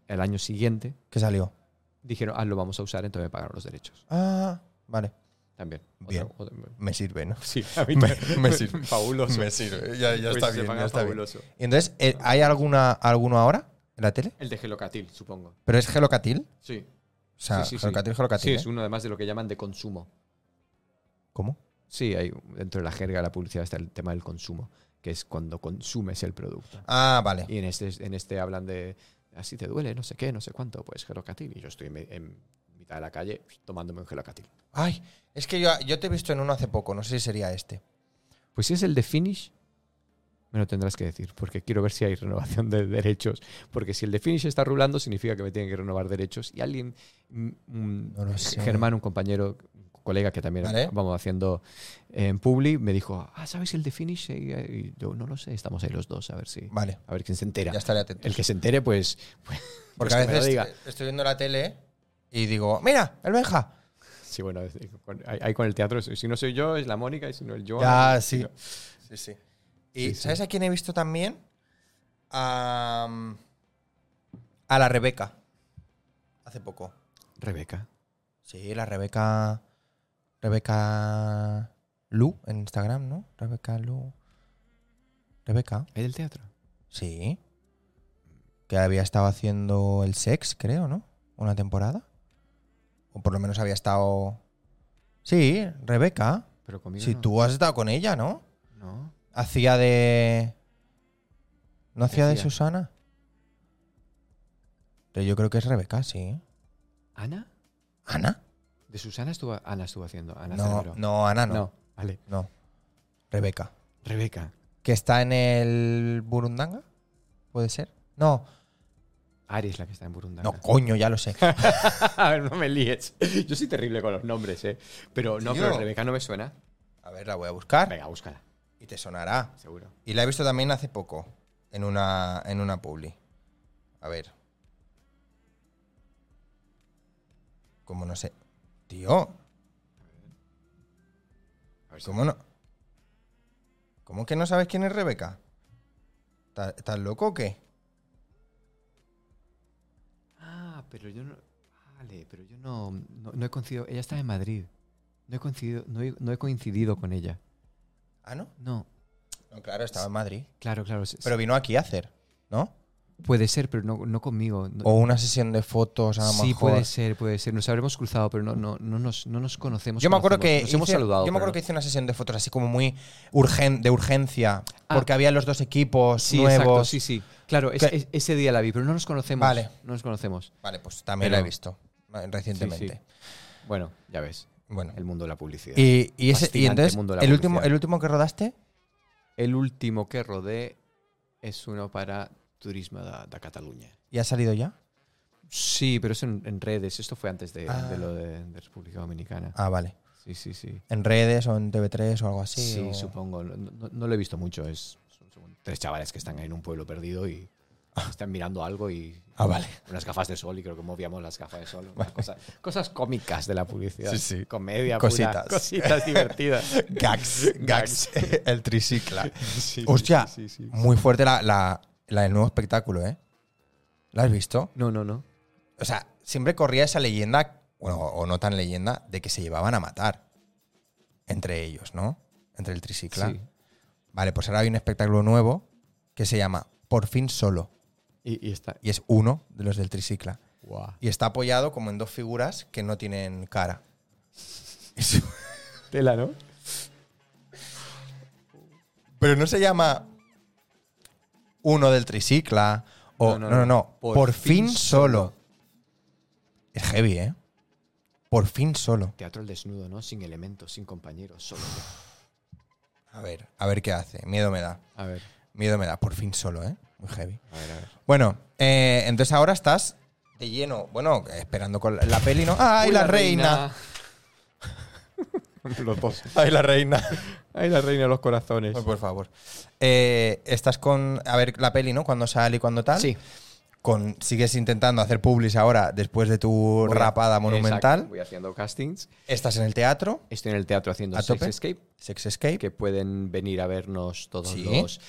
el año siguiente,
¿Qué salió?
dijeron, ah, lo vamos a usar, entonces me pagaron los derechos.
Ah, vale.
También. Otra-
Bien.
otra-
Me sirve, ¿no?
sí, a mí
Me- me sirve.
Fabuloso.
Me sirve. Ya, ya
Pues
está
se
bien,
paga
ya está bien.
fabuloso.
Y entonces, eh, ¿hay alguna, alguno ahora en la tele?
El de Gelocatil, supongo.
¿Pero es gelocatil?
Sí.
O sea,
Sí, sí, sí.
gelocatil, gelocatil.
Sí,
¿eh?
es uno además de lo que llaman de consumo.
¿Cómo?
Sí, hay, dentro de la jerga de la publicidad está el tema del consumo, que es cuando consumes el producto.
Ah, vale.
Y en este, en este hablan de, así te duele, no sé qué, no sé cuánto, pues gelocatil. Y yo estoy en, mi- en mitad de la calle pues, tomándome un gelocatil.
Ay, es que yo, yo te he visto en uno hace poco, no sé si sería este.
Pues si es el de Finish, me lo tendrás que decir, porque quiero ver si hay renovación de derechos. Porque si el de Finish está rulando, significa que me tienen que renovar derechos. Y alguien, mm, un-
No lo sé.
Germán, un compañero, un colega que también
Vale.
vamos haciendo en Publi, me dijo, ah, ¿sabes el de Finish? Y eh, y yo no lo sé, estamos ahí los dos, a ver si...
Vale,
A ver quién se
ya
entera.
estaré atento.
El que se entere, pues... pues,
Porque a
pues que me lo
veces
diga.
eh, estoy viendo la tele y digo, mira, el Benja.
Sí, bueno, es- con- ahí ahí con el teatro, si no soy yo, es la Mónica, y si no el yo...
Ya, sí. Sí, sí. Y
Sí, sí.
¿sabes a quién he visto también? A, a la Rebeca. Hace poco.
Rebeca.
Sí, la Rebeca. Rebeca Lu en Instagram, ¿no? Rebeca Lu. Rebeca,
¿Es del teatro?
sí. Que había estado haciendo el sex, creo, ¿no? Una temporada. O por lo menos había estado. Sí, Rebeca.
Pero conmigo
Sí,
no.
tú has estado con ella, ¿no?
No.
hacía de. ¿No
¿Qué
hacía de
hacía?
Susana? Pero yo creo que es Rebeca, sí.
¿Ana?
¿Ana?
¿De Susana estuvo, Ana estuvo haciendo? Ana
No,
Cerbero.
no, Ana no.
no.
No.
Vale.
Rebeca.
Rebeca.
¿Que está en el Burundanga? ¿Puede ser? No,
Ari es la que está en Burundanga.
no, coño, ya lo sé.
A ver, no me líes. Yo soy terrible con los nombres, ¿eh? Pero no,
Tío.
pero Rebeca no me suena.
A ver, la voy a buscar
Venga, búscala,
y te sonará.
seguro.
Y la he visto también hace poco, en una, en una publi. A ver. Como no sé. Tío,
A ver si-
Pues ¿cómo no? ¿Cómo que no sabes quién es Rebeca? ¿Ta- ¿Estás loco o qué?
Ah, pero yo no. Vale, pero yo no, no, no he coincidido. Ella está en Madrid. No he coincidido, no he, no he coincidido con ella.
Ah, no.
No,
No, claro, estaba en Madrid.
claro, claro. se-
Pero vino aquí a hacer, ¿no?
puede ser, pero no, no conmigo. No-
O una sesión de fotos, Oh, pues a lo
sí,
mejor.
puede ser, puede ser. Nos habremos cruzado, pero no, no, no, nos, no nos conocemos.
Yo me acuerdo
conocemos.
que
Nos hemos
hice-
saludado.
Yo me
pero
acuerdo que
no.
hice una sesión de fotos así como muy urgen, de urgencia,
Ah.
porque había los dos equipos
Sí,
nuevos.
exacto, sí, sí. Claro, es-
Que-
es- ese día la vi, pero no nos conocemos.
Vale.
No nos conocemos.
Vale, pues también
Pero-
la he visto eh, recientemente.
Sí, Bueno, ya ves.
Bueno.
El mundo de la publicidad.
Y, y ese, y
Fascinante
entonces,
mundo de la
el último,
publicidad.
el último que rodaste,
El último que rodé es uno para Turismo de, de Cataluña.
¿y ha salido ya?
Sí, pero es en, en redes. Esto fue antes de,
Ah.
de lo de, de República Dominicana.
Ah, vale.
Sí, sí, sí.
En redes o en TV3 o algo así.
Sí,
o-
supongo. No, no- no lo he visto mucho. Es, son, son tres chavales que están ahí en un pueblo perdido y están mirando algo y
Ah, vale.
unas gafas de sol y creo que movíamos las gafas de sol. Una cosa- cosas cómicas de la publicidad.
Sí, sí.
Comedia,
Cositas.
pura, cositas divertidas.
Gags, gags. el tricicla.
Sí,
Hostia,
sí, sí, sí.
muy fuerte la, la, la del nuevo espectáculo, ¿eh? ¿La has visto?
No, no, no.
O sea, siempre corría esa leyenda, bueno, o no tan leyenda, de que se llevaban a matar entre ellos, ¿no? Entre el tricicla.
Sí.
Vale, pues ahora hay un espectáculo nuevo que se llama Por fin solo.
Y, y está.
Y es uno de los del tricicla.
Guau.
Y está apoyado como en dos figuras que no tienen cara. Es-
Tela, ¿no?
Pero no se llama uno del tricicla o no, no, no, Por, fin, solo. Es heavy, ¿eh? Por fin solo.
Teatro al desnudo, ¿no? Sin elementos, sin compañeros, solo.
A ver, a ver qué hace. Miedo me da.
A ver,
Miedo me da. Por fin solo, ¿eh? Muy heavy.
a ver, a ver.
Bueno, eh, entonces ahora estás de lleno, bueno, esperando con la, la peli, ¿no? ¡Ay, la, reina!
los dos.
¡Ay, la reina!
Ay, la reina de los corazones.
Ay, por favor. Eh, estás con, a ver, la peli, ¿no? Cuando sale y cuando tal.
Sí.
Con, sigues intentando hacer publis ahora después de tu
Voy a-
rapada monumental.
Exacto, Voy haciendo castings.
Estás en el teatro,
Estoy en el teatro haciendo
¿A
Sex
tope?
Escape,
Sex Escape.
que pueden venir a vernos todos
Sí.
los...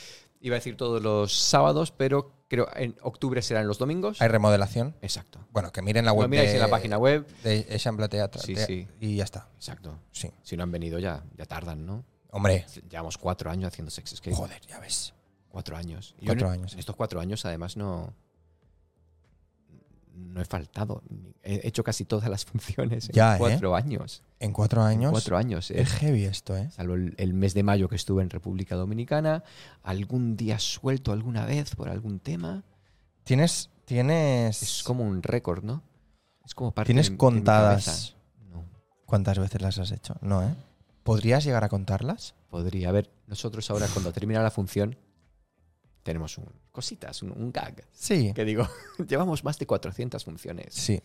Iba a decir todos los sábados, pero creo en octubre serán los domingos.
Hay remodelación.
Exacto.
Bueno, que miren la
Lo
web.
miráis
de-
en la página web.
De Eixample Teatro.
Sí,
Te-
sí.
Y ya está.
Exacto.
Sí.
Si no han venido ya, ya tardan, ¿no?
Hombre,
Llevamos cuatro años haciendo Sex Escape.
joder, ya ves.
Cuatro años. Y
Cuatro
en-
años.
En estos cuatro años, además, no. No he faltado. Ni- He hecho casi todas las funciones en
Ya, ¿eh?
cuatro años.
En cuatro
En
años.
cuatro años. eh.
Es heavy esto, ¿eh?
Salvo el, el mes de mayo que estuve en República Dominicana. Algún día suelto alguna vez por algún tema.
Tienes. Tienes.
Es como un récord, ¿no? Es como parte
Tienes
de mi- de mi
contadas.
cabeza. no.
¿Cuántas veces las has hecho? No, ¿eh? ¿Podrías llegar a contarlas?
Podría. A ver, nosotros ahora, cuando termina la función, tenemos un, cositas, un, un gag.
Sí.
Que digo, llevamos más de 400 funciones.
Sí.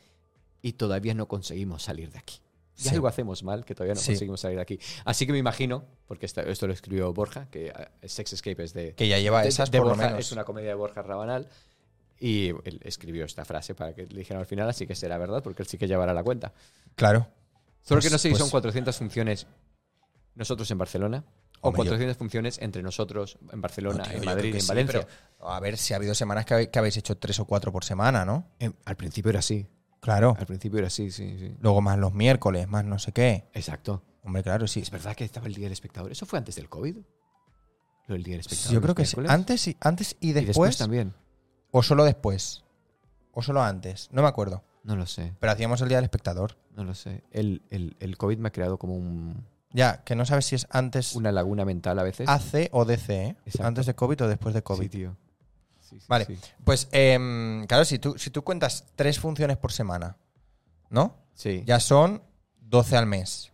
y todavía no conseguimos salir de aquí. Y
Sí.
algo hacemos mal que todavía no
Sí.
conseguimos salir de aquí. Así que me imagino, porque esta- esto, lo escribió Borja, que ah, Sex Escape es de,
Que ya lleva
de-
esas
de
por lo
Borja,
menos.
es una comedia de Borja Rabanal. Y él escribió esta frase para que le dijeran al final, así que será verdad, porque él sí que llevará la cuenta.
Claro.
Solo
Pues-
que no sé si
pues-
son 400 funciones nosotros en Barcelona o
Hombre, yo-
400 funciones entre nosotros en Barcelona,
No, tío,
en
yo creo
Madrid
que
y en
sí,
Valencia.
pero, a ver, si ha habido semanas que, habe- que habéis hecho tres o cuatro por semana, ¿no?
Em, al principio era así.
Claro.
Al principio era así, sí, sí.
Luego más los miércoles, más no sé qué.
Exacto.
Hombre, claro, sí.
¿Es verdad que estaba el Día del Espectador? ¿Eso fue antes del COVID? ¿Lo del Día del Espectador?
Sí, Yo
los
creo que sí.
miércoles?
Antes, y, antes y,
Y
después,
también.
O solo después. O solo antes. No me acuerdo.
No lo sé,
Pero hacíamos el Día del Espectador.
no lo sé. El, el- el COVID me ha creado como un,
Ya, que no sabes si es antes
Una laguna mental a veces.
AC o DC, ¿eh?
Exacto.
Antes de COVID o después de COVID.
Sí, tío. Sí, sí,
Vale.
Sí.
Pues, em, claro, si tú, si tú cuentas tres funciones por semana, ¿no?
Sí.
Ya son 12 al mes.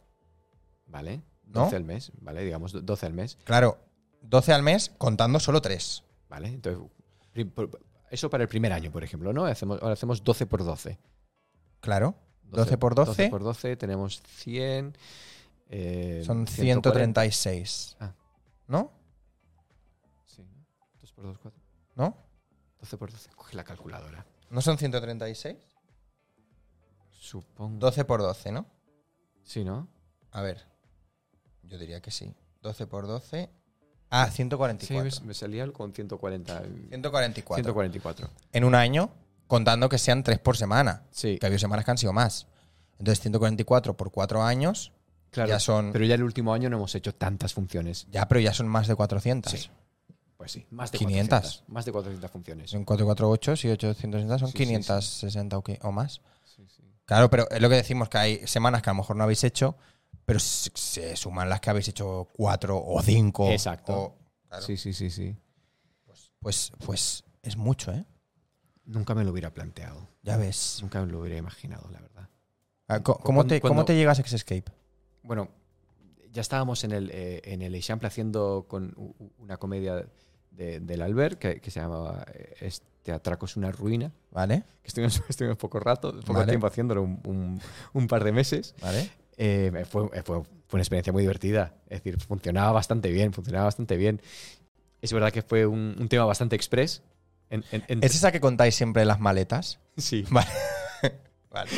Vale.
¿No?
12 al mes, ¿vale? Digamos do- 12 al mes,
Claro, 12 al mes contando solo tres.
¿vale? Entonces, pri- por- eso para el primer año, por ejemplo, ¿no? Hacemos, ahora hacemos 12 por 12.
Claro. 12 por 12,
12 por 12 tenemos 100. eh,
son
140.
136.
Ah.
¿No?
Sí, ¿no? 2 por 2, 4.
¿No?
12 por 12. Coge la calculadora.
¿No son 136?
Supongo.
12 por 12, ¿no?
Sí, ¿no?
A ver. Yo diría que sí. 12 por 12. Ah,
Sí,
144.
me, me salía con 140. eh,
144.
144.
En un año, contando que sean tres por semana.
Sí,
Que ha habido semanas que han sido más. Entonces, 144 por cuatro años.
claro.
ya son-
Pero ya el último año no hemos hecho tantas funciones.
Ya, pero ya son más de 400.
Sí. Pues sí, más de
500.
400, más de 400 funciones.
Son 448, si 860 son
Sí, sí,
560 o qué- o más.
Sí, sí.
Claro, pero es lo que decimos, que hay semanas que a lo mejor no habéis hecho, pero se- se suman las que habéis hecho cuatro o cinco.
Exacto.
o- claro.
sí, sí, sí, sí.
pues, pues es mucho, ¿eh?
Nunca me lo hubiera planteado.
Ya ves.
Nunca me lo hubiera imaginado, la verdad.
Ah, co- ¿Cómo,
Cuando-
te, ¿Cómo
cuando-
te llegas a Escape?
Bueno, ya estábamos en el, eh, en el Eixample haciendo con u- u- una comedia de- del Albert que, que se llamaba eh, Este atraco es una ruina.
¿Vale?
Que estuvimos, estuvimos poco rato, poco
Vale.
tiempo haciéndolo, un, un- un par de meses.
¿Vale?
Eh, fue, eh, fue- fue una experiencia muy divertida. Es decir, funcionaba bastante bien, funcionaba bastante bien. Es verdad que fue un, un tema bastante express. En, en- en-
¿Es esa que contáis siempre en las maletas?
sí,
Vale. Vale.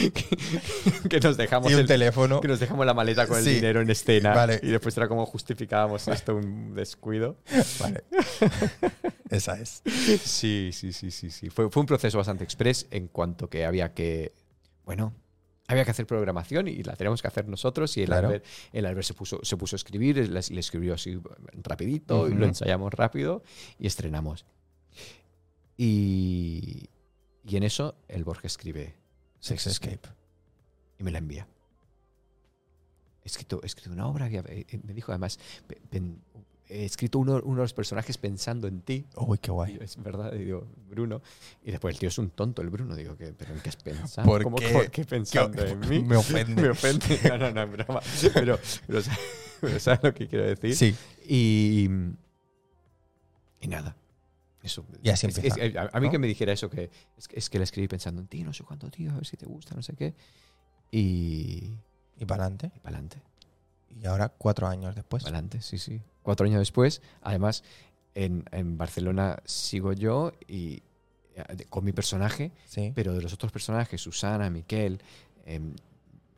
que nos dejamos
Y un
el-
teléfono.
que nos dejamos la maleta con el
Sí.
dinero en escena
Vale.
y después era como justificábamos esto un descuido.
Vale. esa es.
Sí, sí, sí, sí, sí. Fue, fue un proceso bastante express en cuanto que había que, bueno, había que hacer programación y la teníamos que hacer nosotros y el,
Claro.
Albert, el Albert se puso, se puso a escribir, él la- le escribió así rapidito, y
Ujú.
lo ensayamos rápido y estrenamos. Y, y en eso el Borges escribe
Sex Escape.
y me la envía. He escrito, he escrito una obra, que, eh, eh, me dijo además, pe- pen- he escrito uno, uno de los personajes pensando en ti.
Uy, qué
Y
guay.
yo, es verdad, y digo, Bruno. Y después el tío es un tonto, el Bruno. Digo, ¿qué, ¿pero en qué has pensado?
¿Por
¿Cómo-
qué?
por qué pensando en mí?
Me ofende.
Me ofende. No, no, no, es broma. Pero, pero, sa- pero ¿sabes lo que quiero decir?
Sí.
Y, y nada. Eso.
Y así
Es-
empieza,
es- a a mí
¿no?
que me dijera eso, que es, que- es que la escribí pensando en ti, no sé cuánto, tío, a ver si te gusta, no sé qué. Y.
Y para adelante.
Y para adelante.
Y ahora, cuatro años después.
Adelante, sí, sí. Cuatro años después, además, en, en Barcelona sigo yo y eh, de- con mi personaje,
Sí.
pero de los otros personajes, Susana, Miquel, em,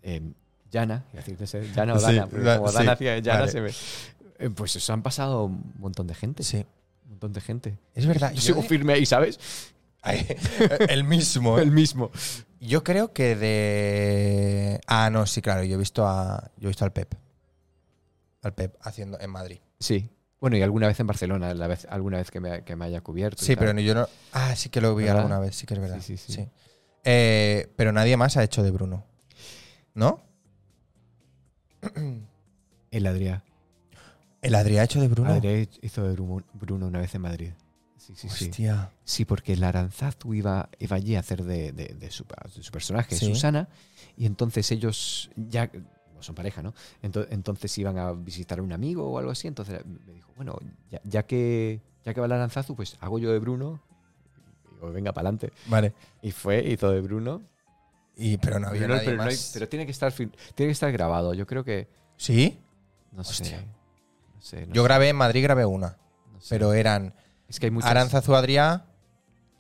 em, Yana, iba a decir, no sé, Yana o
Sí,
Dana, pero
la-
como
sí,
Dana hacía de Yana,
vale.
se me- eh, pues eso han pasado un montón de gente,
Sí.
un montón de gente.
Es verdad.
Yo
yo-
sigo firme ahí, ¿sabes?
Ay, el mismo. ¿eh?
El mismo.
Yo creo que de. Ah, no, sí, claro. Yo he visto a. Yo he visto al Pep. Al Pep haciendo en Madrid.
Sí. Bueno, y alguna vez en Barcelona, la vez, alguna vez que me, que me haya cubierto. y
Sí,
tal.
pero yo no. Ah, sí que lo vi
¿Verdad?
alguna vez, sí que es verdad.
Sí, sí, sí.
Eh, pero nadie más ha hecho de Bruno. ¿No?
El Adrià.
¿El Adri ha hecho de Bruno?
Adrià hizo de Bruno Bruno una vez en Madrid. Sí, sí, sí.
Hostia.
Sí, porque la Aranzazu iba, iba allí a hacer de, de- de su, de su personaje,
Sí.
Susana, y entonces ellos ya bueno, son pareja, ¿no? Ento- entonces iban a visitar a un amigo o algo así, entonces me dijo, bueno, ya, ya que, ya que va la Aranzazu, pues hago yo de Bruno, y digo, venga, para adelante.
Vale.
Y fue, hizo de Bruno.
Y, pero no había
Pero no-
nadie
pero, no hay-
más.
pero tiene, que estar, fil- tiene que estar grabado, yo creo que,
¿Sí?
no
Hostia.
sé. No sé, no
Yo
sé,
grabé en Madrid, grabé una.
no sé.
Pero eran
es que hay muchas,
Aranzazu Adrià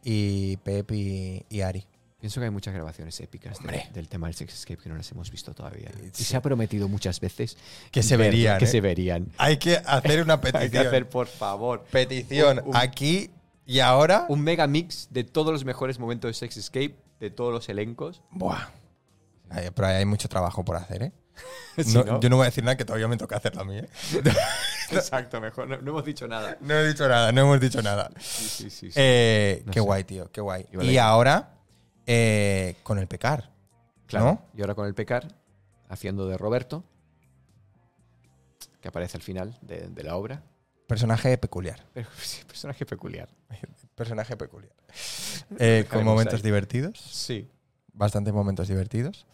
y Pep y, y Ari.
Pienso que hay muchas grabaciones épicas de-
Hombre.
del tema del sex escape que no las hemos visto todavía.
Eh,
Y
sí.
se ha prometido muchas veces
Que se
ver-
verían.
Que
¿eh?
se verían.
Hay que hacer una petición.
Hay que hacer, por favor,
petición
un- un-
aquí y ahora.
un mega mix de todos los mejores momentos de sex escape, de todos los elencos.
Buah. Ay, Pero hay mucho trabajo por hacer, ¿eh?
Si
No,
no-
Yo no voy a decir nada que todavía me toca hacerlo a mí, ¿eh?
Exacto, mejor. No, no hemos dicho nada.
No he dicho nada, no hemos dicho nada.
Sí, sí, sí. sí.
Eh,
No
qué
sé.
guay, tío, qué guay.
Y vale.
Y ahora, eh, con el pecar.
claro.
¿no?
Y ahora con el pecar, haciendo de Roberto. que aparece al final de, de la obra.
Personaje peculiar.
Pero, sí, personaje peculiar.
Personaje peculiar. Eh, con
dejaremos
momentos
ahí.
divertidos.
Sí.
Bastante momentos divertidos.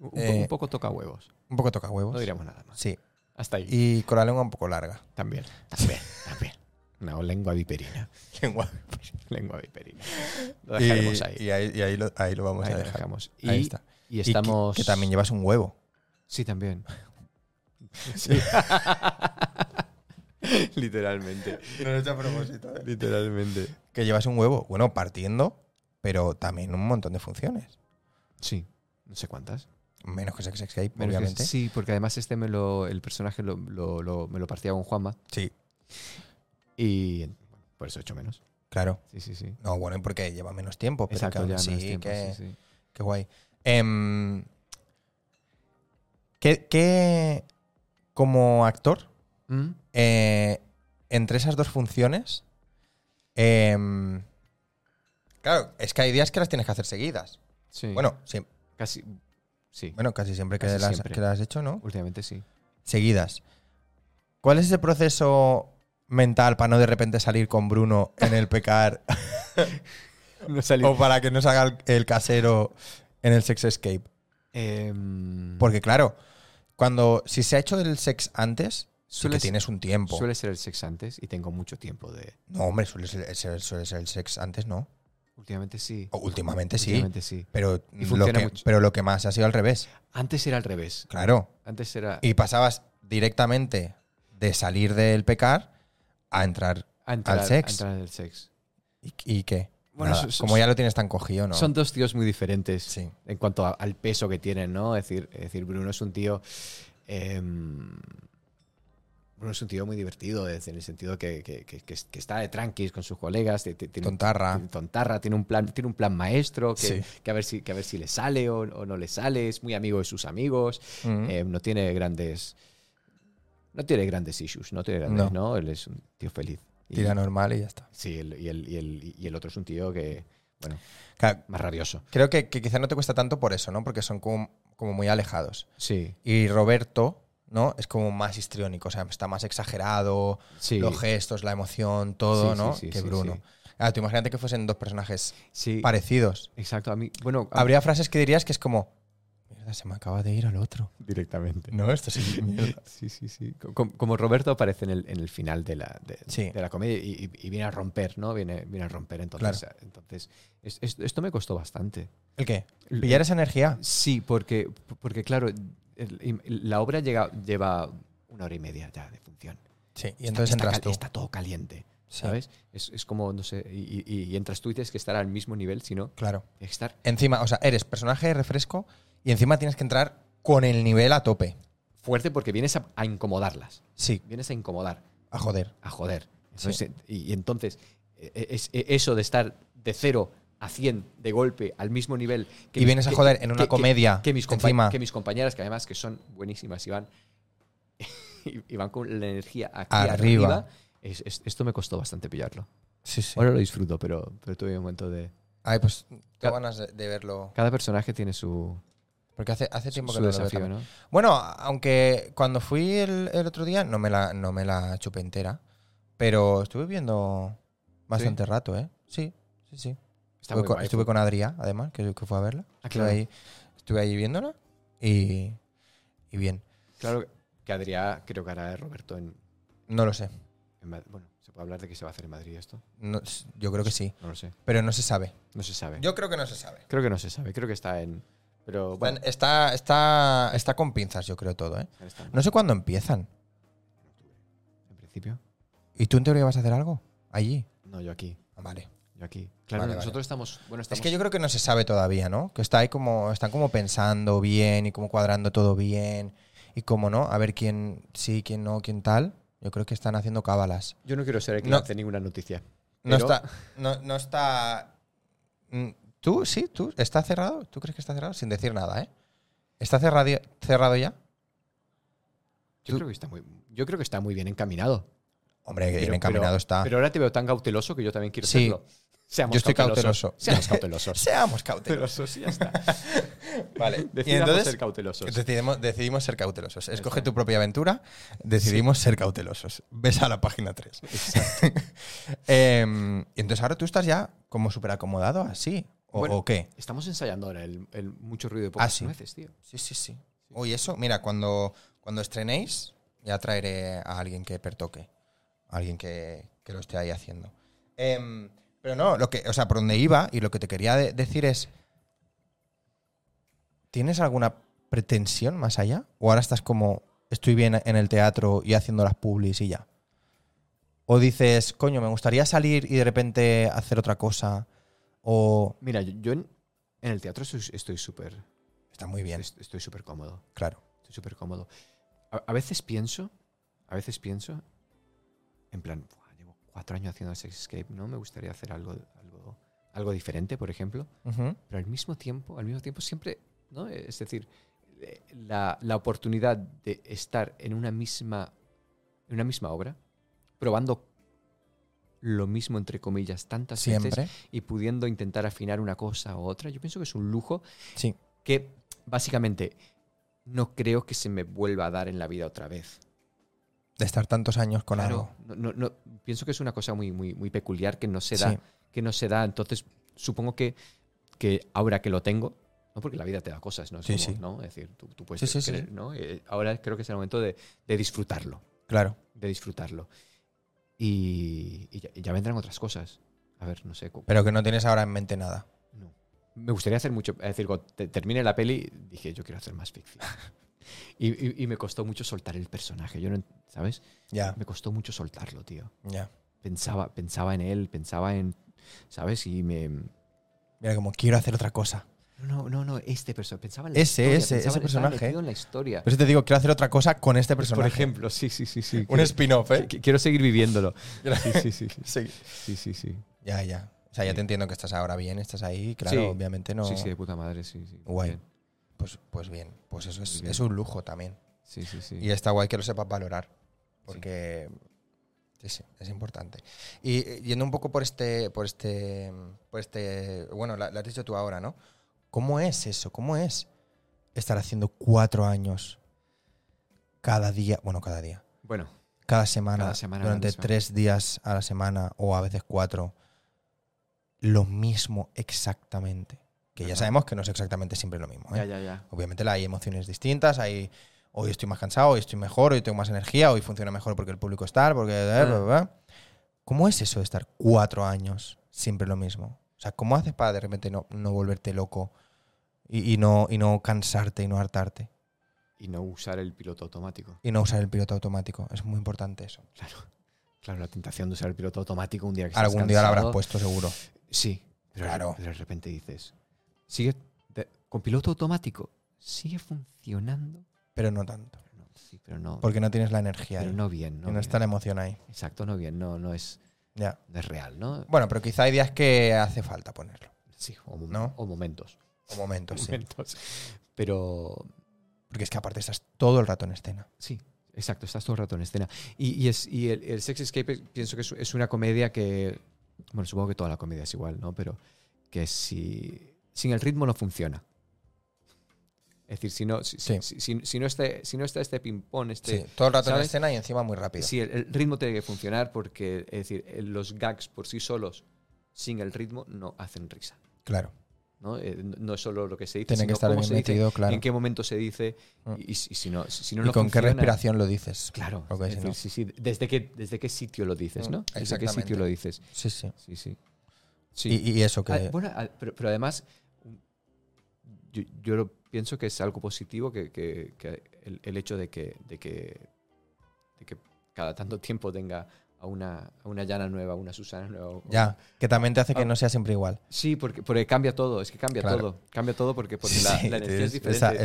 Un, po-
Eh,
un poco toca huevos.
Un poco toca huevos.
No diremos nada más.
Sí.
Hasta ahí.
Y con la lengua un poco larga.
También. También. También. No, lengua viperina.
Lengua.
Lengua viperina. Lo
Y,
dejaremos ahí.
y ahí, y ahí lo, ahí lo vamos
Ahí
a
lo
dejar.
dejamos. Y,
ahí está.
y
Y que-
estamos.
que, también llevas un huevo.
Sí, también.
Sí.
Literalmente.
No lo he hecho a propósito. eh.
Literalmente.
Que llevas un huevo, bueno, partiendo, pero también un montón de funciones.
Sí. No sé cuántas.
Menos que Sex Escape,
Menos que-
obviamente.
sí, porque además este me lo, el personaje lo, lo- lo- me lo partía con Juanma.
Sí,
Y bueno, por eso he hecho menos.
claro.
Sí, sí, sí.
No, bueno, y porque lleva menos tiempo. Pero
Exacto,
que aún
ya
así,
menos tiempo.
que-
sí, sí.
Qué guay. Em, ¿qué- qué- como actor,
¿Mm?
eh, entre esas dos funciones, em, claro, es que hay días que las tienes que hacer seguidas.
Sí.
Bueno, sí,
Casi. Sí.
bueno casi siempre que,
Casi
las,
siempre.
que las has hecho, ¿no?
Últimamente sí.
Seguidas. ¿Cuál es ese proceso mental para no de repente salir con Bruno en el pecar
No salí.
o para que no salga el, el casero en el sex escape?
Em, Mm.
Porque claro, cuando si se ha hecho el sex antes, sí
Suele
que
ser-
tienes un tiempo.
suele ser el sex antes y tengo mucho tiempo de.
no, hombre, suele ser, eh, ser- suele ser el sex antes, no.
Últimamente sí.
O últimamente Oh, sí,
Últimamente sí.
pero
Y
lo
funciona
que,
mucho.
pero lo que más ha sido al revés,
Antes era al revés.
claro.
Antes era
Y pasabas directamente de salir del pecar a entrar.
a entrar,
al sex.
a entrar en el sex.
¿Y, y qué?
Bueno,
Nada,
so- so-
como ya lo tienes tan cogido, ¿no?
Son dos tíos muy diferentes
Sí.
en cuanto a- al peso que tienen, ¿no? Es decir, es decir Bruno es un tío. em, Bruno es un tío muy divertido, es decir, en el sentido que, que- que- que- que está de tranquis con sus colegas, ti- ti- tiene,
Tontarra.
tiene tontarra, tiene un plan, tiene un plan maestro que,
Sí.
que a ver si, que a ver si le sale o, o no le sale, es muy amigo de sus amigos,
Mm.
eh, no tiene grandes. No tiene grandes issues, no tiene grandes,
No.
¿no? Él es un tío feliz. Y-
Tira normal y ya está.
Sí, el- y, el, y, el, y el otro es un tío que, bueno,
Claro,
más rabioso.
creo que, que quizá no te cuesta tanto por eso, ¿no? Porque son como, como muy alejados.
Sí,
Y Roberto, ¿no? Es como más histriónico, o sea, está más exagerado,
sí.
los gestos, la emoción, todo,
Sí, sí,
¿no?
sí,
que
sí,
Bruno. Ah, tú imagínate que fuesen dos personajes
sí. Ah.
parecidos.
Exacto, a mí, bueno, a-
Habría frases que dirías que es como, mierda, se me acaba de ir al otro.
directamente.
No, esto sí, mierda.
Sí, sí, sí. Co- com- Como, Roberto aparece en el, en el final de la, de,
Sí.
de la comedia y, y- y viene a romper, ¿no? Viene, viene a romper. Entonces, entonces es- es- esto me costó bastante.
¿El qué? Pillar esa energía.
Sí, porque, porque claro, el- la obra llega, lleva una hora y media ya de función.
Sí, y
Está-
entonces
está
entras
cal-
tú.
Está todo caliente.
Sí,
¿Sabes? Es, es como, no sé, y, y- y entras tú y tienes que estar al mismo nivel, si no,
Claro.
tienes que estar
Encima, o sea, eres personaje de refresco y encima tienes que entrar con el nivel a tope.
fuerte porque vienes a, a incomodarlas.
Sí,
Vienes a incomodar,
a joder.
a joder. Entonces, y, y entonces, e- e- es, e- eso de estar de cero a 100 de golpe al mismo nivel
y
mis-
vienes a joder en una
que- que-
comedia.
que mis, compa-
encima.
que mis compañeras, que además que son buenísimas y van, y y van con la energía aquí
Arriba.
arriba, es- es- esto me costó bastante pillarlo.
Sí, sí.
Ahora lo disfruto, pero, pero tuve un momento de...
Ay, pues tengo
Ca-
ganas de, de verlo.
Cada personaje tiene su,
Porque hace, hace tiempo que
su
no lo veo
desafío,
también.
¿no?
Bueno, aunque cuando fui el, el otro día no me, la, no me la chupé entera, pero estuve viendo bastante rato, ¿eh? Sí, sí, sí.
Está
estuve
muy
con,
guay,
estuve
fue-
con Adrià, además, que, que fue a verla.
Ah,
estuve,
claro.
ahí, estuve ahí viéndola y, y bien.
Claro que Adrián creo que hará de Roberto en,
No lo sé.
en Mad- Bueno, ¿se puede hablar de que se va a hacer en Madrid esto?
No- yo creo que sí,
No lo sé.
pero no se sabe.
No se sabe.
Yo creo que no se sabe.
creo que no se sabe. Creo que está en... Pero bueno,
Está, está, está con pinzas, yo creo, todo, ¿eh?
está en
No sé cuándo empiezan.
octubre. En principio.
¿Y tú en teoría vas a hacer algo? Allí.
No, yo aquí.
Ah, Vale.
Yo aquí. Claro,
Vale,
nosotros estamos... Bueno, estamos...
Es que yo creo que no se sabe todavía, ¿no? Que está ahí como, están como pensando bien y como cuadrando todo bien y como no, a ver quién sí, quién no, quién tal. Yo creo que están haciendo cábalas.
Yo no quiero ser el que
No.
lance ninguna noticia.
No
Pero-
está, no, no está. Mm, ¿Tú sí? ¿Tú? ¿Está cerrado? ¿Tú crees que está cerrado? Sin decir nada, ¿eh? ¿Está cerrado, cerrado ya?
Yo creo que está muy, yo creo que está muy bien encaminado.
Hombre, que
Pero-
bien Eh, encaminado
pero-
está.
Pero ahora te veo tan cauteloso que yo también quiero
Sí.
serlo. Seamos
Yo estoy
cautelosos.
cauteloso.
Seamos cautelosos.
Seamos cautelosos.
cautelosos y ya está.
Vale. Y
Decidamos
entonces
ser cautelosos.
decidimos, decidimos ser cautelosos. Escoge
Exacto.
tu propia aventura. Decidimos ser cautelosos. Ves a la página 3. Em, y entonces ahora tú estás ya como súper acomodado así. ¿O,
Bueno,
o qué?
Estamos ensayando ahora el, el mucho ruido de pocas
Ah, sí.
nueces, tío.
Sí, sí, sí. Uy, eso, mira, cuando, cuando estrenéis, ya traeré a alguien que pertoque. A alguien que, que lo esté ahí haciendo. Em, pero no, lo que, o sea, por donde iba y lo que te quería de- decir es. ¿Tienes alguna pretensión más allá? ¿O ahora estás como estoy bien en el teatro y haciendo las publis y ya? ¿O dices, coño, me gustaría salir y de repente hacer otra cosa? O.
Mira, yo, yo en, en el teatro estoy- estoy súper
Está muy bien,
est- estoy súper cómodo.
claro.
Estoy súper cómodo. A, a veces pienso, a veces pienso, en plan, "Buah, llevo cuatro años haciendo Sex Escape, ¿no? Me gustaría hacer algo, algo, algo diferente, por ejemplo.
Ujú.
Pero al mismo tiempo, al mismo tiempo siempre, ¿no? Eh, Es decir, eh, la, la oportunidad de estar en una misma, en una misma obra, probando lo mismo, entre comillas, tantas veces
Siempre.
y pudiendo intentar afinar una cosa u otra, yo pienso que es un lujo
Sí.
que básicamente no creo que se me vuelva a dar en la vida otra vez.
de estar tantos años con
Claro,
algo.
no, no- no- pienso que es una cosa muy, muy, muy peculiar que no se
Sí.
da, que no se da. Entonces, supongo que, que ahora que lo tengo, ¿no? porque la vida te da cosas, ¿no? Es
Sí,
como,
sí.
¿no? Es decir, tú, tú puedes
Sí, sí, sí,
querer,
sí.
¿no? Eh, ahora creo que es el momento de, de disfrutarlo,
Claro.
de disfrutarlo. Y, y ya, y ya vendrán otras cosas. A ver, no sé. cu-
Pero que no tienes ahora en mente nada.
No. Me gustaría hacer mucho. Es decir, cuando te- terminé la peli, dije, yo quiero hacer más ficción. Y, y- y me costó mucho soltar el personaje. Yo no, ent- ¿Sabes?
Ya,
Me costó mucho soltarlo, tío.
ya.
Pensaba, pensaba en él, pensaba en. ¿Sabes? Y me.
Mira, como quiero hacer otra cosa.
No, no, no, este personaje. Pensaba en la
Ese, ese,
historia,
ese
pensaba en- estaba
personaje.
metido en la historia.
Por eso te digo, quiero hacer otra cosa con este
Pues,
personaje.
Por ejemplo, sí, sí, sí. sí
Un
Quiero-
spin-off, ¿eh?
qui- Quiero seguir viviéndolo. Sí, sí, sí. sí.
Sí.
Sí, sí, sí.
Ya, ya. O sea, ya
Sí.
te entiendo que estás ahora bien, estás ahí, claro,
Sí.
obviamente no.
Sí, sí, de puta madre, sí, sí.
Guay.
Bien.
Pues, pues bien, pues eso es,
Bien.
es un lujo también.
Sí, sí, sí.
Y está guay que lo sepas valorar, porque sí, sí, es importante. Y eh, yendo un poco por este, por este, por este, bueno, lo lo has dicho tú ahora, ¿no? ¿Cómo es eso? ¿Cómo es estar haciendo cuatro años cada día, bueno, cada día,
Bueno,
cada semana,
Cada semana la
durante
misma.
tres días a la semana o a veces cuatro, lo mismo exactamente? Que ya
Ajá.
sabemos que no es exactamente siempre lo mismo. ¿eh?
ya, ya, ya.
Obviamente la- hay emociones distintas, hay hoy estoy más cansado, hoy estoy mejor, hoy tengo más energía, hoy funciona mejor porque el público está, tal, porque... bla, bla, bla. ¿Cómo es eso de estar cuatro años siempre lo mismo? O sea, ¿cómo haces para de repente no, no volverte loco y, y no, y no cansarte y no hartarte?
Y no usar el piloto automático.
Y no usar el piloto automático. Es muy importante eso.
Claro, claro, la tentación de usar el piloto automático un día que estás
Algún día lo habrás
cansado.
puesto seguro.
Sí, pero,
Claro.
pero de repente dices, sigue de- con piloto automático, sigue funcionando.
Pero no tanto.
Pero no, sí, pero no,
Porque no tienes la energía
pero
ahí.
no bien.
y
No
no
bien.
está la emoción ahí.
Exacto, no bien, no, no, es,
Ya.
no es real, ¿no?
Bueno, pero quizá hay días que hace falta ponerlo.
Sí, o, mom-
¿No?
o momentos.
O momentos, sí.
momentos. Pero
Porque es que aparte estás todo el rato en escena.
Sí, exacto, estás todo el rato en escena. Y, y es, y el, el Sex Escape es- pienso que es, es una comedia que, bueno, supongo que toda la comedia es igual, ¿no? Pero que si, sin el ritmo no funciona. Es decir, si no, si,
Sí.
si- si- si no, este, si no está este ping-pong, este...
Sí, todo el rato en la
¿sabes?
escena y encima muy rápido.
Sí, el, el ritmo tiene que funcionar porque, es decir, eh, los gags por sí solos, sin el ritmo, no hacen risa.
Claro.
No, Eh, no- no es solo lo que se dice,
Tiene
sino
que estar
cómo
bien
se dice,
metido, claro.
en qué momento se dice
Mm.
y, y si si no, si no
y
no
con qué
funciona-
respiración lo dices.
Claro.
Ok,
es
si
decir,
no.
sí, sí, Desde qué, desde qué sitio lo dices,
Mm,
¿no? Desde qué
exactamente.
sitio lo dices.
Sí, sí.
Sí, sí.
Y, y eso que.
Ah, bueno, ah, pero, pero además, yo, yo lo pienso que es algo positivo que, que- que el, el hecho de que, de, que, de que cada tanto tiempo tenga a una, a una Yana nueva, a una Susana nueva. o-
ya. Que también te hace que
Ah.
no sea siempre igual.
Sí, porque, porque cambia todo, es que cambia
Claro.
todo. Cambia todo porque, porque
Sí,
la,
sí,
la energía
tienes
es diferente.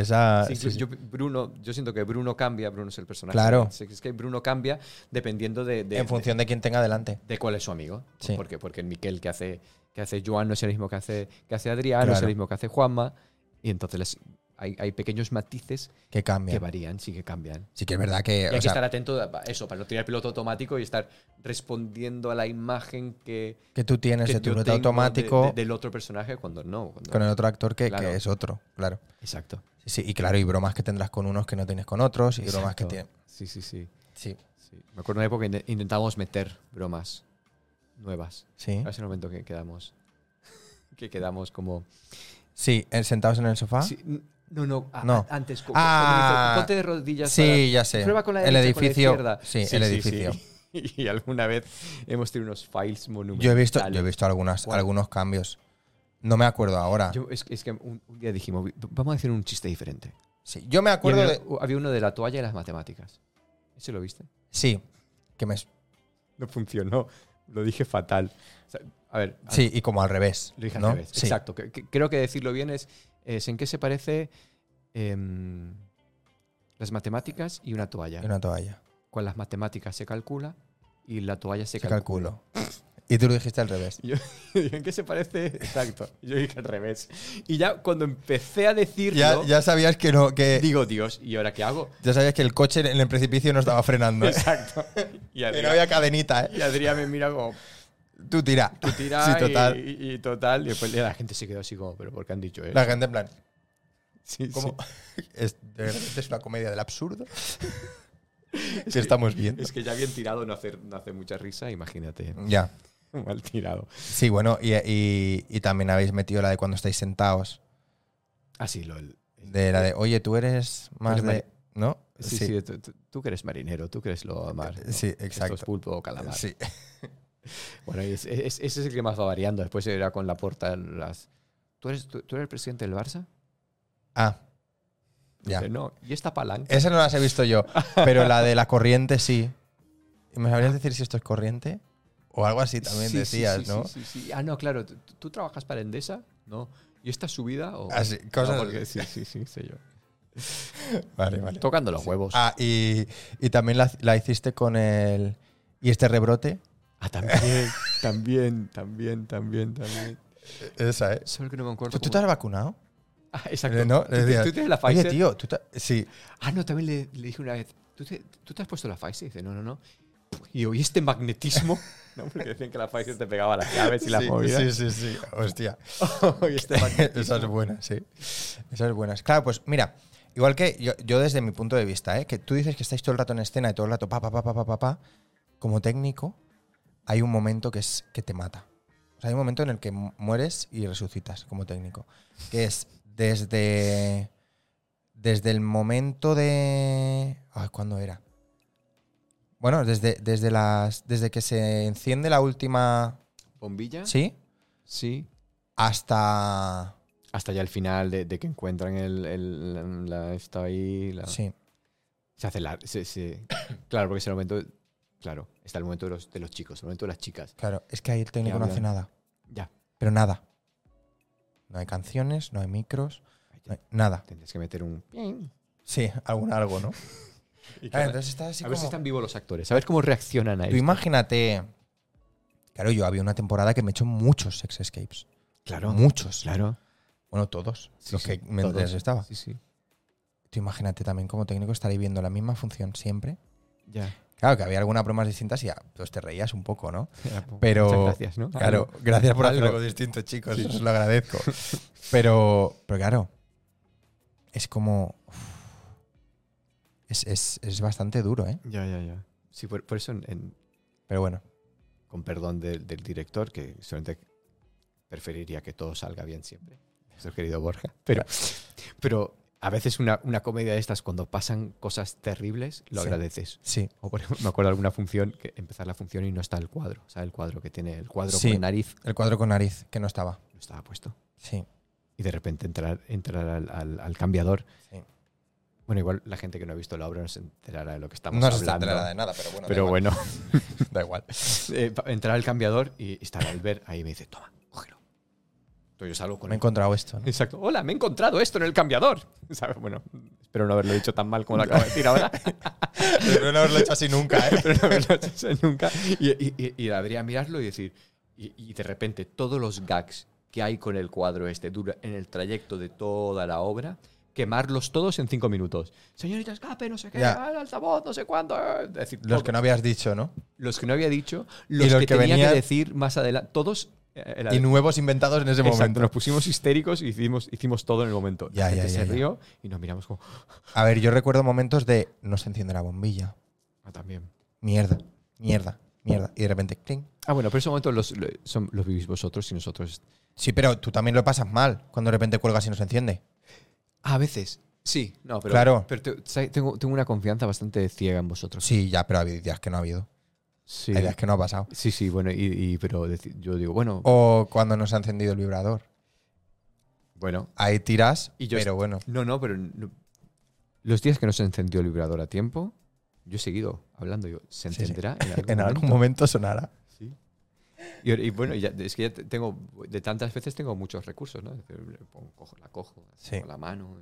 esa- esa-
Sí,
sí, Ah,
incluso
sí.
yo, Bruno, yo siento que Bruno cambia, Bruno es el personaje.
Claro.
Es que Bruno cambia dependiendo de, de-
en
de-
función de quién tenga delante.
de cuál es su amigo.
Sí.
Porque, porque el Miquel que hace, que hace Joan no es el mismo que hace, que hace Adrián, no es
Claro.
el mismo que hace Juanma. Y entonces les- hay, hay pequeños matices
que cambia.
que varían, sí que cambian.
Sí que es verdad que...
Y hay
Eh, o
que
sea,
estar atento a a eso, para no tirar piloto automático y estar respondiendo a la imagen que,
que tú tienes
que
de tu
yo
root
tengo
automático
de- de- del otro personaje cuando no. cuando-
con el otro actor que, que
Claro.
es otro, claro.
Exacto.
Sí, sí, y claro, y bromas que tendrás con unos que no tienes con otros, y bromas que
Exacto.
tienes...
Sí, sí, sí,
Sí,
sí. Me acuerdo de una época que intentábamos meter bromas nuevas.
sí.
A ese momento que quedamos. Que quedamos como.
Sí, eh, sentados en el sofá.
Sí, n- no, no, a-
No.
a- antes. co-
Ah.
cuando dice, ponte de rodillas.
Sí,
para-
ya sé.
Prueba con la
el
derecha, con la
edificio.
izquierda.
sí, el edificio.
sí. Y alguna vez hemos tenido unos files monumentales.
Yo he visto, yo he visto algunas,
¿Cuál?
algunos cambios. No me acuerdo ahora. Yo,
Yo- es, es que un, un día dijimos, "Vi- vamos a hacer un chiste diferente.
sí, yo me
Y
acuerdo
había,
de.
había uno de la toalla y las matemáticas. ¿Ese lo viste?
Sí, que me,
No funcionó. Lo dije fatal. O sea, a ver, a-
sí, y como al revés.
Ah. Lo dije
¿no?
al revés.
Sí.
Exacto. Que- que- creo que decirlo bien es, es en qué se parece em, las matemáticas y una toalla.
Y una toalla.
Con las matemáticas se calcula y la toalla se,
Se
calcula.
calculo. Y tú lo dijiste al revés.
Yo, digo, ¿En qué se parece? Exacto. Yo dije al revés. Y ya cuando empecé a decirlo,
Ya, ya sabías que no, que.
digo, Dios, ¿y ahora qué hago?
Ya sabías que el coche en el precipicio no estaba frenando. ¿eh?
Exacto.
Que
Y
no
Adrián,
había cadenita, ¿eh?
y Adrián me mira como,
Tú tira.
tú tira
Sí, total.
Y, y- y total. Y después la gente se quedó así como, ¿pero por qué han dicho eso?
La gente en plan.
Sí, sí.
¿Cómo? Es, de repente es una comedia del absurdo. que estamos viendo.
Es que ya bien tirado no hace, no hace mucha risa, imagínate.
Ya.
Mal tirado.
Sí, bueno, y, y- y también habéis metido la de cuando estáis sentados.
Así Ah, lo. el-
De la de, oye, tú eres más
Eres
de. ¿No?
sí, sí, tú, tú- tú que eres marinero, tú que eres lo de mar.
Eh, Sí, exacto.
Esto es pulpo o calamar.
Sí.
Bueno, y es- es- ese es el que más va variando. Después era con la porta las. ¿Tú eres, tú, tú eres el presidente del Barça?
Ah. Ya. Eh,
Dice, No, y esta palanca.
Esa no las he visto yo, pero la de la corriente sí. ¿Y ¿Me sabrías decir si esto es corriente? O algo así también
Sí, sí,
decías,
sí,
¿no?
Sí, sí, sí. Ah, no, claro. ¿tú, tú trabajas para Endesa? No. ¿Y esta subida? O...
Así,
No,
Ah, cosas-
porque- sí, sí, sí, sé yo.
Vale, vale.
Tocando los huevos.
Ah, y, y también la, la hiciste con el. ¿Y este rebrote?
Ah, también, también, también, también, también.
Esa, ¿eh?
Solo que no me acuerdo.
¿Tú, tú te has
cómo-
vacunado? Eh,
Ah, E-, exacto.
¿No?
¿Tú,
Le decías,
tú tienes la
Oye,
Pfizer?
tío, tú te- Sí.
Ah, no, también le, le dije una vez, ¿tú te, tú te has puesto la Pfizer? Y dice, no, no, no. Y digo, ¿y este magnetismo? no, porque decían que la Pfizer te pegaba las llaves y las
sí,
movidas.
sí, sí, sí. Hostia.
y este magnetismo.
Esas buenas, sí. Esas buenas. Claro, pues mira, igual que yo, yo desde mi punto de vista, ¿eh? que tú dices que estáis todo el rato en escena y todo el rato pa, pa, pa, pa, pa, pa, pa, como técnico, hay un momento que, es, que te mata. O sea, hay un momento en el que mu- mueres y resucitas como técnico. Que es desde, desde el momento de... Ay, ¿Cuándo era? Bueno, desde, desde, las, desde que se enciende la última...
¿Bombilla?
¿Sí?
Sí.
Hasta...
Hasta ya el final de, de que encuentran el, el- la, la- esta ahí. la-
Sí.
Se hace la... se- se- claro, porque es el momento... Claro, está el momento de los, de los chicos, el momento de las chicas.
Claro, es que ahí el técnico no hace
hablan.
nada.
Ya.
Pero nada. No hay canciones, no hay micros, no hay- nada.
Tendrías que meter un...
Sí, algún algo, ¿no? Ah, entonces estás así
a ver si
como-
están vivos los actores, a ver cómo reaccionan a
Tú
eso.
imagínate. Claro, yo había una temporada que me he hecho muchos sex escapes.
Claro,
Muchos.
claro.
Bueno, todos.
Sí,
los
sí,
que me
todos.
estaba.
Sí, sí.
Tú imagínate también como técnico estar ahí viendo la misma función siempre.
Ya.
Claro, que había algunas bromas distintas y ah, pues te reías un poco, ¿no? Pero-
Pero. pues, Muchas gracias, ¿no?
Claro, gracias por hacer
Algo.
algo distinto, chicos. Os lo agradezco. Pero, pero claro, es como. uf, Es, es- es bastante duro, ¿eh?
Ya, ya, ya. Sí, por, por eso, en- en-
Pero bueno,
con perdón del, del director, que solamente preferiría que todo salga bien siempre, nuestro querido Borja. Pero, pero a veces una, una comedia de estas, cuando pasan cosas terribles, lo
Sí.
agradeces.
sí.
O por ejemplo, me acuerdo de alguna función, que empezar la función y no está el cuadro. ¿Sabes? El cuadro que tiene el cuadro
Sí.
con nariz
El cuadro con nariz, que no estaba.
no estaba puesto.
Sí.
Y de repente entrar, entrar al, al- al cambiador.
Sí.
Bueno, igual la gente que no ha visto la obra no se enterará de lo que estamos
no se
hablando.
enterará de nada, pero bueno.
pero
da igual.
bueno.
Da igual.
Eh, pa- entrar al cambiador y estar al ver ahí me dice, toma, cógelo. Entonces yo salgo con
Me he
el-
encontrado esto. ¿no?
Exacto. Hola, me he encontrado esto en el cambiador. ¿Sabes? Bueno, espero no haberlo dicho tan mal como lo acabo de decir ahora.
Pero no haberlo hecho así nunca, ¿eh?
espero no haberlo hecho eso nunca. Y, y, y- y Adrián mirarlo y decir, y, y de repente todos los gags que hay con el cuadro este dura en el trayecto de toda la obra quemarlos todos en cinco minutos. Señorita, escape, no sé qué,
Ya.
ah, el altavoz, no sé cuándo. eh. Es decir,
Los
todo.
que no habías dicho, ¿no?
los que no había dicho, los,
los
que,
que
tenía
venían-
que decir más adelante, todos. eh, el-
Y nuevos inventados en ese
Exacto,
momento.
nos pusimos histéricos y hicimos, hicimos todo en el momento.
Ya,
La
ya,
gente
ya,
se
ya.
rió y nos miramos como,
A ver, yo recuerdo momentos de no se enciende la bombilla.
ah, también.
Mierda, mierda, mierda. Y de repente, cling.
Ah, bueno, pero esos momentos los, lo- son- los vivís vosotros y nosotros.
Sí, pero tú también lo pasas mal cuando de repente cuelgas y no se enciende.
Ah, A veces, sí, no, pero.
Claro.
Pero te- ¿sabes? tengo, tengo una confianza bastante ciega en vosotros.
Sí, ya, pero hay días que no ha habido.
Sí,
Hay días que no ha pasado.
sí, sí, bueno, y, y- pero deci- yo digo, bueno,
O cuando no se ha encendido el vibrador.
bueno.
Ahí tiras,
Y yo
pero bueno.
No, no, pero. no- los días que no se encendió el vibrador a tiempo, yo he seguido hablando, yo, ¿se
Sí, sí.
encenderá
En algún momento sonará.
Sí. Y, ahora- y bueno, ya- es que ya te- tengo, de tantas veces tengo muchos recursos, ¿no? Es decir, le pongo- cojo- la cojo así
Sí.
con la mano,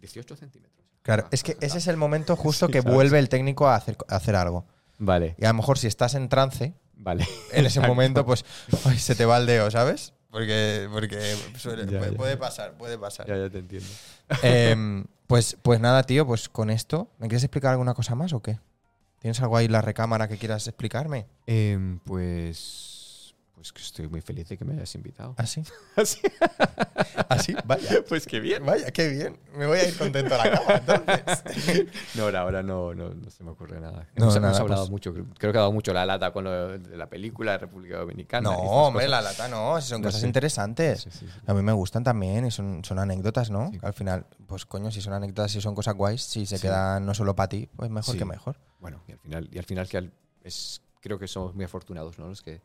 18 centímetros.
Claro,
Ah,
es que
ah,
ese
ah.
es el momento justo
Sí,
que
¿sabes?
vuelve el técnico a hacer, a hacer algo.
Vale,
Y a lo mejor si estás en trance,
vale.
en ese
Exacto.
momento, pues ay, se te va el dedo, ¿sabes? Porque, porque suele-
Ya,
puede,
ya.
puede pasar, puede pasar.
Ya, ya te entiendo.
Em, pues, pues nada, tío, pues con esto, ¿me quieres explicar alguna cosa más o qué? ¿Tienes algo ahí en la recámara que quieras explicarme?
Em, pues, pues que estoy muy feliz de que me hayas invitado.
¿Así?
Así.
¿Así? ¿Ah, Vaya.
pues qué bien.
Vaya, qué bien. Me voy a ir contento a la cama, entonces.
No, ahora, ahora no, no, no se me ocurre nada.
No,
hemos, hemos
nada,
hablado
pues-
mucho, creo creo que ha dado mucho la lata con lo de la película de República Dominicana.
No,
y estas
hombre,
cosas.
la lata no, si son
No
cosas
sé.
interesantes.
Sí, sí, sí.
A mí me gustan también y son, son anécdotas, ¿no?
Sí.
Al final, pues coño, si son anécdotas, si son cosas guays, si se
Sí.
quedan no solo para ti, pues mejor
Sí.
que mejor.
Bueno, y al final, y al final que al- es, creo que somos muy afortunados, ¿no? Los que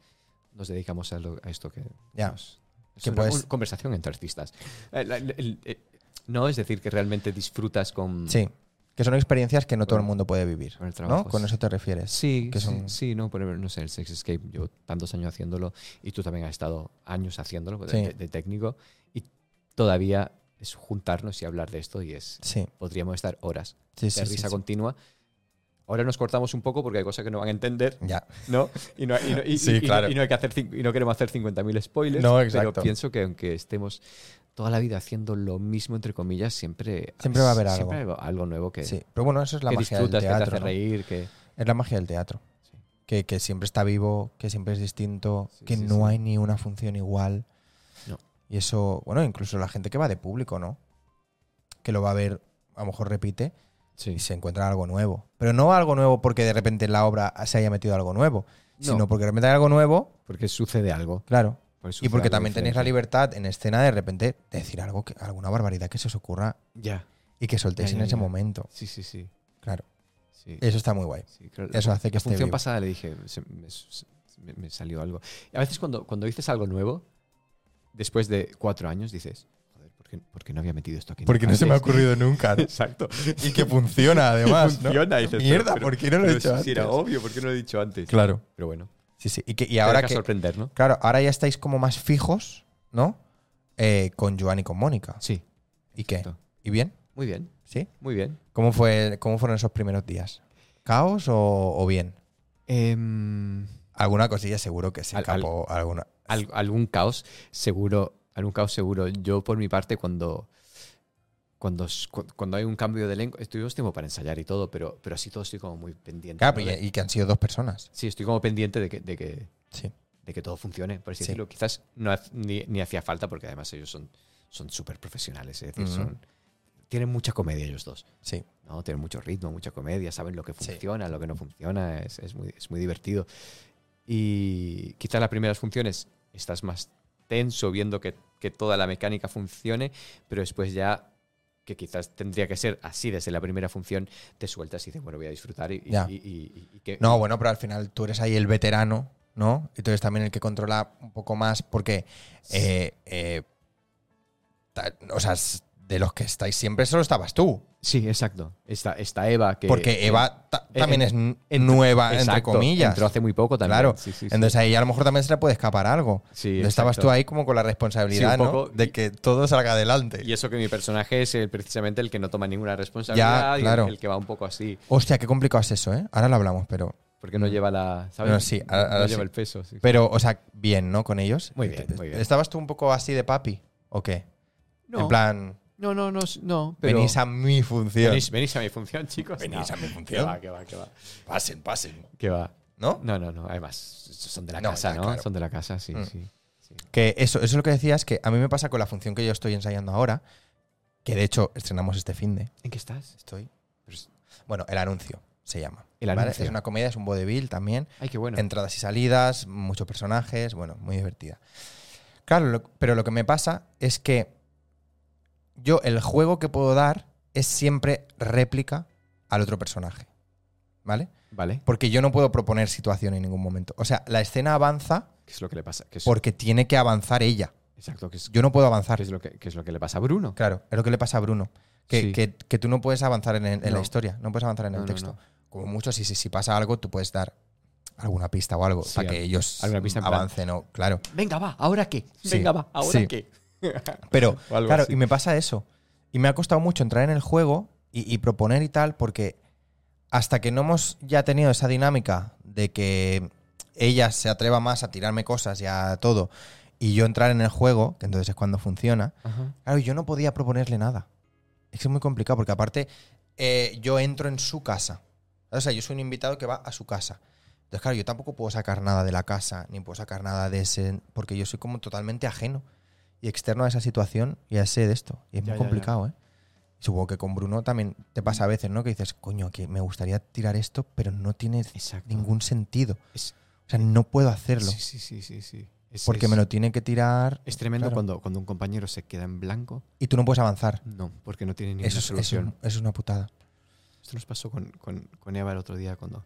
nos dedicamos a, lo- a esto que
Ya.
nos- es
Que
una
puedes-
un- conversación entre artistas. Eh, la- el- el- eh, no es decir que realmente disfrutas con
Sí, que son experiencias que no todo el
Con-
mundo puede vivir,
con el
¿no?
trabajo,
Con
sí.
eso te refieres.
sí,
que
sí,
son-
sí, no, pero no sé, el sex escape, llevo tantos años haciéndolo y tú también has estado años haciéndolo pues, de,
Sí.
de- de técnico y todavía es juntarnos y hablar de esto y es
Sí,
podríamos estar horas
sí,
de
sí. sí,
risa
sí.
continua. Ahora nos cortamos un poco porque hay cosas que no van a entender.
Ya.
¿no? Y no, y no- y-
Sí,
y- y no-
claro.
y no hay que hacer cin- y no queremos hacer 50.000 spoilers,
No,
pero
exacto.
pienso que aunque estemos toda la vida haciendo lo mismo, entre comillas, siempre,
Siempre va a haber
siempre hay algo nuevo que,
Sí, pero bueno, eso es la
que
magia del
disfrutas, que te
teatro.
hace
¿no?
reír, que...
Es la magia del teatro.
Sí.
Que, que siempre está vivo, que siempre es distinto,
Sí,
que
sí,
no
sí.
hay ni una función igual.
No.
Y eso, bueno, incluso la gente que va de público, ¿no? Que lo va a ver, a lo mejor repite,
Sí.
y se encuentra algo nuevo. Pero no algo nuevo porque de repente en la obra se haya metido algo nuevo,
No.
sino porque de repente hay algo nuevo,
Porque sucede algo.
claro.
porque sucede
Y porque
algo
también tenéis la
diferente.
libertad en escena de repente de decir algo, que, alguna barbaridad que se os ocurra
Ya,
y que soltéis
Ya, ya,
en ese
ya.
momento.
sí, sí, sí.
Claro.
sí.
Eso está muy guay.
Sí, creo-
Eh, Eso hace que
la
esté
función
vivo.
pasada le dije, se- me, se- me- me salió algo. Y a veces cuando, cuando dices algo nuevo, después de cuatro años, dices, joder, ¿por qué, por qué no había metido esto aquí? antes?"
ocurrido nunca.
Exacto.
Y que funciona, además. ¿no?
Funciona, dices,
Mierda,
pero- pero-
¿por qué no lo he
pero
hecho
si era
antes?
obvio, ¿por qué no lo he dicho antes?
Claro.
Pero bueno,
Sí, sí. Y, que, y
ahora
ahora
que
que.
sorprender, ¿no?
Claro, ahora ya estáis como más fijos, ¿no? Eh, con Joan y con Mónica.
Sí.
¿Y qué?
exacto.
¿Y bien?
Muy bien,
¿Sí?
muy bien.
¿Cómo, fue, ¿Cómo fueron esos primeros días? ¿Caos o, o bien?
Em,
Alguna cosilla seguro que se
Al- al-
escapó. alguna.
al- algún caos seguro, algún caos seguro. Yo por mi parte cuando cuando, s- cu- cuando hay un cambio de elenco, estuvimos tiempo para ensayar y todo, pero, pero así todo estoy como muy pendiente.
Claro,
¿no?
pero
De-
y, y que han sido dos personas.
Sí, estoy como pendiente de que, de que,
Sí.
de que todo funcione, por así
Sí.
decirlo. Quizás no ha- ni, ni hacía falta, porque además ellos son son súper profesionales, es decir,
Ujú.
son, tienen mucha comedia ellos dos.
Sí.
¿no? Tienen mucho ritmo, mucha comedia, saben lo que
Sí.
funciona, lo que no funciona, es, es muy, es muy divertido. Y quizás las primeras funciones estás más tenso viendo que, que toda la mecánica funcione, pero después ya, que quizás tendría que ser así desde la primera función, te sueltas y dices, bueno, voy a disfrutar y, y-
Ya.
y- y- y que...
No, bueno, pero al final tú eres ahí el veterano, ¿no? Y tú eres también el que controla un poco más porque, eh, eh, ta- o sea, s- de los que estáis siempre solo estabas tú.
Sí, exacto. Está, está Eva que...
Porque
que-
Eva ta-
eh,
también
eh,
es n-
entró-
nueva, entre
exacto,
comillas.
Entró hace muy poco también.
Claro.
Sí, sí, sí.
Entonces ahí a lo mejor también se le puede escapar algo.
Sí,
Entonces, estabas
exacto.
tú ahí como con la responsabilidad,
Sí, un poco.
¿no? De que todo salga adelante.
Y eso que mi personaje es eh, precisamente el que no toma ninguna responsabilidad
Ya,
y el-
claro.
el, que va un poco así,
Hostia, qué complicado es eso, ¿eh? Ahora lo hablamos, pero.
porque no lleva la, ¿sabes?
No, sí, ahora-
No
ahora
lleva
sí.
el peso. sí.
Pero, o sea, bien, ¿no? Con ellos.
Muy bien, muy bien.
¿Estabas tú un poco así de papi? ¿O qué?
No,
En plan.
No, no, no, no. Pero
venís a mi función.
venís, venís a mi función, chicos.
Venís
No.
a mi
Que
función.
va, que va, que va.
Pasen, pasen.
Que va.
¿No?
No, no, no. Además, son de la
No,
casa,
ya,
¿no?
claro.
Son de la casa, sí,
Mm.
sí. sí.
Que eso, eso es lo que decías, que a mí me pasa con la función que yo estoy ensayando ahora, que de hecho estrenamos este fin de.
¿En qué estás?
Estoy. Bueno, el anuncio se llama.
El
¿vale?
anuncio.
Es una comedia, es un vodevil también.
Ay, qué bueno.
Entradas y salidas, muchos personajes, bueno, muy divertida. Claro, lo- pero lo que me pasa es que yo el juego que puedo dar es siempre réplica al otro personaje. ¿Vale?
Vale.
Porque yo no puedo proponer situación en ningún momento. O sea, la escena avanza
¿Qué es lo que le pasa? ¿Qué es,
porque tiene que avanzar ella.
Exacto. ¿Qué es,
Yo no puedo
qué
avanzar.
es lo que, qué es lo que le pasa a Bruno?
Claro, es lo que le pasa a Bruno. Que,
Sí.
que- que tú no puedes avanzar en, en la
No.
historia, no puedes avanzar en
No,
el
no,
texto.
no.
Como mucho, si, si, si pasa algo, tú puedes dar alguna pista o algo
Sí,
para que
al-
ellos
alguna pista en plan-
avancen, o, claro.
Venga, va, ¿ahora qué?
Sí,
Venga, va, ¿ahora
sí.
qué?
Pero,
O algo
claro,
así.
y me pasa eso. Y me ha costado mucho entrar en el juego y, y proponer y tal, porque hasta que no hemos ya tenido esa dinámica de que ella se atreva más a tirarme cosas y a todo, y yo entrar en el juego, que entonces es cuando funciona,
Ajá.
claro, yo no podía proponerle nada. Es que es muy complicado, porque aparte eh, yo entro en su casa. O sea, yo soy un invitado que va a su casa. Entonces, claro, yo tampoco puedo sacar nada de la casa, ni puedo sacar nada de ese, porque yo soy como totalmente ajeno y externo a esa situación y a ese de esto. Y es
Ya,
muy
ya,
complicado, ¿eh? Supongo que con Bruno también te pasa a veces, ¿no? Que dices, coño, que me gustaría tirar esto, pero no tiene
Exacto.
ningún sentido.
Es-
O sea, no puedo hacerlo,
Sí, sí, sí, sí, sí. Es-
porque
es-
me lo tiene que tirar
Es tremendo
Claro.
cuando, cuando un compañero se queda en blanco.
y tú no puedes avanzar.
No, porque no tiene ninguna
Eso es, eso es-
solución.
eso es una putada.
Esto nos pasó con, con- con Eva el otro día cuando,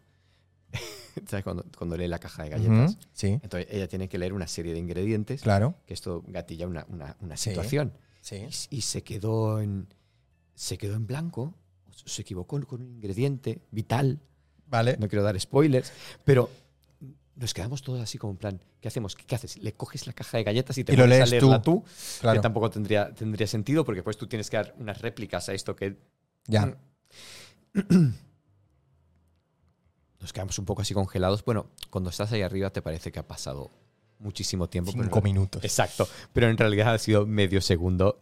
¿sabes? cuando, cuando lee la caja de galletas.
Ujú, Sí,
Entonces ella tiene que leer una serie de ingredientes,
claro.
que esto gatilla una, una- una
Sí.
situación.
Sí.
Y, y se quedó en se quedó en blanco, se equivocó con un ingrediente vital.
Vale.
No quiero dar spoilers, pero nos quedamos todos así como en plan, ¿qué hacemos? ¿Qué, qué haces? ¿Le coges la caja de galletas y te
Y lo
pones a
lees
leerla tú?
Claro.
Que tampoco tendría, tendría sentido porque pues tú tienes que dar unas réplicas a esto que
Ya.
nos quedamos un poco así congelados. Bueno, cuando estás ahí arriba te parece que ha pasado muchísimo tiempo. pero en
Cinco
realidad-
minutos.
Exacto, pero en realidad ha sido medio segundo.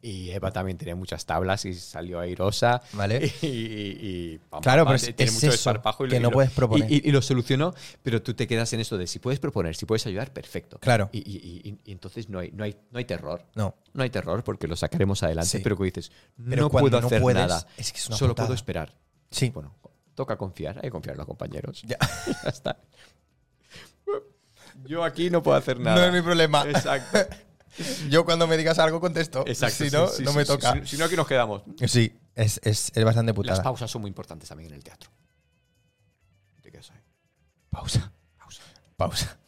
Y Eva también tenía muchas tablas y salió airosa.
Vale.
Y, y- y- pam,
¿Eh? Claro,
pam,
pero
pam,
es-
tiene
es
mucho
eso,
desparpajo y
que
lo- y
no
lo-
puedes proponer.
Y, y- y lo solucionó, pero tú te quedas en esto de si puedes proponer, si puedes ayudar, perfecto.
Claro.
Y, y- y- y entonces no hay, no, hay, no hay terror.
No.
No hay terror porque lo sacaremos adelante,
Sí.
pero que dices,
Pero
no
cuando
puedo
no
hacer
puedes,
nada.
es que es una
Solo
putada.
puedo esperar.
Sí.
Bueno, toca confiar, hay que confiar en los compañeros.
Ya.
Ya está. Yo aquí no puedo hacer nada.
No es mi problema.
Exacto.
Yo cuando me digas algo contesto.
Exacto.
Si
sí,
no,
sí,
no
sí,
me
sí,
toca.
sí, Si no, aquí nos quedamos.
Sí, es, es, es bastante
Las
putada.
pausas son muy importantes también en el teatro. Te quedas ahí.
Pausa.
Pausa.
Pausa.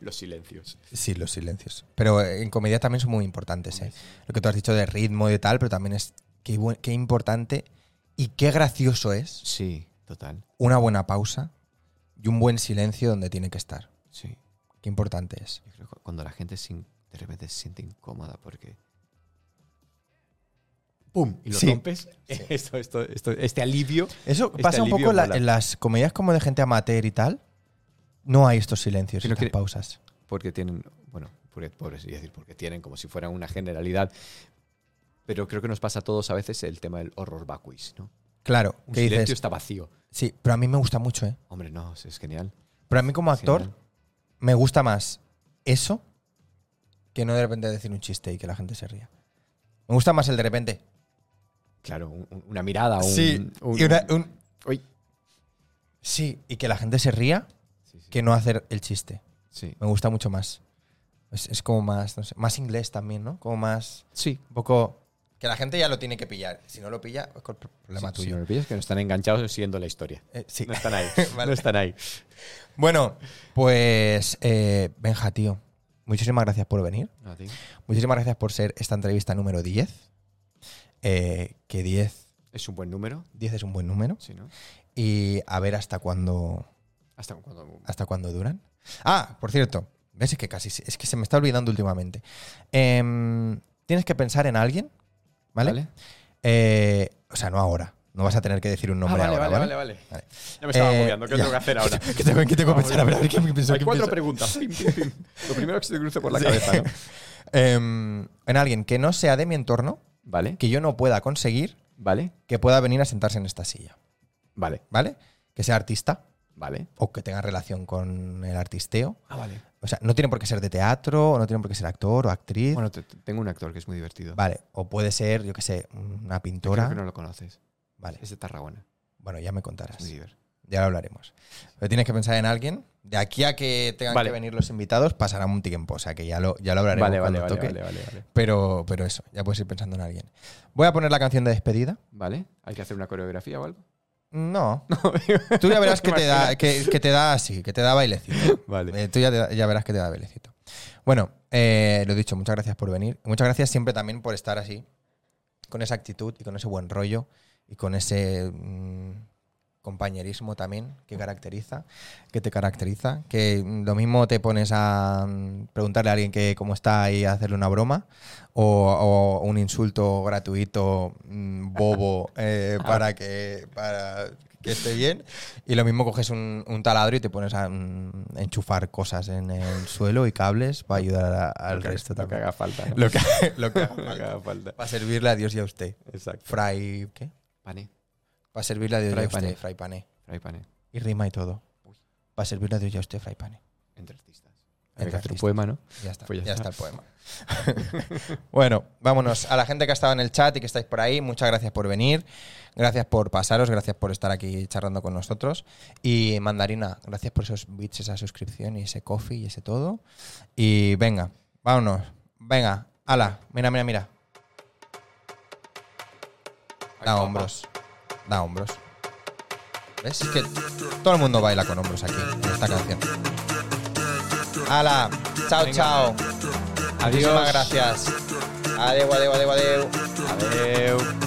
Los silencios.
Sí, los silencios. Pero eh, en comedia también son muy importantes. ¿eh? Lo que tú has dicho de ritmo y de tal, pero también es qué, buen- qué importante y qué gracioso es
Sí, total.
una buena pausa y un buen silencio donde tiene que estar.
Sí.
Qué importante es.
Yo creo que cuando la gente se in- de repente se siente incómoda porque. ¡Pum! Y lo
Sí.
rompes. Esto, esto, esto, este alivio.
Eso
Este
pasa un
alivio
poco en la-
mola.
en las comedias como de gente amateur y tal. No hay estos silencios,
Creo
estas
que-
pausas.
porque tienen, bueno, porque, pobres, iba a decir, porque tienen como si fuera una generalidad, pero creo que nos pasa a todos a veces el tema del horror vacuis, ¿no?
Claro,
Un
que
silencio
dices,
está vacío.
sí, pero a mí me gusta mucho, ¿eh?
Hombre, no, es- es genial.
Pero a mí como actor
Genial.
me gusta más eso que no de repente decir un chiste y que la gente se ría. Me gusta más el de repente.
Claro, un- un- una mirada, un... un-
y una- un-
Uy.
sí, y que la gente se ría
Sí, sí,
que no hacer el chiste.
sí.
Me gusta mucho más. Es, es como más, no sé, más inglés también, ¿no? Como más,
Sí.
un poco... Que la gente ya lo tiene que pillar. Si no lo pilla, es col- problema
Sí, si
tuyo.
no lo pillas, que no están enganchados siguiendo la historia.
Eh, sí.
No están ahí,
Vale.
no están ahí.
Bueno, pues eh, Benja, tío, muchísimas gracias por venir. Muchísimas gracias por ser esta entrevista número 10. Eh, que 10,
Es un buen número,
10 es un buen número.
sí, ¿no?
Y a ver hasta cuándo
Hasta cuando...
hasta cuándo duran. Ah, por cierto, ves es que casi se- es que se me está olvidando últimamente. Em, tienes que pensar en alguien, ¿vale? Eh, o sea, no ahora. No vas a tener que decir un
Ah,
nombre
vale,
ahora,
vale, vale, vale. Ya me estaba
Eh,
agobiando, ¿qué
ya.
tengo que hacer ahora?
¿Qué tengo, qué tengo que
Vamos,
pensar? A ver, a ver, ¿qué pienso?
Hay
¿Qué
cuatro
pienso?
preguntas. Pim, pim, pim. Lo primero que se te cruce por la
Sí.
cabeza. ¿no?
em, en alguien que no sea de mi entorno,
¿Vale?
que yo no pueda conseguir,
¿Vale?
que pueda venir a sentarse en esta silla,
Vale.
¿vale? Que sea artista
Vale.
o que tenga relación con el artisteo.
Ah, vale.
O sea, no tiene por qué ser de teatro, o no tiene por qué ser actor o actriz.
Bueno, te- te- tengo un actor que es muy divertido.
vale, o puede ser, yo qué sé, una
Creo
pintora.
que no lo conoces.
Vale,
Es de Tarragona.
bueno, ya me
Es
contarás.
muy divertido.
Ya lo hablaremos. Pero tienes que pensar en alguien. De aquí a que tengan
Vale.
que venir los invitados pasará un tiempo. O sea que ya lo, ya lo hablaremos
Vale, vale,
cuando
vale,
toque.
vale, vale, vale.
Pero, pero eso, ya puedes ir pensando en alguien. Voy a poner la canción de despedida.
Vale, hay que hacer una coreografía o algo.
No. Tú ya verás que te da,
Imagina.
que, que te da así, que te da bailecito.
Vale.
Eh, tú ya, te- ya verás que te da bailecito. Bueno, eh, lo dicho, muchas gracias por venir. Y Muchas gracias siempre también por estar así, con esa actitud y con ese buen rollo y con ese mm, compañerismo también que caracteriza, que te caracteriza. Que mm, lo mismo te pones a mm, preguntarle a alguien que cómo está y a hacerle una broma o, o un insulto gratuito, mm, bobo, eh,
Ah.
para que para que esté bien. Y lo mismo coges un, un taladro y te pones a mm, enchufar cosas en el suelo y cables para ayudar a- al
Lo que-
resto
Lo que
también.
haga falta. ¿no?
Lo que, lo que haga
Lo que
falta.
haga falta.
Para servirle a Dios y a usted.
Exacto.
Fray. ¿Qué?
Pane.
Para servirle a Dios y
Fray
a usted,
pané.
fray pané.
Fray pane.
Y rima y todo.
Uy.
Para servirle a Dios y a usted, fray pané.
Entre artistas. Hay que
Entre
hacer un
artistas.
poema, ¿no?
Ya está,
Pues
ya,
ya
está.
está.
el poema. bueno, vámonos. A la gente que ha estado en el chat y que estáis por ahí, muchas gracias por venir. Gracias por pasaros, gracias por estar aquí charlando con nosotros. Y Mandarina, gracias por esos bits, esa suscripción y ese coffee y ese todo. Y venga, vámonos. Venga, ala, mira, mira, mira. Da hombros. Da hombros. ¿Ves? Es que todo el mundo baila con hombros aquí, en esta canción. ¡Hala! ¡Chao, chao!
Adiós.
Muchísimas gracias. Adeu, adeu, adeu, adeu.
Adeu.